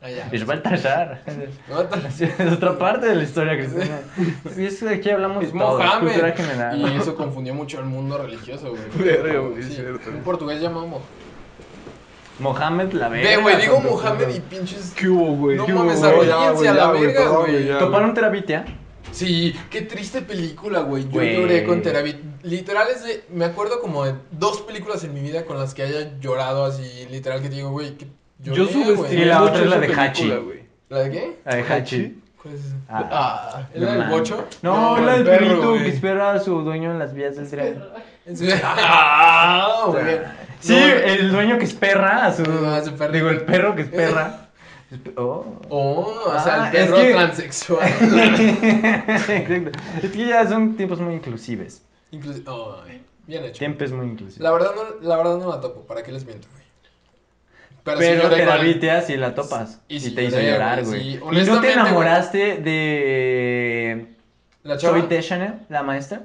B: Allá.
A: eh, Es Baltasar.
B: No, t-
A: Es otra parte de la historia cristiana. Y es que aquí hablamos
B: Es
A: de todo, es
B: Pues Mohamed.
A: cultura general.
B: Y eso confundió mucho al mundo religioso, güey.
C: Verga, güey,
B: Sí,
C: es cierto.
B: Un portugués llamado Mohamed.
A: Mohamed la verga.
B: Ve, güey, digo
A: con-
B: Mohamed y pinches.
C: ¿Qué hubo, güey?
B: No
C: ¿Qué hubo,
B: mames,
C: güey?
B: arrodíllense
C: Ya, güey, ya,
B: a la
C: güey,
B: verga,
C: perdón,
B: güey.
C: ya,
A: Toparon terabitia.
B: Sí, qué triste película, güey. Yo
A: Güey.
B: lloré con Terabit. Literal, es de- me acuerdo como de dos películas en mi vida con las que haya llorado así. Literal, que te digo, güey, qué
A: Yo, este-
B: Lloré,
A: subestimé
B: güey.
A: y la
C: mucho
A: otra es la
C: esa
A: de Hachi.
C: película, güey.
B: ¿La de qué?
A: La de Hachi.
B: ¿Cuál es esa?
A: Ah,
B: Ah, ¿es
A: no
B: la del
A: mames.
B: bocho?
A: No, la del
B: el perro,
A: perrito que
B: güey.
A: espera a su dueño en las vías del tren.
D: Pero-
B: Sí. eh, Ah, güey.
A: Sí,
B: No,
A: el dueño que esperra a su.
B: Ah, su perro.
A: Digo, el perro que esperra. Oh.
B: Oh, o sea,
A: Ah,
B: el perro
A: es que-
B: transexual.
A: Exacto. Es que ya son tiempos muy inclusives.
B: Incluso... Oh, ay, bien hecho.
A: Tiempos muy inclusivos.
B: La verdad, no, la verdad no la topo, ¿para qué les miento, güey? Pero, sí
A: Pero
B: lloré
A: te
B: con
A: la
B: el-
A: viteas y la topas.
B: Y
A: Y,
B: sí
A: te hizo
B: lloré,
A: llorar,
B: güey,
A: güey.
B: sí.
A: ¿Y no
B: Honestamente,
A: te
B: güey.
A: enamoraste de.
B: ¿La chava?
A: Chubby Teshane, la maestra?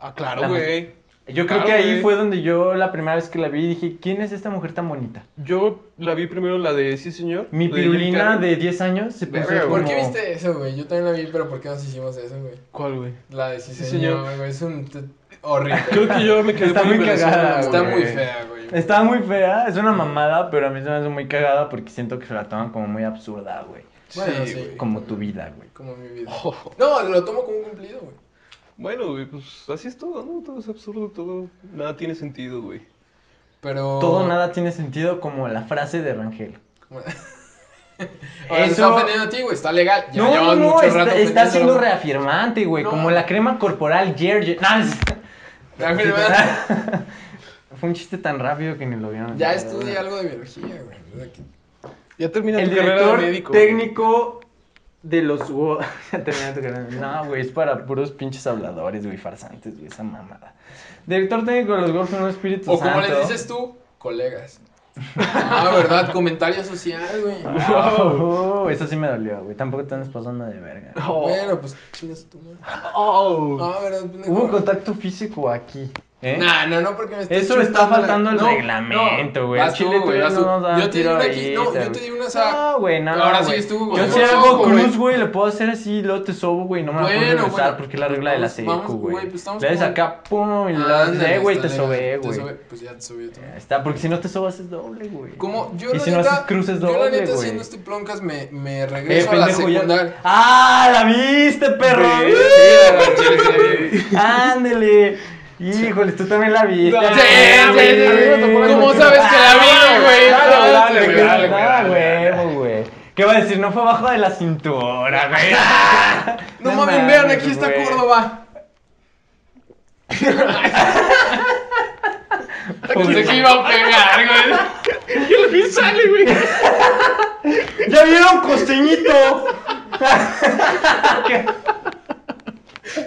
C: Ah, claro,
A: La-
C: güey.
A: Yo creo
C: Claro,
A: que ahí
C: güey.
A: fue donde yo la primera vez que la vi dije: ¿Quién es esta mujer tan bonita?
C: Yo la vi primero la de Sí, señor.
A: Mi
C: de Jim
A: pirulina
C: Carrey.
A: de 10 años se puso.
C: Verga, güey.
B: ¿Por
A: como-
B: qué viste eso, güey? Yo también la vi, pero ¿por qué nos hicimos eso, güey?
C: ¿Cuál, güey?
B: La de sí,
C: Sí,
B: señor,
C: señor.
B: güey, es un... t- horrible.
C: Creo que yo me quedé
A: Está
C: por
A: muy
C: Venezuela,
A: cagada,
C: güey.
B: Está
A: güey.
B: muy fea, güey.
A: Está muy fea, es una mamada, pero a mí se me hace muy cagada porque siento que se la toman como muy absurda, güey.
B: Bueno, sí,
C: Sí, güey.
A: Como tu vida, güey.
B: Como mi vida.
C: Oh.
B: No, lo tomo como un cumplido, güey.
C: Bueno, güey, pues así es todo, ¿no? Todo es absurdo, todo. Nada tiene sentido, güey.
B: Pero...
A: Todo nada tiene sentido como la frase de Rangel.
B: Bueno. Ahora te está
A: Eso...
B: ofendiendo a ti, güey, está legal. Ya
A: No, no,
B: llevamos
A: no,
B: mucho
A: está,
B: rato
A: está
B: ofendiéndolo.
A: siendo reafirmante, güey.
B: No.
A: Como la crema corporal Jerry.
B: Reafirmante.
A: Fue un chiste tan rápido que ni lo vieron.
B: Ya estudié algo de biología, güey. O sea, que-
C: Ya termina
A: El
C: tu carrera
A: director
C: de médico. güey.
A: técnico de los... Wo- Ya terminé tu carrera. No, güey, es para puros pinches habladores, güey, farsantes, güey, esa mamada. Director técnico de los Golfos No Espíritu
B: O como
A: Santo.
B: les dices tú, colegas. Ah, ¿verdad? Comentario social, güey.
A: Oh, eso sí me dolió, güey. Tampoco te andas pasando de verga.
C: Oh.
B: Bueno, pues chingas tú, güey.
C: Oh.
B: Ah, ¿verdad?
A: Hubo contacto físico aquí. ¿eh?
B: Nah, no, no, porque me estás
A: Eso le está
B: chutando la-
A: faltando el
B: No,
A: reglamento, güey.
B: no,
A: Al
B: vas
A: chile
B: tú,
A: tú
B: güey,
A: ya
B: vas
A: no
B: tú.
A: nos das
B: Yo te di una
A: tiro
B: aquí, no,
A: ahorita,
B: yo te di una, o sea,
A: No, güey, no.
B: ahora
A: güey.
B: sigues tú, güey.
A: Yo
B: Yo
A: si
B: te
A: hago
B: sobo,
A: cruz,
B: güey.
A: güey, le puedo hacer así, luego te sobo, güey. No me la puedes
B: Bueno,
A: regresar
B: bueno.
A: porque es la regla de la
B: Vamos,
A: secu,
B: vamos, güey,
A: güey.
B: pues estamos
A: Le des
B: como-
A: acá, pum, y le das,
B: Ándale,
A: eh, güey,
B: está
A: te sobé,
B: legal, te
A: güey.
B: sobé. Pues ya te sobé tú.
A: Ahí Está, porque si no te sobas es doble, güey.
B: Como yo
A: Y
B: la
A: si no
B: neta,
A: haces cruces
B: yo la
A: doble,
B: neta
A: güey.
B: haciendo este ploncas me, me
A: Eh,
B: regreso a la
A: pendejo, ya.
B: secundaria.
A: ¡Ah, la viste, perro! ¡Uh!
C: Güey,
B: sí, la vi, sí,
A: ¡Ándele! Híjole, tú también la viste.
C: Sí,
B: sí, sí, sí. ¿Cómo sabes que la vi, güey?
A: Ah, Dale,
B: Dale,
A: dale,
B: güey, dale,
A: güey.
B: güey,
A: Ah,
B: dale,
A: huevo, güey. ¿Qué va a decir? No fue abajo de la cintura, güey.
B: No, mames, vean, aquí está
A: güey.
B: Córdoba. Pensé
A: Uy,
B: que iba a pegar, güey.
C: Yo lo vi sale, güey.
A: ¡Ya vieron costeñito!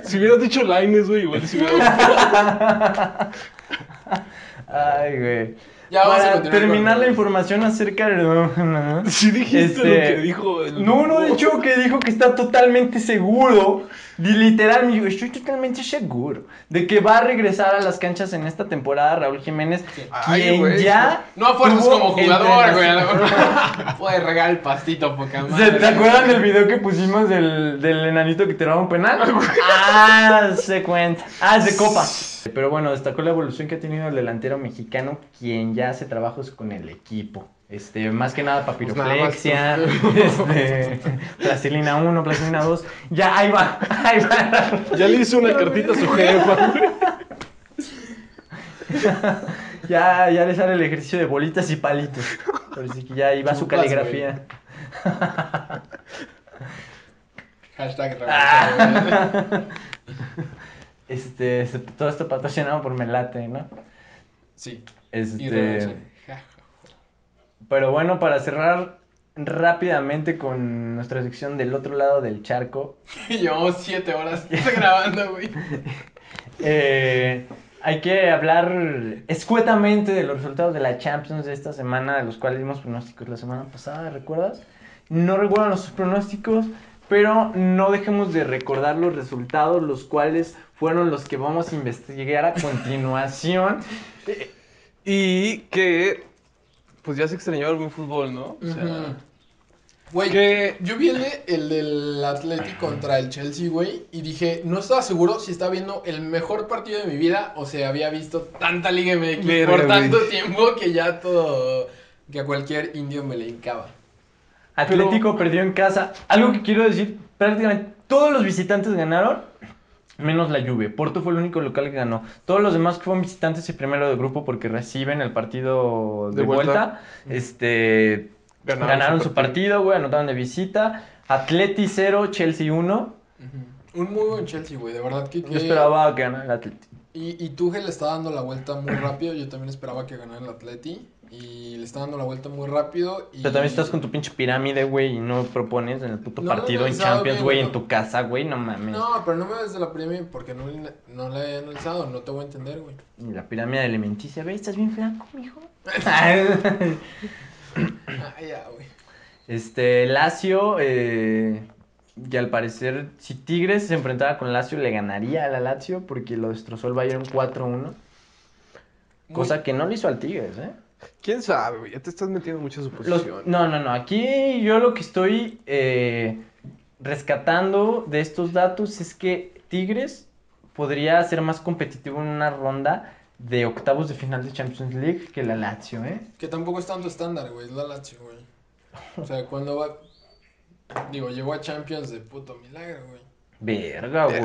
C: Si hubieras dicho Lines, güey, igual si hubiera.
A: Ay, güey.
B: Ya vamos a
A: Para
B: continuar con-
A: terminar la información acerca de...
C: Sí dijiste
A: Este,
C: lo que dijo el...
A: No, no, de hecho que dijo que está totalmente seguro, y literal, me dijo, estoy totalmente seguro de que va a regresar a las canchas en esta temporada Raúl Jiménez,
C: Ay,
A: quien
C: güey.
A: ya...
B: No a fuerzas
A: tuvo
B: como jugador, güey. a
A: entrenas-
B: lo mejor. Puede regar el pastito, poca
A: ¿Se-
B: madre.
A: ¿Te acuerdan del video que pusimos del, del enanito que tiraba un penal? Ah, se cuenta. Ah, es de copa. Pero bueno, destacó la evolución que ha tenido el delantero mexicano, quien ya hace trabajos con el equipo. Este, más que nada
B: Pues nada más tú.
A: papiroflexia, este, plastilina 1, plastilina 2. Ya, ahí va, ahí va.
C: Ya le hizo una cartita a su jefa, güey.
A: Ya, ya le sale el ejercicio de bolitas y palitos. Pero sí que ya ahí va su
B: Chupas, güey.
A: caligrafía.
B: Hashtag revolución,
A: Ah.
B: güey.
A: Este, se- todo esto patrocinado por Melate, ¿no?
B: Sí. Y
A: Este,
B: revolución. Ja, ja.
A: pero bueno, para cerrar rápidamente con nuestra sección del otro lado del charco,
B: Y Llevamos siete horas grabando, güey.
A: eh, hay que hablar escuetamente de los resultados de la Champions de esta semana, de los cuales dimos pronósticos la semana pasada, ¿recuerdas? No recuerdo los pronósticos, pero no dejemos de recordar los resultados, los cuales fueron los que vamos a investigar a continuación.
C: Y que... Pues ya se extrañó el buen fútbol, ¿no? O sea,
B: Ujú. Güey,
C: que-
B: yo vi el, de- el del Atleti contra el Chelsea, güey, y dije, no estaba seguro si estaba viendo el mejor partido de mi vida o si había visto tanta Liga MX
C: Verga,
B: por
C: güey.
B: tanto tiempo que ya todo, que a cualquier indio me le hincaba.
A: Atlético perdió en casa. Algo que quiero decir, prácticamente todos los visitantes ganaron, menos la Juve. Porto fue el único local que ganó. Todos los demás que fueron visitantes y primero de grupo porque reciben el partido de,
C: De
A: vuelta.
C: vuelta.
A: Este
C: Ganaron,
A: Ganaron
C: su
A: su partido, güey, anotaron de visita. Atleti 0, Chelsea 1.
B: Ujú. Un muy buen Chelsea, güey. De verdad que. que-
A: Yo esperaba que ganara el Atleti.
B: Y, y Tuchel le está dando la vuelta muy rápido. Yo también esperaba que ganara el Atleti. Y le está dando la vuelta muy rápido. Y...
A: Pero también estás con tu pinche pirámide, güey, y no propones en el puto
B: No lo he
A: partido en
B: analizado
A: Champions,
B: bien,
A: güey,
B: no.
A: en tu casa, güey, no mames.
B: No, pero no me ves de la premia porque no, le- no la he analizado. No te voy a entender, güey.
A: Y la pirámide alimenticia, güey, estás bien flaco, mijo.
B: Ah, ya, güey.
A: Este, Lazio, eh, y al parecer, si Tigres se enfrentaba con Lazio, le ganaría a la Lazio porque lo destrozó el Bayern 4-1.
B: Muy-
A: Cosa que no le hizo al Tigres, ¿eh?
C: ¿Quién sabe, güey? Ya te estás metiendo en mucha
A: Los-
C: suposición.
A: no, no, no. Aquí yo lo que estoy eh, rescatando de estos datos es que Tigres podría ser más competitivo en una ronda de octavos de final de Champions League que la Lazio, ¿eh?
B: Que tampoco es tanto estándar, güey. Es la Lazio, güey. O sea, cuando va. Digo, llegó a Champions de puto milagro, güey.
A: Verga, güey.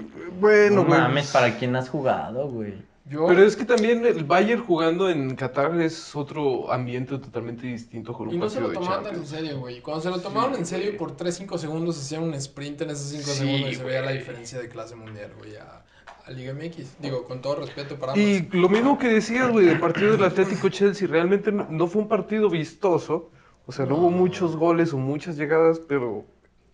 C: Eh, Bueno,
A: No
C: güey.
A: mames, ¿para quién has jugado, güey?
B: Yo.
C: Pero es que también el Bayern jugando en Qatar es otro ambiente totalmente distinto con un
B: Y no se
C: partido
B: lo
C: de
B: tomaban tan en
C: Champions.
B: serio, güey. Cuando se lo tomaron en serio, por 3-5 segundos hacían un sprint en esos 5
C: Sí,
B: segundos y se veía la
C: güey.
B: diferencia de clase mundial, güey, a, a Liga MX. Digo, con todo respeto para ambos.
C: Y lo mismo que decías, güey, del partido del Atlético Chelsea, realmente no- no fue un partido vistoso. O sea, no hubo muchos goles o muchas llegadas, pero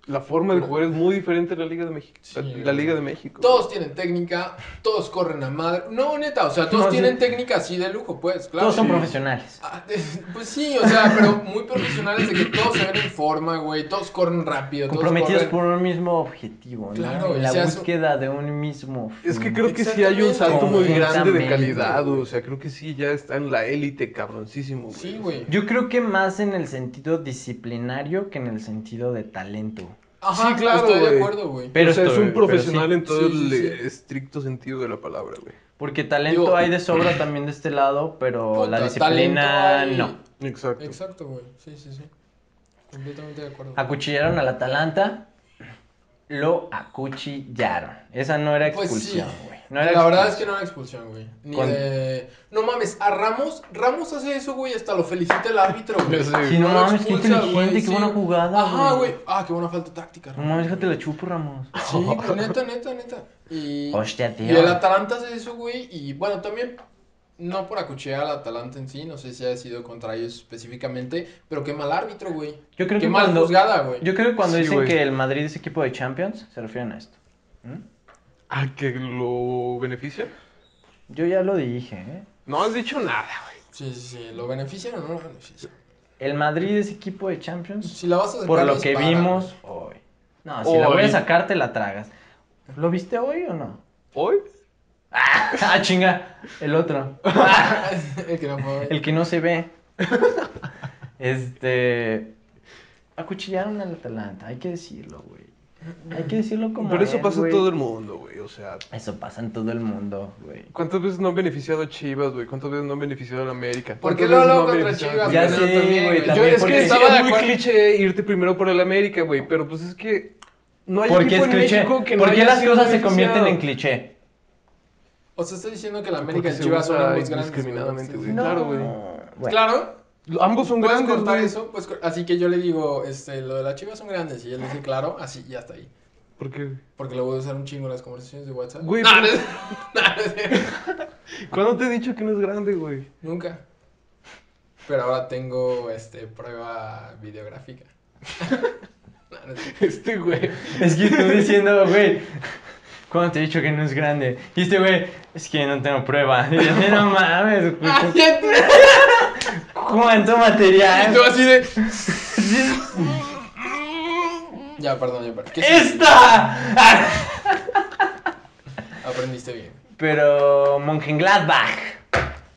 C: la forma de jugar es muy diferente a la Liga de México.
B: Sí,
C: la Liga de México.
B: Todos tienen técnica, todos corren a madre. No, neta, o sea, todos
A: No, sí.
B: tienen técnica así de lujo, pues, claro.
A: Todos son
B: Sí.
A: profesionales.
B: Ah, Pues sí, o sea, pero muy profesionales de que todos se ven en forma, güey. Todos corren rápido. todos
A: comprometidos
B: corren-
A: por un mismo objetivo, ¿no?
B: Claro, y
A: la
B: se hace-
A: búsqueda de un mismo fin.
C: Es que creo que sí hay un salto muy grande de
A: Exactamente.
C: calidad, güey. o sea, creo que sí ya está en la élite cabroncísimo, güey.
B: Sí, güey.
A: Yo creo que más en el sentido disciplinario que en el sentido de talento.
B: Ajá,
C: Sí, claro,
B: Estoy de
C: güey.
B: acuerdo, güey.
A: Pero
C: o sea, es
A: estoy-
C: un profesional
A: pero
C: en todo
B: Sí, sí,
C: el eh,
B: sí.
C: estricto sentido de la palabra, güey.
A: sí, porque talento
B: Digo-
A: hay de sobra también de este lado, pero
B: Puta,
A: la disciplina
B: talento hay-
A: no.
C: Exacto.
B: Exacto, güey. Sí, sí, sí. Completamente de acuerdo.
A: Acuchillaron al Atalanta, lo acuchillaron. Esa no era
B: Pues sí.
A: expulsión, güey. No era
B: la verdad es que
A: expulsión.
B: no era expulsión, güey. Ni
A: Con-
B: de... No mames, a Ramos, Ramos hace eso, güey, hasta lo felicita el árbitro, güey.
C: Sí,
A: Sí, no
B: lo
A: mames, qué
B: expulsa, güey,
A: inteligente, qué
B: sí.
A: buena jugada.
B: Ajá, güey. Ah, qué buena falta táctica.
A: No
B: Ramos,
A: mames, déjate
B: güey.
A: la chupo, Ramos.
B: Sí, güey, neta, neta, neta. Y,
A: Hostia,
B: y
A: tío.
B: el Atalanta hace eso, güey. Y bueno, también, no por acuchillar al Atalanta en sí, no sé si ha sido contra ellos específicamente, pero qué mal árbitro, güey.
A: Yo creo
B: Qué
A: que
B: mal
A: cuando-
B: juzgada, güey.
A: Yo creo que cuando
C: Sí,
A: dicen
C: güey.
A: que el Madrid es equipo de Champions, se refieren a esto. ¿Mm?
C: ¿A que lo beneficia?
A: Yo ya lo dije, ¿eh?
C: No has dicho nada, güey.
B: Sí, sí, sí. ¿Lo benefician o no lo benefician?
A: El Madrid es equipo de Champions
B: Si la vas a sacar,
A: por lo que
B: dispara,
A: vimos hoy. No, si la
C: Hoy.
A: voy a sacar, te la tragas. ¿Lo viste hoy o no?
C: ¿Hoy?
A: Ah, chinga. El otro.
B: güey. El que no fue, güey.
A: El que no se ve. Este. Acuchillaron al Atalanta, hay que decirlo, güey. Hay que decirlo como.
C: Pero eso
A: es,
C: pasa en
A: güey.
C: todo el mundo, güey. O sea,
A: Eso pasa en todo el mundo, güey.
C: ¿cuántas veces no han beneficiado a Chivas, güey? ¿Cuántas veces no han beneficiado a la América?
B: ¿Por qué
C: ¿Cuántas
B: luego
C: veces
B: luego
C: han
B: contra
C: beneficiado a
B: Chivas?
C: la
A: Ya sé,
B: güey? No, también,
A: güey,
C: América? Yo,
A: también
C: es que
A: porque-
C: estaba
B: estaba de
C: es muy
B: acuerdo.
C: cliché irte primero por el América, güey. Pero pues es que no hay
A: Porque
C: equipo
A: es
C: en
A: cliché.
C: México que no
A: ¿Por qué
C: haya
A: las
C: sido
A: cosas se convierten en
C: beneficiado?
A: cliché?
B: O sea, está diciendo que la
C: Porque
B: América y
C: se
B: Chivas son
C: usa
B: ambos grandes.
C: indiscriminadamente,
B: güey.
C: güey. Claro, güey.
A: Bueno.
B: Claro,
C: Ambos son
B: puedes
C: grandes,
B: cortar
C: güey.
B: eso. Pues, cor- así que yo le digo, este, lo de las Chivas son grandes. Y él dice, claro, así, ya está ahí.
C: ¿Por qué?
B: Porque lo voy a usar un chingo en las conversaciones de WhatsApp.
C: Güey,
B: No,
C: pero-
B: no es- no, no es-
C: ¿Cuándo te he dicho que no es grande, güey?
B: Nunca. Pero ahora tengo este, prueba videográfica. No, no es-
C: Este, güey.
A: Es que tú diciendo, güey, ¿cuándo te he dicho que no es grande? Y este güey, es que no tengo prueba. Y yo, no mames, güey,
B: ¡Ah, ya te-
A: ¿cuánto
B: Y
A: material?
B: tú así de. Ya, perdón, ya, perdón. ¿Qué sí?
A: ¡Esta!
B: Aprendiste bien.
A: Pero Mönchengladbach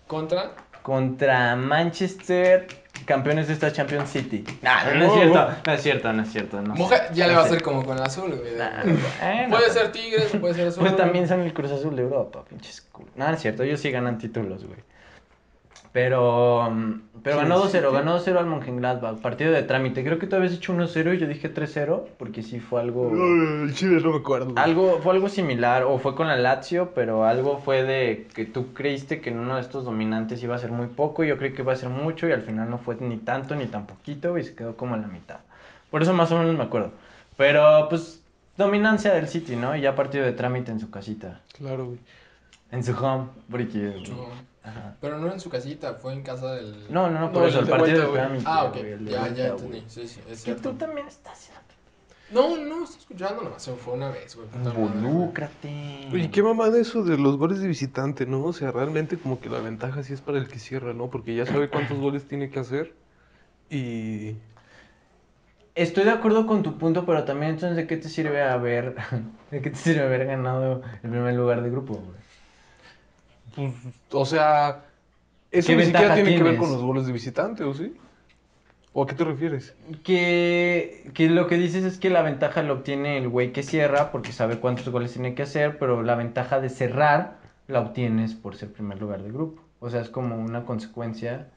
B: Contra.
A: contra Manchester, campeones de esta Champions City. Nah, no, no es
C: Oh.
A: cierto, no es cierto, no es cierto. No
B: Moja-
A: sé,
B: ya le
A: no
B: va a
A: sé.
B: hacer como con el azul, güey.
A: Nah, bueno,
B: Puede
A: pero-
B: ser Tigres, puede ser Azul.
A: Pues también son el Cruz Azul de Europa, pinches culo. No, no es cierto, ellos sí ganan títulos, güey. Pero, mm, pero
B: Sí,
A: ganó
B: sí,
A: 2-0,
B: sí.
A: ganó 2-0 al Mönchengladbach, partido de trámite. Creo que tú habías hecho 1-0 y yo dije 3-0, porque sí fue
C: Oh.
A: algo...
C: El Chile no me acuerdo.
A: Algo, fue algo similar, o fue con la Lazio, pero algo fue de que tú creíste que en uno de estos dominantes iba a ser muy poco, y yo creí que iba a ser mucho, y al final no fue ni tanto ni tan poquito, y se quedó como en la mitad. Por eso más o menos me acuerdo. Pero, pues, dominancia del City, ¿no? Y ya partido de trámite en su casita.
C: Claro, güey.
A: En su home, porque...
B: Yo-
A: Ajá.
B: Pero no en su casita, fue en casa del.
A: No, no, no, por
C: No,
A: eso,
C: el
A: el
C: de
A: partido de
C: vuelta, güey.
A: trámite.
B: Ah, ok.
A: güey, el de
B: Ya,
A: vuelta,
B: ya
A: güey.
B: entendí. Sí, sí, es
A: Que tú
B: cierto.
A: también estás...
B: No, no, estoy escuchando nomás. Se fue una vez, güey. puta madre, güey.
A: Involúcrate.
C: Y
A: Mm.
C: qué mamada eso de los goles de visitante, ¿no? O sea, realmente como que la ventaja sí es para el que cierra, ¿no? Porque ya sabe cuántos goles tiene que hacer. Y.
A: Estoy de acuerdo con tu punto, pero también entonces de qué te sirve haber, de qué te sirve haber ganado el primer lugar de grupo, güey?
C: Pues, o sea. Eso
A: ¿Qué
C: ni siquiera
A: ventaja
C: tiene que ver
A: tienes?
C: con los goles de visitante, ¿o sí? ¿O a qué te refieres?
A: Que, que lo que dices es que la ventaja la obtiene el güey que cierra porque sabe cuántos goles tiene que hacer, pero la ventaja de cerrar la obtienes por ser primer lugar de grupo. O sea, es como una consecuencia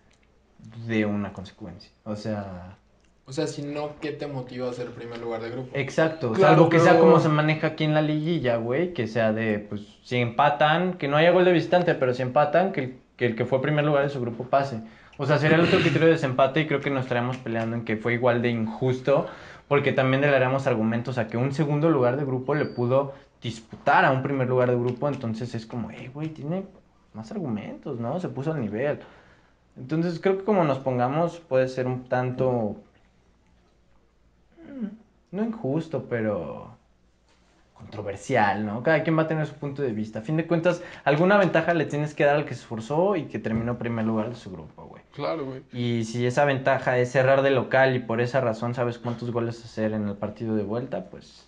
A: de una consecuencia. O sea,
B: O sea, si no, ¿qué te motiva a ser primer lugar de grupo?
A: Exacto,
C: Claro,
A: salvo que sea
C: pero-
A: como se maneja aquí en la liguilla, güey, que sea de, pues, si empatan, que no haya gol de visitante, pero si empatan, que el que, el que fue primer lugar de su grupo pase. O sea, sería el otro criterio de desempate y creo que nos estaríamos peleando en que fue igual de injusto, porque también le daríamos argumentos a que un segundo lugar de grupo le pudo disputar a un primer lugar de grupo, entonces es como, hey, güey, tiene más argumentos, ¿no? Se puso al nivel. Entonces creo que como nos pongamos puede ser un tanto... mm, No injusto, pero controversial, ¿no? Cada quien va a tener su punto de vista. A fin de cuentas, alguna ventaja le tienes que dar al que se esforzó y que terminó primer lugar de su grupo, güey.
C: Claro, güey.
A: Y si esa ventaja es cerrar de local y por esa razón sabes cuántos goles hacer en el partido de vuelta, pues...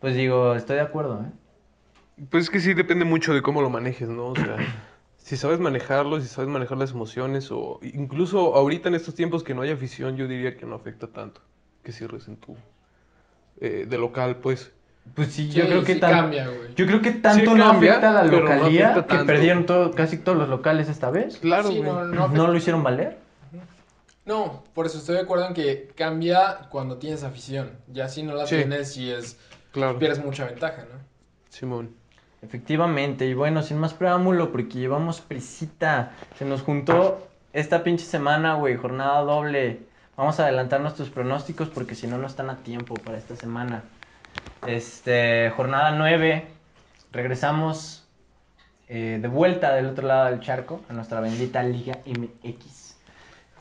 A: Pues digo, estoy de acuerdo, ¿eh?
C: Pues es que sí depende mucho de cómo lo manejes, ¿no? O sea, si sabes manejarlo, si sabes manejar las emociones, o incluso ahorita en estos tiempos que no hay afición, yo diría que no afecta tanto que cierres en tu. eh, de local, pues.
A: Pues sí,
B: Sí,
A: yo creo que
B: sí
A: tan-
B: cambia, güey.
A: Yo creo que tanto no
C: cambia,
A: afecta a la
C: pero no
A: localía
C: afecta
A: que
C: tanto.
A: perdieron todo, casi todos los locales esta vez.
C: Claro,
B: Sí,
C: güey.
B: no,
A: No,
B: no, no,
A: lo hicieron valer.
B: No, por eso estoy de acuerdo en que cambia cuando tienes afición. Ya si no la
C: Sí.
B: tienes, si es
C: Claro,
B: pierdes mucha ventaja, ¿no?
C: Simón.
A: Efectivamente, y bueno, sin más preámbulo, porque llevamos prisita. Se nos juntó esta pinche semana, güey, jornada doble. Vamos a adelantar nuestros pronósticos porque si no, no están a tiempo para esta semana. Este, jornada 9. Regresamos eh, de vuelta del otro lado del charco a nuestra bendita Liga MX.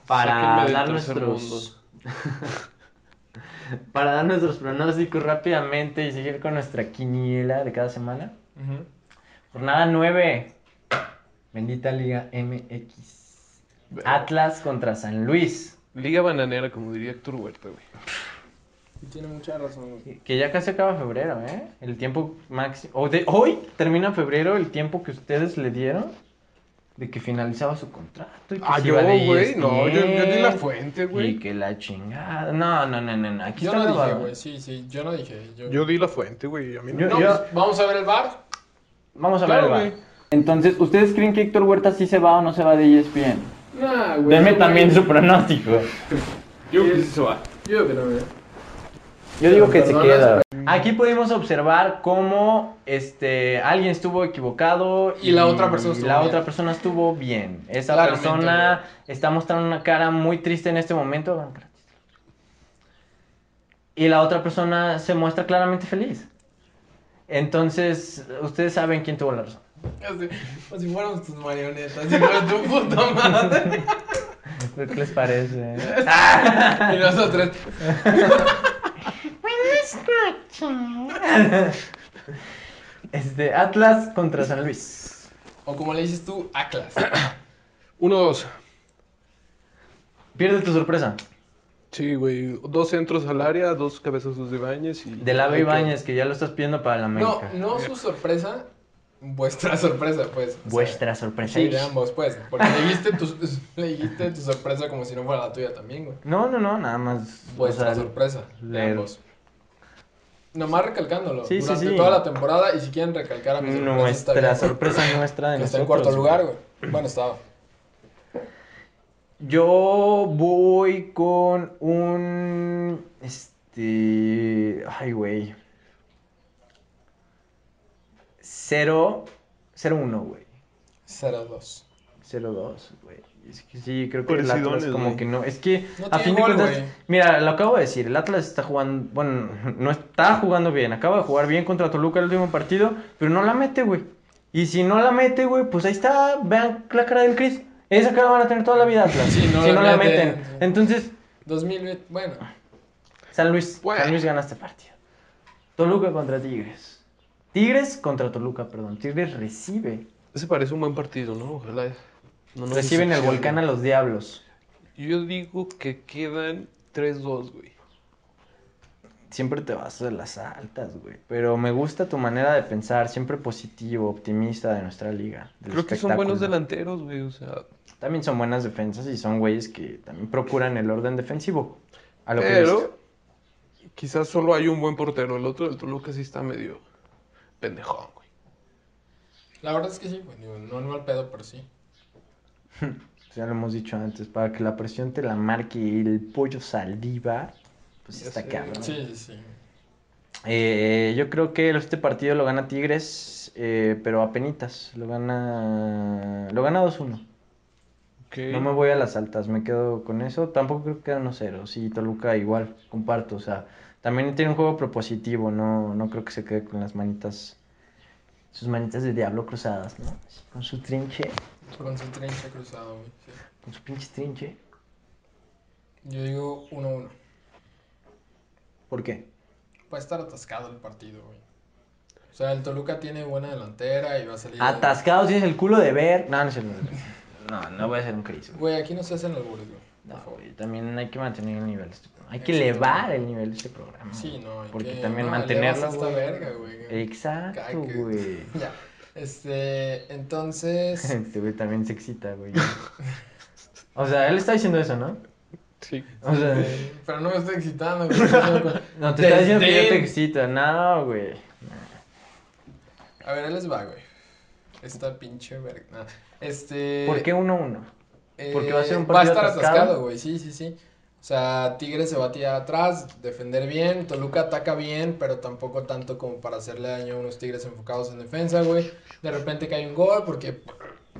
A: Para
C: Sáquenme del
A: dar
C: tercer
A: nuestros para dar nuestros pronósticos rápidamente y seguir con nuestra quiniela de cada semana. Jornada 9. Bendita Liga MX.
C: mundo.
A: Atlas contra San Luis.
C: Liga bananera, como diría Héctor Huerta, güey.
B: Y tiene mucha razón. güey.
A: Que ya casi acaba febrero, ¿eh? El tiempo máximo. o de hoy termina febrero el tiempo que ustedes le dieron de que finalizaba su contrato. Y que
C: Ah,
A: se
C: yo,
A: iba de
C: güey. No, yo, yo di la
A: ESPN,
C: fuente,
A: Y
C: güey.
A: que la chingada. No, no, no, no. no. Aquí
B: Yo
A: está
B: no dije,
A: grabado.
B: güey. Sí, sí, yo no dije. Yo...
C: Yo di la fuente, güey. A mí no.
A: Yo-
B: No,
A: yo-
B: pues, vamos a ver el bar.
A: Vamos a
C: Claro,
A: ver. el
C: güey.
A: bar. Entonces, ¿ustedes creen que Héctor Huerta sí se va o no se va de ESPN?
B: Nah, güey.
A: Denme también su pronóstico.
E: Yo creo que sí se
A: ah,
E: va.
B: Yo que no, güey.
A: Yo digo que se
B: Perdona,
A: queda. Aquí pudimos observar cómo este alguien estuvo equivocado
B: Y la otra persona estuvo
A: la
B: bien.
A: otra persona estuvo bien. Esa
B: Claramente,
A: persona está mostrando una cara muy triste en este momento. Hagan gratis. Y la otra persona se muestra claramente feliz. Entonces, ustedes saben quién tuvo la razón.
B: Como si fuéramos tus marionetas, hijo de tu puta madre.
A: ¿Qué les parece?
B: Y nosotros.
A: Este, Atlas contra San Luis.
B: O como le dices tú, Atlas.
C: Uno, dos.
A: Pierde tu sorpresa.
C: Sí, güey. Dos centros al área, dos cabezazos de Bañez y.
A: Del Ave
C: Ay, qué-
A: Ibáñez, que ya lo estás pidiendo para la
B: No,
A: América.
B: no su sorpresa, vuestra sorpresa, pues. o sea,
A: Vuestra sorpresa.
B: Sí, de ambos, pues. Porque le dijiste, tu, le dijiste tu sorpresa como si no fuera la tuya también, güey.
A: No, no, no, nada más.
B: Pues
A: o sea,
B: la sorpresa de
A: le-
B: ambos. Nomás recalcándolo.
A: Sí, sí,
B: durante
A: sí.
B: toda la temporada y si quieren recalcar a mi pues, sorpresa, está
A: nuestra
B: bien, güey,
A: sorpresa nuestra de
B: que está en
A: nosotros,
B: cuarto
A: güey.
B: lugar, güey. Bueno, estaba.
A: Yo voy con un. Este. Ay, güey. 0. 0-1, güey.
B: 0-2.
A: 0-2, güey. Es que sí, creo que el
C: Parecidones,
A: Atlas como
C: güey.
A: que no. Es que
B: No
A: a
B: tiene
A: fin de
B: gol,
A: cuentas.
B: güey.
A: Mira, lo acabo de decir. El Atlas está jugando. Bueno, no está jugando bien. Acaba de jugar bien contra Toluca el último partido. Pero no la mete, güey. Y si no la mete, güey, pues ahí está. Vean la cara del Chris. Esa cara van a tener toda la vida, Atlas.
B: Sí, no
A: si no
B: la
A: la
B: meten.
A: meten. Entonces,
B: 2000, bueno.
A: San Luis.
C: Bueno.
A: San Luis gana este partido. Toluca contra Tigres. Tigres contra Toluca, perdón. Tigres recibe.
C: Ese parece un buen partido, ¿no? Ojalá. No nos
A: Reciben el
C: decepcione.
A: volcán a los diablos.
C: Yo digo que quedan 3-2, güey.
A: Siempre te vas de las altas, güey. Pero me gusta tu manera de pensar, siempre positivo, optimista de nuestra liga. del
C: Creo que son buenos
A: espectáculo.
C: delanteros, güey. O sea,
A: También son buenas defensas y son güeyes que también procuran el orden defensivo. A lo que he visto.
C: pero quizás solo hay un buen portero. El otro del Toluca sí está medio pendejón, güey.
B: La verdad es que sí, güey. digo, No, no al pedo, pero sí.
A: Ya lo hemos dicho antes, para que la presión te la marque el pollo saldiva, pues
C: Ya
A: está
C: sé.
A: cabrón.
B: Sí, sí, sí.
A: Eh, yo creo que este partido lo gana Tigres, eh, pero a penitas. Lo gana, lo gana 2-1. No me voy a las altas, me quedo con eso. Tampoco creo que no 1-0. Sí, Toluca igual, comparto. O sea, también tiene un juego propositivo, no, no creo que se quede con las manitas, sus manitas de diablo cruzadas, ¿no? Así, Con su trinche,
B: Con su trinche cruzado, güey. sí.
A: con su pinche trinche.
B: Yo digo 1-1.
A: ¿Por qué?
B: Va a estar atascado el partido, güey. O sea, el Toluca tiene buena delantera y va a salir.
A: Atascados tienes el culo de ver. No, no es el... No, no voy a ser un Cris. güey.
B: Güey, aquí no se hacen albures, güey.
A: No,
B: Por favor.
A: güey, también hay que mantener el nivel. de este programa. Hay que
B: Exacto.
A: elevar el nivel de este programa.
B: Sí,
A: güey.
B: no. hay
A: Porque
B: que-
A: también
B: no,
A: mantenerlo,
B: elevas esta
A: güey.
B: verga, güey. Ay,
A: Exacto,
B: que-
A: güey.
B: Ya. Este, entonces.
A: Este güey también se excita, güey. O sea, él está diciendo eso, ¿no?
C: Sí.
A: O sea,
B: eh, pero no me estoy excitando, güey. no,
A: no te está diciendo que yo te excito. No, güey.
B: A ver, ahí les va, güey. Esta pinche verga. nah. Este.
A: ¿Por qué 1-1? Porque va a ser un
B: eh, Va a
A: partido
B: estar
A: atascado.
B: atascado, güey. Sí, sí, sí. O sea, Tigres se va a tirar atrás, defender bien. Toluca ataca bien, pero tampoco tanto como para hacerle daño a unos Tigres enfocados en defensa, güey. De repente cae un gol porque,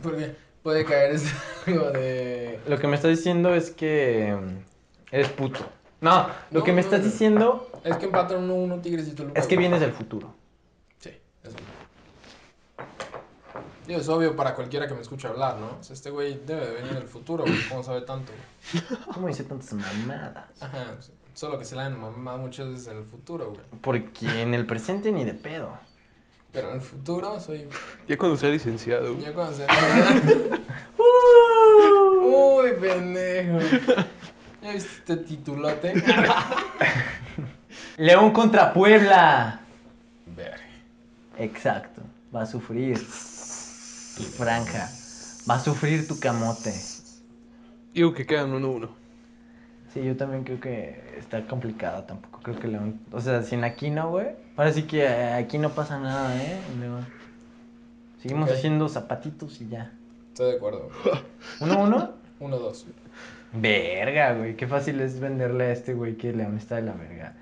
B: porque puede caer ese algo de.
A: Lo que me estás diciendo es que mm, eres puto. No, lo
B: No,
A: que me
B: no,
A: estás
B: no.
A: diciendo
B: Es que empatan 1-1 Tigres y Toluca.
A: es que
B: güey.
A: vienes del futuro.
B: Sí, es obvio. Digo, es obvio para cualquiera que me escuche hablar, ¿no? O sea, este güey debe de venir del futuro, güey. ¿Cómo sabe tanto? güey?
A: ¿Cómo dice tantas mamadas?
B: Ajá, pues, solo que se la han mamado muchas veces en el futuro, güey.
A: Porque en el presente ni de pedo.
B: Pero en el futuro soy.
C: Ya cuando sea licenciado, güey.
B: Yo cuando se. Uy, pendejo. ¿Ya viste este titulote?
A: León contra Puebla.
B: Verga.
A: Exacto. Va a sufrir tu franja. Va a sufrir tu camote.
C: Digo que quedan 1-1.
A: Sí, yo también creo que está complicado. Tampoco creo que León. O sea, sin Aquino, güey. Parece que eh, aquí no pasa nada, ¿eh? en León. Seguimos
B: Ok.
A: haciendo zapatitos y ya.
B: Estoy de acuerdo, güey.
A: ¿Uno, uno?
B: Uno, dos.
A: Verga, güey. Qué fácil es venderle a este güey que León está de la verga.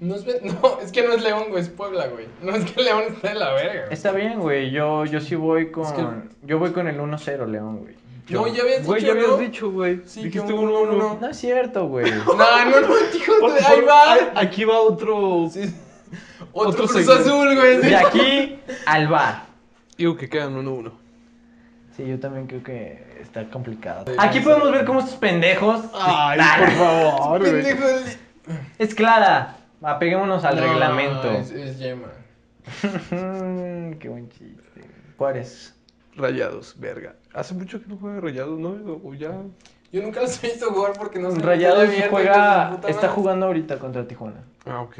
B: No es, ve- no, es que no es León, güey, es Puebla, güey. No es que León esté de la verga. güey.
A: Está bien, güey. Yo, yo sí voy con.
B: Es que-
A: Yo voy con el 1-0, León, güey.
B: No, ya habías
C: Güey,
B: dicho,
C: ya habías
B: ¿no?
C: dicho, güey.
B: Sí,
C: Dijiste
B: que un uno,
C: 1-1.
B: uno.
A: No es cierto, güey.
B: No, no, no, hijo
C: Por-
B: de. Ahí
C: por-
B: va.
C: a- Aquí va otro.
B: Otro,
C: Otro
B: Cruz
C: segundo.
B: Azul, güey. sí.
A: De aquí al bar.
C: Digo que quedan 1-1.
A: Sí, yo también creo que está complicado. Aquí podemos ver cómo estos pendejos. Nah,
C: favor,
B: Pendejo del-
A: Es clara. Apeguémonos al
B: No,
A: reglamento.
B: Es, es Yema.
A: Mm, Qué buen chiste. Juárez.
C: Rayados, verga. Hace mucho que no juega Rayados, ¿no? O ya.
B: Yo nunca los he visto jugar porque no sé.
A: Rayados juega. Está
B: jugando.
A: jugando ahorita contra Tijuana.
C: Ah, ok.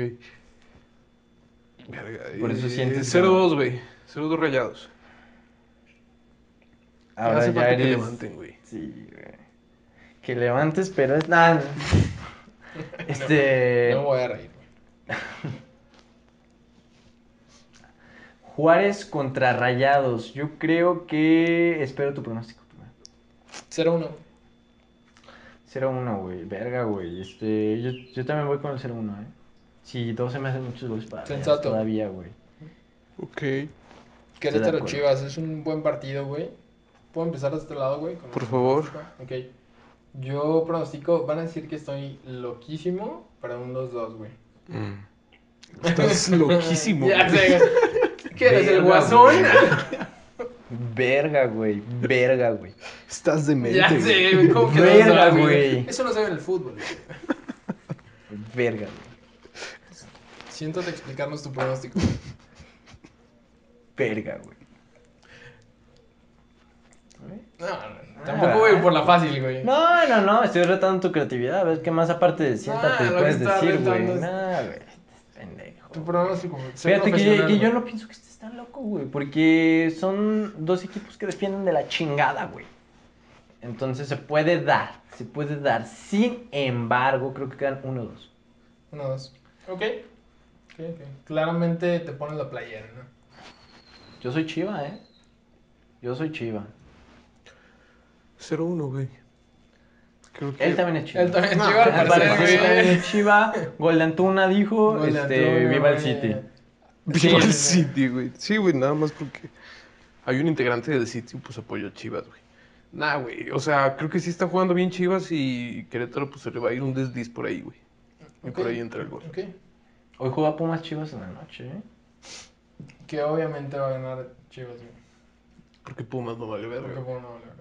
C: Verga.
A: Por eso
C: eh,
A: sientes que-
C: 0-2, güey. 0-2 Rayados.
A: Ahora
B: Ah,
C: Hace
A: ya
C: falta que
A: eres.
C: levanten, güey.
A: Sí, güey. Que levantes, pero es nada. Este.
B: No me voy a reír, güey.
A: Juárez contra Rayados. Yo creo que. Espero tu pronóstico.
B: 0-1.
A: 0-1, güey. Verga, güey. Este, yo, yo también voy con el 0-1, ¿eh? Sí, dos se me hacen muchos goles para Rayados
B: Sensato.
A: todavía, güey.
C: Ok,
A: Estoy de
B: Querétaro
A: acuerdo.
B: Chivas, es un buen partido, güey. ¿Puedo empezar de este lado, güey? con
C: Por
B: el
C: favor.
B: pronóstico? Ok. Yo pronostico, van a decir que estoy loquísimo para un 2-2, güey.
C: Mm. Estás loquísimo.
B: Ya
C: güey.
B: sé, güey. ¿Qué eres, el
A: Verga,
B: guasón?
A: Verga, güey. Verga, güey.
C: Estás demente.
B: ya
C: güey.
B: sé, güey. ¿Cómo que
A: Verga,
B: no sabes,
A: güey.
B: Eso no se ve en el fútbol, güey.
A: Verga, güey.
B: Siéntate a explicarnos tu pronóstico.
A: Verga, güey.
B: No, no, tampoco, güey, por la fácil, güey.
A: Ah. No, no, no, estoy retando tu creatividad. A ver qué más aparte de siéntate
B: Ah, lo que
A: puedes
B: estaba
A: decir, güey.
B: retando es-
A: Nah, güey, estás pendejo.
B: Tu pronóstico, güey. Soy
A: Fíjate que,
B: profesional,
A: que yo
B: güey.
A: no pienso que estés tan loco, güey. Porque son dos equipos que defienden de la chingada, güey. Entonces se puede dar, se puede dar. Sin embargo, creo que quedan uno o dos.
B: Uno, dos. Ok. Ok, ok. Claramente te pones la playera, ¿no?
A: Yo soy chiva, ¿eh? Yo soy chiva.
C: 0-1, güey. Creo que...
A: Él también es chiva.
B: Él también
C: No,
B: lleva
A: Al
B: al
A: parecer
B: parecer, güey.
A: también es chiva. Gol de Antuna dijo,
B: Gol de
A: este,
B: Antuna,
A: viva el
B: güey.
A: City.
B: Sí,
C: Viva el
B: sí, sí.
C: City, güey. Sí, güey, nada más porque hay un integrante del City, pues apoyo a Chivas, güey. Nah, güey. O sea, creo que sí está jugando bien Chivas y Querétaro, pues se le va a ir un desdis por ahí, güey. Y por
B: Ok.
C: ahí entra el gol.
B: Ok.
A: Hoy juega Pumas Chivas en la noche, ¿eh?
B: Que obviamente va a ganar Chivas, güey.
C: Porque Pumas no vale
B: Porque
C: verga.
B: Pumas no vale, güey.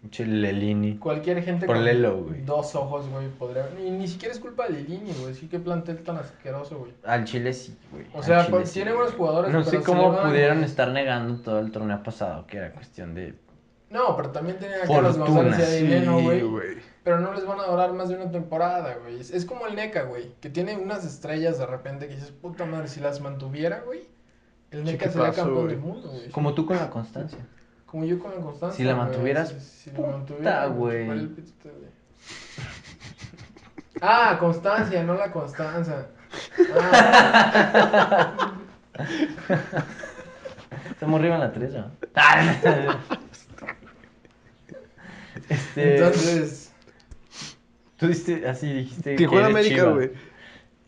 A: Pinche Lelini.
B: Cualquier gente
A: Por
B: con
A: Lelo, güey.
B: dos ojos, güey, podría... Y ni siquiera es culpa de Lini, güey. Sí, qué plantel tan asqueroso, güey.
A: Al Chile sí, güey.
B: O
A: Al
B: sea,
A: Chile
B: pues,
A: sí,
B: tiene
A: güey.
B: buenos jugadores,
A: No
B: pero
A: sé
B: se
A: cómo
B: le van,
A: pudieron
B: güey.
A: estar negando todo el torneo pasado, que era cuestión de.
B: No, pero también tiene a
A: Fortuna,
B: Carlos González y a
C: Sí,
B: Dineno, güey.
C: güey.
B: Pero no les van a durar más de una temporada, güey. Es, es como el NECA, güey. Que tiene unas estrellas de repente que dices, puta madre, si las mantuviera, güey. El
C: Sí,
B: NECA
C: ¿qué
B: sería
C: pasó,
B: campeón del
C: güey?
B: mundo, güey.
A: Como tú con la constancia.
B: Como yo con la constancia.
A: Si la
B: güey.
A: mantuvieras,
B: Si- si la
A: puta,
B: mantuviera, me
A: güey.
B: chuparía el pito, güey. Ah, constancia, no la constanza. Ah,
A: Estamos arriba en la 3, ¿no? Ah, este.
B: entonces,
A: Tú diste, así dijiste. que
C: Tijuana
A: eres
C: América,
A: chiva.
C: güey.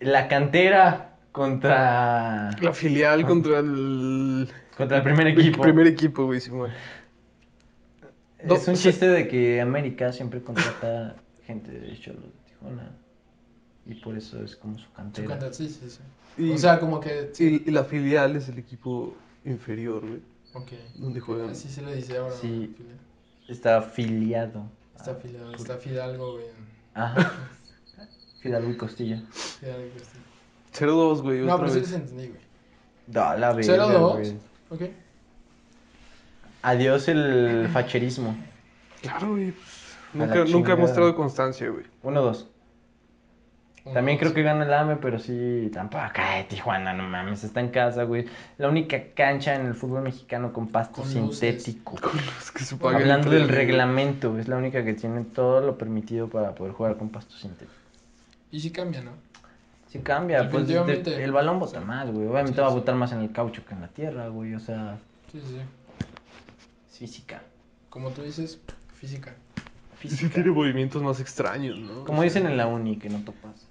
A: La cantera contra.
C: La filial contra el,
A: Contra el primer
C: el
A: equipo.
C: primer equipo, güey, Simón. No,
A: Es un
C: o sea-
A: chiste de que América siempre contrata gente de Cholos de Tijuana. Y por eso es como su
B: tu
A: cantera.
B: canta- sí, sí, sí.
C: Y,
B: O sea, como que.
C: y- y la filial es el equipo inferior, güey.
B: Ok.
C: Donde juegan.
B: Así se le dice ahora.
A: Sí.
B: güey, filial.
A: Está afiliado.
B: Está
A: Ah,
B: afiliado,
A: por-
B: está Fidalgo, güey.
A: Ajá. Fidalgo y Costilla.
B: Fidalgo, sí.
C: 0-2, güey,
B: No,
C: otra
A: pues
B: pero sí
C: vez.
B: les entendí, güey.
A: Da la verga,
B: 0-2.
A: güey.
B: Ok.
A: Adiós el facherismo.
C: Claro, güey. pues,
A: A la
C: Nunca, nunca ha
A: chingada.
C: mostrado constancia, güey.
A: 1-2. También
B: Uno,
A: creo
B: dos.
A: que gana el AME, pero sí, tampoco acá de Tijuana, no mames, está en casa, güey. La única cancha en el fútbol mexicano con pasto
B: Con luces.
A: sintético.
C: Es que se paga el
A: Hablando del
C: premio, güey.
A: reglamento, es la única que tiene todo lo permitido para poder jugar con pasto sintético.
B: Y sí cambia, ¿no?
A: Sí cambia, pues de-
B: Definitivamente.
A: el balón bota más, güey. Obviamente
B: Sí,
A: va a
B: sí.
A: botar más en el caucho que en la tierra, güey. O sea,
B: Sí, sí.
A: es física.
B: Como tú dices, física.
C: Y sí
A: Física.
C: tiene movimientos más extraños, ¿no?
A: Como dicen en la uni, que no topas.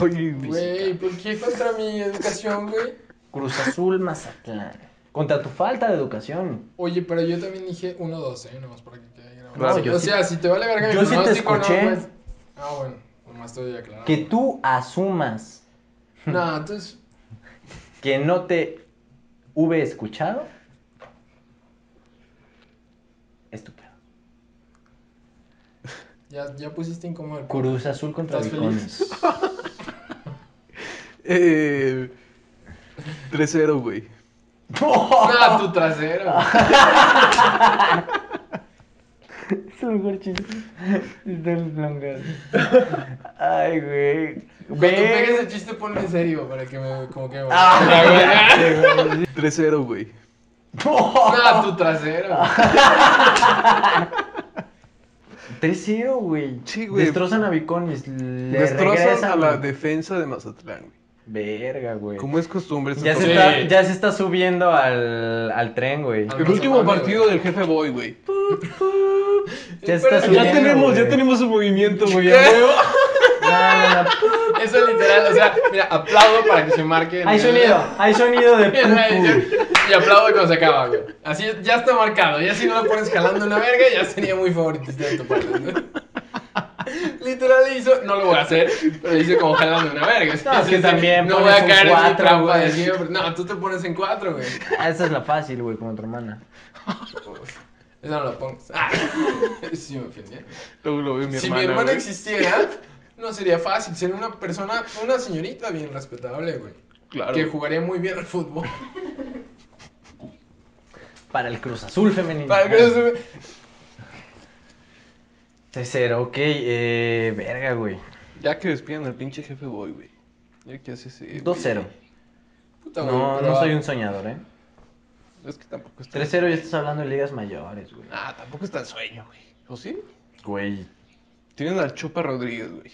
C: Ay, güey.
B: Güey, ¿por qué contra mi educación, güey?
A: Cruz Azul, Mazatlán. Contra tu falta de educación.
B: Oye, pero yo también dije 1-2, ¿eh? Nomás para que quede grabado.
C: Claro,
B: Sí,
A: yo
B: o
A: sí-
B: sea, si te vale verga mi
A: yo sí te
B: pronóstico,
A: escuché.
B: no, pues- Ah, bueno, nomás estoy aclarando.
A: Que tú asumas
B: No, entonces,
A: que no te hube escuchado. Estúpido.
B: ya, ya pusiste incómodo el
A: Cruz Azul contra
B: ¿Estás
A: Halcones.
C: Eh, 3-0, güey.
B: Ah, tu trasero.
A: Es el mejor chiste del longas. Ay, güey.
B: Cuando pegues
A: Ve.
B: el chiste, ponlo en serio para que me. Como que me...
A: Ah,
C: 3-0, güey.
B: Ah, tu trasero.
A: 3-0, güey.
C: Sí, güey.
A: Destrozan a Viconis. Le
C: Destrozan
A: regresan
C: a la defensa de Mazatlán, güey.
A: Verga, güey.
C: Como es costumbre. este
A: Ya se,
B: Sí.
C: torneo.
A: está, ya se está subiendo al, al tren, güey.
B: Al-
C: El último
B: Mazatlán,
C: partido del jefe Boy, güey.
A: Ya
B: Espera,
A: está subiendo,
B: ya
C: Ya tenemos,
A: güey.
C: ya tenemos su movimiento, güey.
A: No, no, no.
B: Eso es literal, o sea, mira, aplaudo para que se marque.
A: Hay sonido, hay sonido de pupu.
B: Y aplaudo cuando se acaba, güey. Así es, ya está marcado. Ya si no lo pones jalando una verga, ya sería muy favorito de tu parte. ¿no? Literal hizo, no lo voy a hacer, pero hizo como jalando una verga.
A: No, es que
B: Sí, sí,
A: también
B: no voy
A: pones
B: a
A: un
B: caer en mi
A: cuatro,
B: trampa de
A: güey.
B: siempre. No, tú te pones en cuatro, güey.
A: Ah, Esa es la fácil, güey, como tu hermana.
B: Eso no lo pongas. Ah, sí me ofendí.
C: Luego lo veo mi
B: si
C: hermana.
B: mi hermana
C: güey.
B: existiera, no sería fácil. Sería una persona, una señorita bien respetable, güey.
C: Claro.
B: Que jugaría muy bien al fútbol.
A: Para el Cruz Azul femenino.
B: Para que no se me-
A: Tercero, ok, eh, verga, güey.
C: Ya que despidan al pinche jefe voy, güey. Ya que hace ese.
A: 2-0.
B: Puta, güey,
A: No,
B: pero-
A: no soy un soñador, eh.
C: Es que tampoco está.
A: 3-0 ya estás hablando de ligas mayores, güey.
C: Ah, tampoco está el sueño, güey. ¿O sí?
A: Güey,
C: Tienen al Chupa Rodríguez, güey.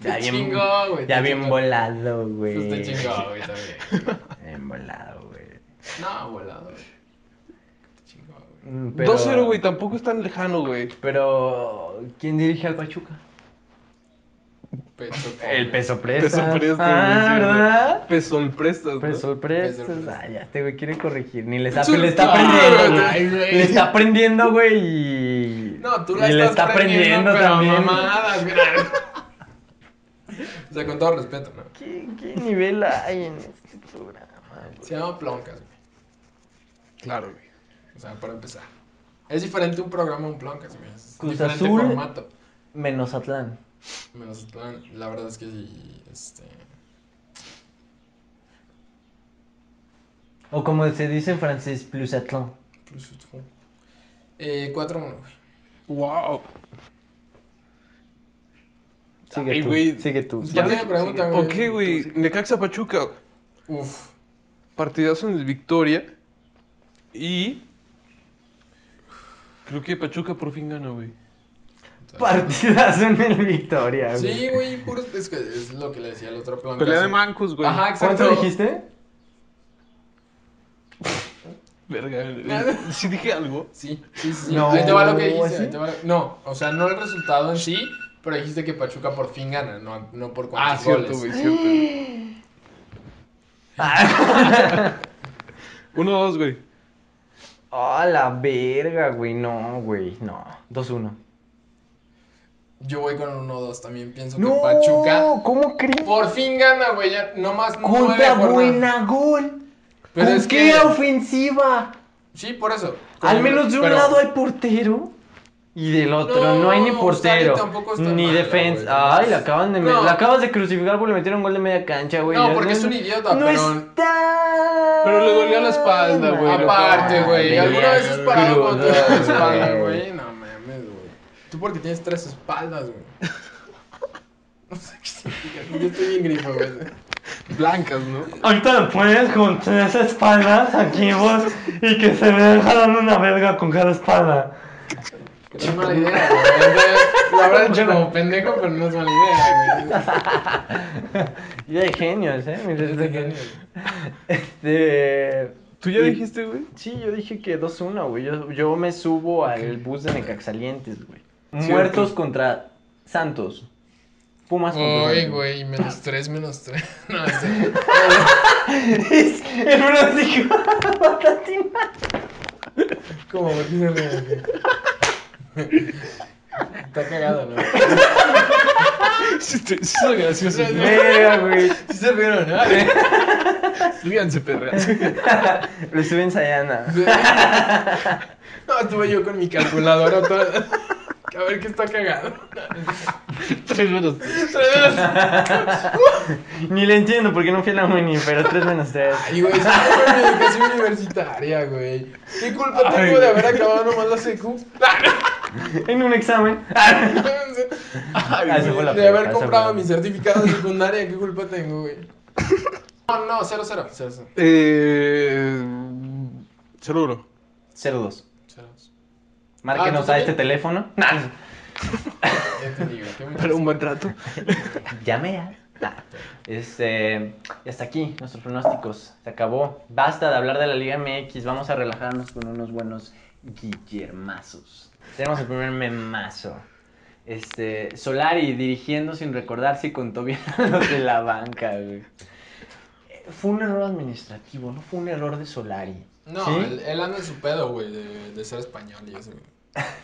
A: ya
B: Te
A: bien,
B: chingó, güey,
A: ya
B: te
A: bien
B: chingó.
A: volado, güey.
B: Pues te chingado, güey, también.
A: Bien volado, güey.
B: No, volado, güey. Te chingó, güey.
A: Mm, pero-
C: 2-0, güey. Tampoco es tan lejano, güey.
A: Pero, ¿quién dirige al Pachuca?
B: Peso,
A: El
B: pobre.
A: peso presa.
C: Peso Presta, güey,
A: Ah,
C: sí,
A: ¿verdad?
C: Pesol Prestas, ¿no?
A: Peso presa.
B: Peso Presta.
A: Ay, ya te güey quiere corregir. Ni le está,
B: Su-
A: le está
B: Ay,
A: aprendiendo, güey.
B: ay, güey.
A: Le está aprendiendo, güey. Y...
B: No, tú la
A: y le
B: estás
A: está aprendiendo
B: pero
A: también.
B: mamadas, güey. O sea, con todo respeto, ¿no?
A: ¿Qué, qué nivel hay en este programa, güey?
B: Se llama Ploncas, güey.
C: Claro, güey.
B: O sea, para empezar. Es diferente un programa a un Ploncas, güey. Es
A: Cruz
B: diferente
A: Azul.
B: formato.
A: Menos Atlán.
B: Menos plan, la verdad es que sí, este...
A: O como se dice en francés, plus Atlán.
B: Plus Azul. Eh, 4-1, güey.
C: Wow.
A: Sigue
C: Ay,
A: tú.
C: güey.
A: Sigue tú.
B: Ya tiene pregunta, güey.
C: Ok, güey. Necaxa Pachuca.
B: Uf.
C: Partidazo en el Victoria. Y. Creo que Pachuca por fin gana, güey.
A: Partidazo en el Victoria, güey.
B: Sí, güey, puro... Es que es lo que le decía el otro Ploncas.
C: Pelea de mancos, güey.
B: Ajá,
A: ¿Cuánto
B: exacto.
A: dijiste?
C: Verga. eh, Sí dije algo.
B: Sí, sí, sí.
A: No,
B: ahí te va lo que dijiste.
A: ¿sí?
B: ahí te va lo- No, o sea, no el resultado en sí, pero dijiste que Pachuca por fin gana, no, no por cuántos
C: Ah, cierto,
B: goles.
C: güey, cierto.
A: Ah,
C: Uno, dos, güey.
A: a la verga, güey. No, güey. No. 2-1.
B: Yo voy con un 1-2 también, pienso que Pachuca
A: ¿Cómo crees?
B: por fin gana, güey, ya nomás nueve
A: Contra
B: jornadas.
A: Buenagol.
B: Pero
A: ¿Con
B: es
A: qué
B: que-
A: ofensiva?
B: Sí, por eso.
A: Al menos de un
B: Pero-
A: lado hay portero y del otro no, hay ni
B: No,
A: portero
B: Ustari tampoco está
A: ni
B: mala,
A: defensa.
B: güey.
A: Ay, la acaban de me-
B: No.
A: la acabas de crucificar porque le metieron gol de media cancha, güey.
B: No,
A: Ya-
B: porque es un idiota, pero-
A: está.
C: Pero le dolió la espalda,
B: Pues,
C: güey.
B: Aparte, güey,
A: Ah,
B: alguna
A: ya,
B: vez has parado con tu
A: crudo,
B: espalda,
A: güey.
B: güey. No mames, güey. Tú porque tienes tres espaldas, güey. No sé qué significa. Yo estoy bien grifo, güey.
C: Blancas, ¿no?
F: Ahorita me pones con tres espaldas aquí vos y que se me dejaran una verga con cada espalda.
B: No es mala idea, güey. La verdad, yo como pendejo, pero no es mala idea,
A: Y hay genios, eh. Mira,
B: güey. Es
A: este-
B: de genio.
A: Este.
C: ¿Tú ya
A: Y-
C: dijiste, güey?
A: Sí, yo dije que 2-1, güey. Yo, yo me subo al bus de Necaxalientes, güey.
C: Cierto.
A: Muertos contra Santos. Pumas contra
B: Uy,
A: Santos.
B: güey, menos tres, menos tres. No, este.
A: Es el Francisco Patatina.
B: Como, ¿por qué se ríe, güey? Está cagado, ¿no?
C: Sí, estoy- sí, soy gracioso. ¿no?
A: Verga, güey.
B: Sí se vieron, ¿no?
C: Ríanse, perras.
A: Lo estuve ensayando.
B: No, estuve yo con mi calculadora toda. A ver qué está cagado.
C: Tres menos tres.
A: Ni le entiendo porque no fui a la uni, pero 3 menos 3.
B: Ay, güey, eso fue mi educación universitaria, güey. ¿Qué culpa
C: Ay,
B: tengo de
C: güey.
B: haber acabado nomás la secu?
A: En un examen.
B: Ay,
A: Ah, esa
B: güey,
A: fue la
B: de haber
A: prepa, esa
B: comprado
A: fue la-
B: mi certificado de secundaria, ¿qué culpa tengo, güey? No, no, cero, cero. Cero, cero.
C: Eh. Seguro.
A: 02.
B: cero, cero.
A: Márquenos
B: Ah,
A: a
B: ¿tú Ah.
A: este teléfono. Nah, no.
B: Ya te digo, qué
C: Para un buen trato.
A: Llame ya. Nah. Este, y hasta aquí nuestros pronósticos. Se acabó. Basta de hablar de la Liga MX. Vamos a relajarnos con unos buenos Guillermazos. Tenemos el primer memazo. Este, Solari dirigiendo sin recordar si contó bien a los de la banca, güey. Eh, Fue un error administrativo, no fue un error de Solari.
B: No,
A: ¿Sí?
B: él, él anda en su pedo, güey, de, de ser español y eso. güey.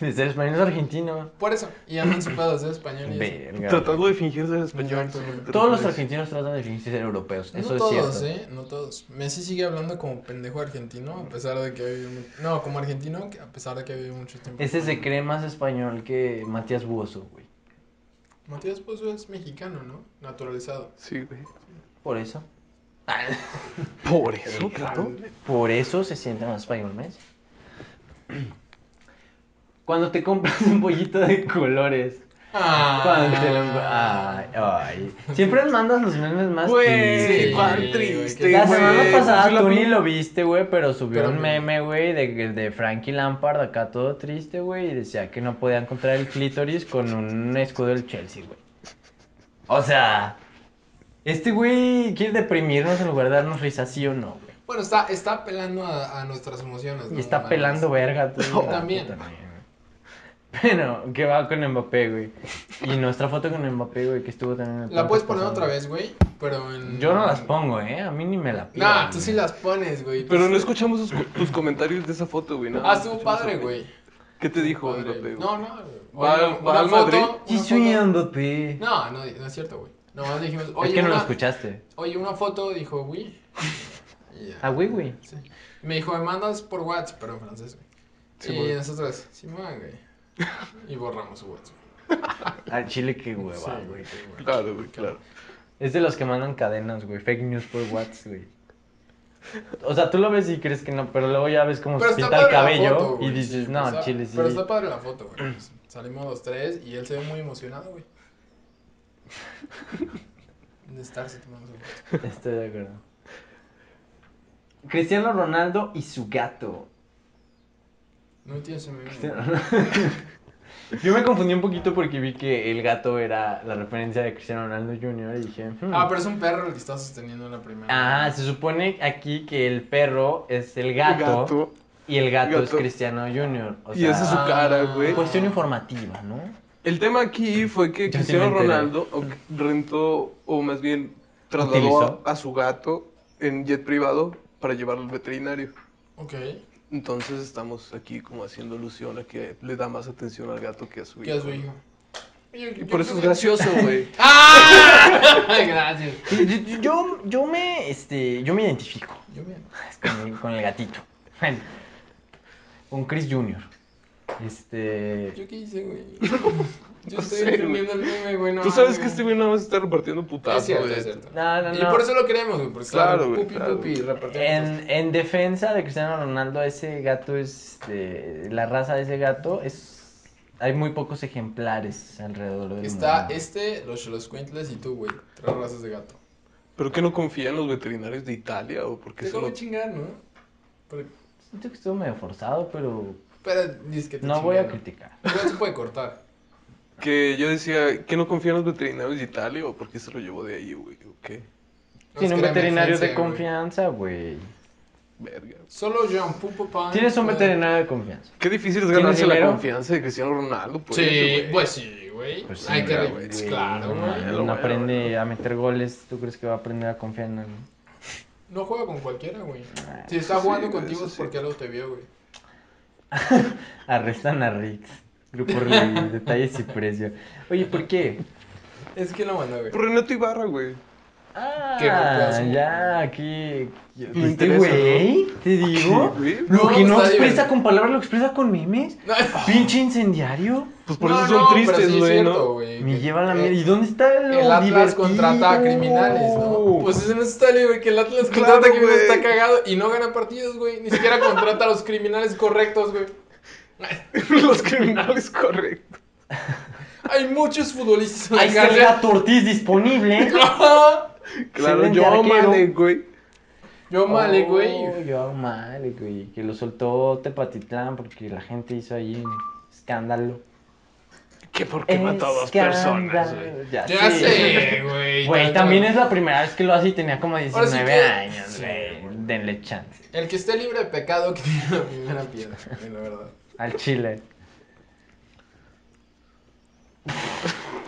A: Desde el español es argentino.
B: Por eso, y anda en su pedo de ser español y eso.
A: Verga, güey.
C: Tratando de fingir ser español.
B: Exacto.
C: pero-
A: Todos los argentinos tratan de fingirse ser europeos,
B: No
A: eso es
B: todos,
A: cierto.
B: ¿eh? No todos. Messi sigue hablando como pendejo argentino, a pesar de que ha vivido... mu- No, como argentino, que- a pesar de que ha vivido mucho tiempo.
A: Ese se cree más español que Matías Buoso, güey.
B: Matías Pozo es mexicano, ¿no? Naturalizado.
C: Sí, güey.
A: Por eso.
C: Por eso, claro.
A: Por eso se siente más español Messi. Cuando te compras un pollito de colores. Cuando te lo- Ah.
B: Ah.
C: Ah.
A: Ay, ay. Siempre mandas los memes más
C: Güey,
A: tristes,
C: cuán
A: güey.
C: triste,
A: La semana
C: güey.
A: pasada
C: Pues la
A: tú
C: prim-
A: ni lo viste, güey, pero subió
B: Pero
A: un
B: mi-
A: meme, güey, de, de Frankie Lampard acá todo triste, güey, y decía que no podía encontrar el clítoris con un escudo del Chelsea, güey. O sea, este güey quiere deprimirnos en lugar de darnos risa, sí o no, güey.
B: Bueno, está, está apelando a, a nuestras emociones.
A: Y
B: ¿no?
A: está
B: Humanas.
A: pelando verga tú.
B: No, también.
A: Pero, que va con Mbappé, güey. Y nuestra foto con Mbappé, güey, que estuvo también. en el
B: La puedes
A: podcast
B: poner
A: pasado.
B: otra vez, güey, pero en...
A: Yo no las pongo, ¿eh? A mí ni me la pido.
B: Nah, tú sí las pones, güey.
C: Pero no escuchamos sus- tus, comentarios de esa foto, güey. nada
B: Ah,
C: más
B: estuvo
C: escuchamos
B: padre,
C: el-
B: güey.
C: ¿Qué te dijo
B: Padre.
C: Mbappé, güey?
B: No, no. güey.
C: Va al-
B: Una-
C: va
B: una
C: al
B: foto,
C: Madrid.
B: una
A: Sí,
B: foto.
A: soy Mbappé.
B: No, no, no es cierto, güey. Nomás dijimos,
A: es
B: oye,
A: que no lo
B: una,
A: escuchaste.
B: oye, una foto, dijo, güey. Y ya.
A: Ah, güey, güey.
B: Sí. Me dijo, me mandas por WhatsApp, pero en francés, güey. y
C: Simón.
B: nosotros, Simón, güey. Y borramos su WhatsApp.
A: Al chile, qué hueva,
B: Sí,
A: güey.
B: qué hueva.
C: Claro, güey, claro.
A: Es de los que mandan cadenas, güey. Fake news por WhatsApp, güey. O sea, tú lo ves y crees que no, pero luego ya ves cómo
B: Pero
A: se
B: está
A: pinta el
B: padre la
A: cabello
B: foto, güey,
A: y dices,
B: sí,
A: no,
B: está-
A: chile, sí.
B: Pero está padre la foto, güey. Salimos los tres y él se ve muy emocionado, güey. De estarse tomando su foto.
A: Estoy de acuerdo. Cristiano Ronaldo y su gato.
B: No entiendo ese meme.
A: Cristiano
B: güey.
A: Ronaldo.
B: Mm.
A: Yo me confundí un poquito porque vi que el gato era la referencia de Cristiano Ronaldo Jr. y dije, hmm.
B: Ah, pero es un perro el que está sosteniendo en la primera.
A: Ah, se supone aquí que el perro es el gato,
C: Gato.
A: y el gato, es
C: Gato.
A: Cristiano Jr. O
C: Y
A: sea,
C: esa es su cara,
B: Ah.
C: güey.
A: cuestión informativa, ¿no?
C: El tema aquí fue que
A: Yo sí
C: Cristiano
A: me enteré. Mm.
C: Ronaldo ok, rentó, o más bien trasladó
A: Utilizó.
C: a, a su gato en jet privado para llevarlo al veterinario.
B: Ok.
C: Entonces estamos aquí como haciendo alusión a que le da más atención al gato que a su hijo.
B: ¿Qué es su hijo?
C: Y por eso es gracioso, güey.
B: ¡Ah! Gracias.
A: Yo, yo- yo- yo me, este, yo me identifico
B: Yo bien.
A: con el, con el gatito. Con Chris Jr. Este.
B: ¿Yo qué hice, güey? Yo estoy
C: sé, güey.
B: entendiendo el meme, güey. no
C: Tú sabes
B: mames,
C: que este
B: güey.
C: güey nada más está repartiendo
B: Es
C: putazos,
B: cierto, es
C: güey.
B: cierto.
A: No, no,
B: Y
A: no.
B: por eso lo queremos, güey. Porque
C: Claro,
B: claro,
C: güey,
B: pupi,
C: claro.
B: pupi, repartimos.
A: En, en defensa de Cristiano Ronaldo, ese gato es. este, la raza de ese gato es. Hay muy pocos ejemplares alrededor del
B: Está
A: mundo.
B: este, los Xoloscuintles y tú, güey. Tres razas de gato.
C: ¿Pero que no confía en los veterinarios de Italia o porque
B: Te
C: solo...
B: voy a chingar, ¿no? Pero,
A: Siento que estuvo medio forzado, pero.
B: pero dices que te
A: No voy a
B: chingaron.
A: criticar.
B: Pero se puede cortar.
C: Que yo decía, que no confía en los veterinarios de Italia o porque se lo llevó de ahí, güey. ¿O qué?
B: No,
A: Tiene un
B: es que era
A: veterinario de
B: emergencia, güey.
A: confianza, güey.
C: Verga.
B: Solo Jean Pupo Pan.
A: Tienes un
B: puede-
A: veterinario de confianza.
C: Qué difícil es
A: ¿Tienes
C: ganarse la
A: dinero?
C: confianza de Cristiano Ronaldo, pues.
B: Sí,
C: güey.
B: pues sí, güey.
A: Pues sí,
B: Hay que
C: claro,
B: re-
C: güey.
B: Claro,
A: No,
B: güey.
C: mames.
A: él no aprende a meter goles. ¿Tú crees que va a aprender a confiar en él?
B: No juega con cualquiera, güey.
A: Ah,
B: Si está jugando
C: sí, güey,
B: contigo
C: eso
B: es
C: sí.
B: porque algo te vio, güey.
A: Arrestan a Riggs. Grupo Riggs, detalles y precio. Oye, ¿por qué?
B: Es que no manda, güey.
C: Por Renato Ibarra, güey.
A: Ah,
B: Qué golpeazo.
A: ya, aquí.
C: Me
A: ¿Viste,
C: interesa,
A: güey? ¿Te digo?
C: Sí, güey.
A: Lo
B: No,
A: que no
B: está
A: expresa
B: divertido.
A: con palabras lo expresa con memes.
B: No,
A: Pinche incendiario.
C: Pues por
B: no,
C: eso son
B: no, pero
C: tristes,
B: sí es
C: güey,
B: cierto,
C: ¿no?
B: güey.
A: Me
B: Que-
A: lleva la
B: eh,
A: mierda. ¿Y dónde está lo
B: El Atlas
A: divertido?
B: contrata a criminales, ¿no? Pues ese no está libre, que el Atlas contrata a
C: Claro,
B: criminales
C: güey.
B: está cagado y no gana partidos, güey. Ni siquiera contrata a los criminales correctos, güey.
C: los criminales, correcto.
B: Hay muchos futbolistas en la
A: Ahí está el
B: cárcel.
A: gato Ortiz disponible.
C: Claro,
A: Excelente
C: yo,
A: arquero.
C: male, güey.
B: Yo male, eh, güey.
A: Oh, yo mal, güey. Que lo soltó Tepatitlán porque la gente hizo ahí un escándalo.
F: que porque mató a dos personas, güey.
A: Ya,
B: Ya
A: sí.
B: sé, güey.
A: Güey,
B: tanto-
A: también es la primera vez que lo hace y tenía como 19
B: sí que-
A: años,
B: sí,
A: güey. Denle chance.
B: El que esté libre de pecado que tiene la primera piedra, güey, la verdad.
A: Al chile.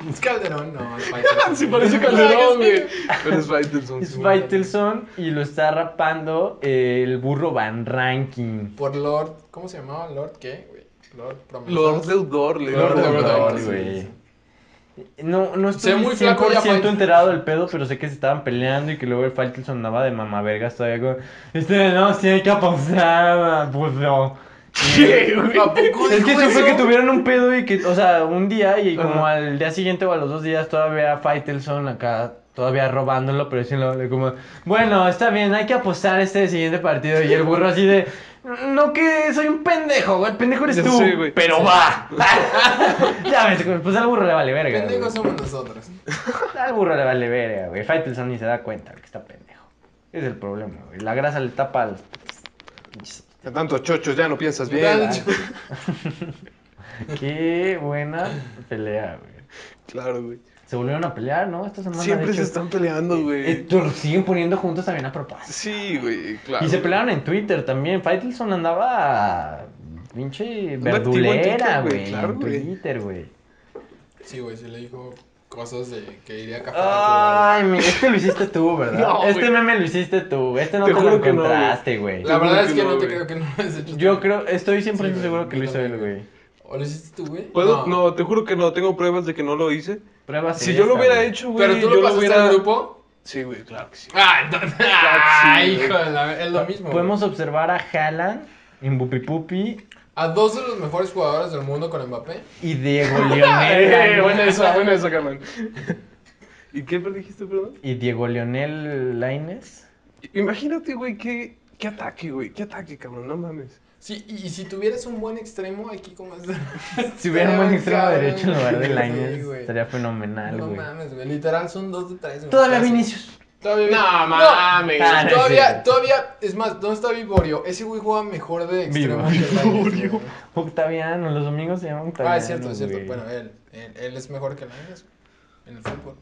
B: Es Calderón, no, es Faitelson.
C: Sí, parece Calderón, güey. Pero es Faitelson.
F: Pues
A: Es
C: sí.
A: Faitelson y lo está rapando el burro Van Ranking.
B: Por Lord, ¿cómo se llamaba? ¿Lord qué, güey? Lord Promesa.
C: Lord Deudor, le
B: Lord
C: digo.
B: Deudor,
A: Lord,
B: sí,
A: güey.
B: sí.
A: No, no estoy
B: Se ve muy
A: 100%
B: flaco ya Faitelson.
A: enterado del pedo, pero sé que se estaban peleando y que luego el Faitelson andaba de mamavergas todavía con... Este no tiene que pausar, burro.
C: ¿Qué, güey?
B: ¿A poco
A: Es que
B: dijo
A: eso fue
B: eso?
A: que tuvieron un pedo y que, o sea, un día y como
C: Ajá.
A: al día siguiente o a los dos días todavía Faitelson acá, todavía robándolo, pero diciendo como, bueno, está bien, hay que apostar este siguiente partido. Y el burro así de, no que soy un pendejo, güey, pendejo eres
C: Ya
A: tú,
C: sé, güey.
A: pero va. ya ves, güey, pues al burro le vale verga. güey.
B: Pendejos somos nosotros.
A: Al burro le vale verga, güey. Faitelson ni se da cuenta güey, que está pendejo. Es el problema, güey. La grasa le tapa al...
C: De tantos chochos, ya no
A: Pues
C: piensas
A: ah.
C: bien.
B: Tan-
A: Qué buena pelea, güey.
C: Claro, güey.
A: Se volvieron a pelear, ¿no? Esta semana.
C: Siempre
A: de
C: se
A: hecho.
C: están peleando,
A: Eh,
C: güey.
A: lo siguen poniendo juntos también a propósito.
C: Sí, güey, claro.
A: Y se pelearon en Twitter también. Faitelson andaba. pinche
C: Anda activo en
A: verdulera,
C: Twitter, güey,
A: güey. En,
C: claro, güey.
A: Twitter, güey.
B: Sí, güey, sí le dijo cosas de que iría a café.
A: Ay, mi- este lo hiciste tú, ¿verdad?
C: Ah, No,
A: este
C: güey.
A: meme lo hiciste tú. Este no
C: Te
A: te, lo
C: juro que no, güey.
A: encontraste, güey.
B: la verdad es que
C: no,
B: no te
C: güey.
B: creo que no lo has hecho.
A: Yo
B: tú.
A: creo, estoy siempre
B: Sí, güey,
A: seguro que
B: yo
A: lo hizo él,
B: también.
A: güey.
B: ¿O lo hiciste tú, güey?
C: ¿Puedo? No. te juro que no. Tengo pruebas de que no lo hice.
A: Pruebas.
C: Si yo lo hubiera hecho, güey,
B: ¿Pero tú
C: yo
B: lo pasaste al grupo?
C: Sí, güey, claro que sí.
B: Ah, entonces. Ay, hijo de la. Es lo mismo. güey.
A: Podemos observar a Haaland, Imbupipupi
B: A dos de los mejores jugadores del mundo con Mbappé.
A: y Diego
C: Eh,
A: Leonel. Lainez.
C: esa, buena esa, carnal. ¿Y qué dijiste, perdón?
A: Y Diego Leonel Laines.
C: Imagínate, güey, qué, qué ataque, güey. Qué ataque, cabrón, no mames.
B: Sí, y, y si tuvieras un buen extremo aquí, como es.
A: Si hubiera un buen extremo
B: Cabrón,
A: derecho en lugar de
B: sí,
A: Lainez,
B: güey.
A: estaría fenomenal,
B: No
A: güey.
B: mames, güey. Literal son dos de tres. güey.
A: Todavía
B: Casi.
A: Vinicius.
B: Todavía
C: No,
B: Vin-
C: mames.
A: Ah, no es
B: Todavía,
A: cierto.
B: todavía, es más, ¿dónde está Viborio? Ese güey juega mejor de extremo que Lainez, güey.
A: Viborio. Octaviano, los domingos se llama Octaviano.
B: Ah, es cierto, es cierto.
A: güey.
B: Bueno, él, él, él es mejor que Lainez güey, en el fútbol.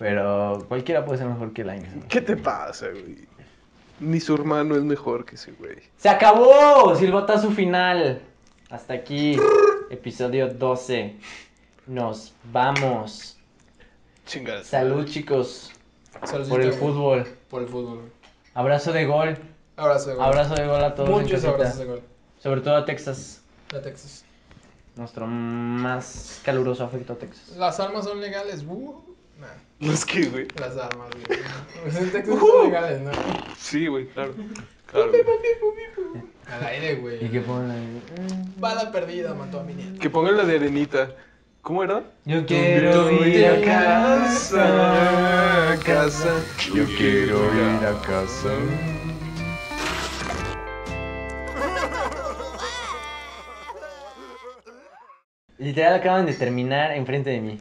A: Pero cualquiera puede ser mejor que Laines. ¿no?
C: ¿Qué te pasa, güey? Ni su hermano es mejor que ese, güey.
A: ¡Se acabó! Silbatazo final. Hasta aquí, episodio 12. Nos vamos.
C: Chingas.
A: Salud, chicos,
B: Saludcita,
A: por el
B: güey,
A: fútbol.
B: Por el fútbol.
A: Abrazo de gol.
B: Abrazo de gol.
A: Abrazo de gol a todos. en
B: Muchos
A: casita.
B: abrazos de gol.
A: Sobre todo a Texas.
B: La Texas.
A: Nuestro más caluroso afecto a Texas.
B: Las armas son legales. Uh, nah,
C: ¿Los qué, güey?
B: las armas, güey. En Texas
C: Ujú.
B: son legales, ¿no?
C: Sí, güey, claro. Claro.
B: Al aire,
A: ¿Y qué
B: güey.
A: ponen ahí? Mm.
B: Bala perdida mató a mi nieta.
C: Que pongan la de arenita. ¿Cómo era?
A: Yo quiero ir a casa.
C: casa. Yo quiero ir a casa.
A: Literal acaban de terminar enfrente de mí.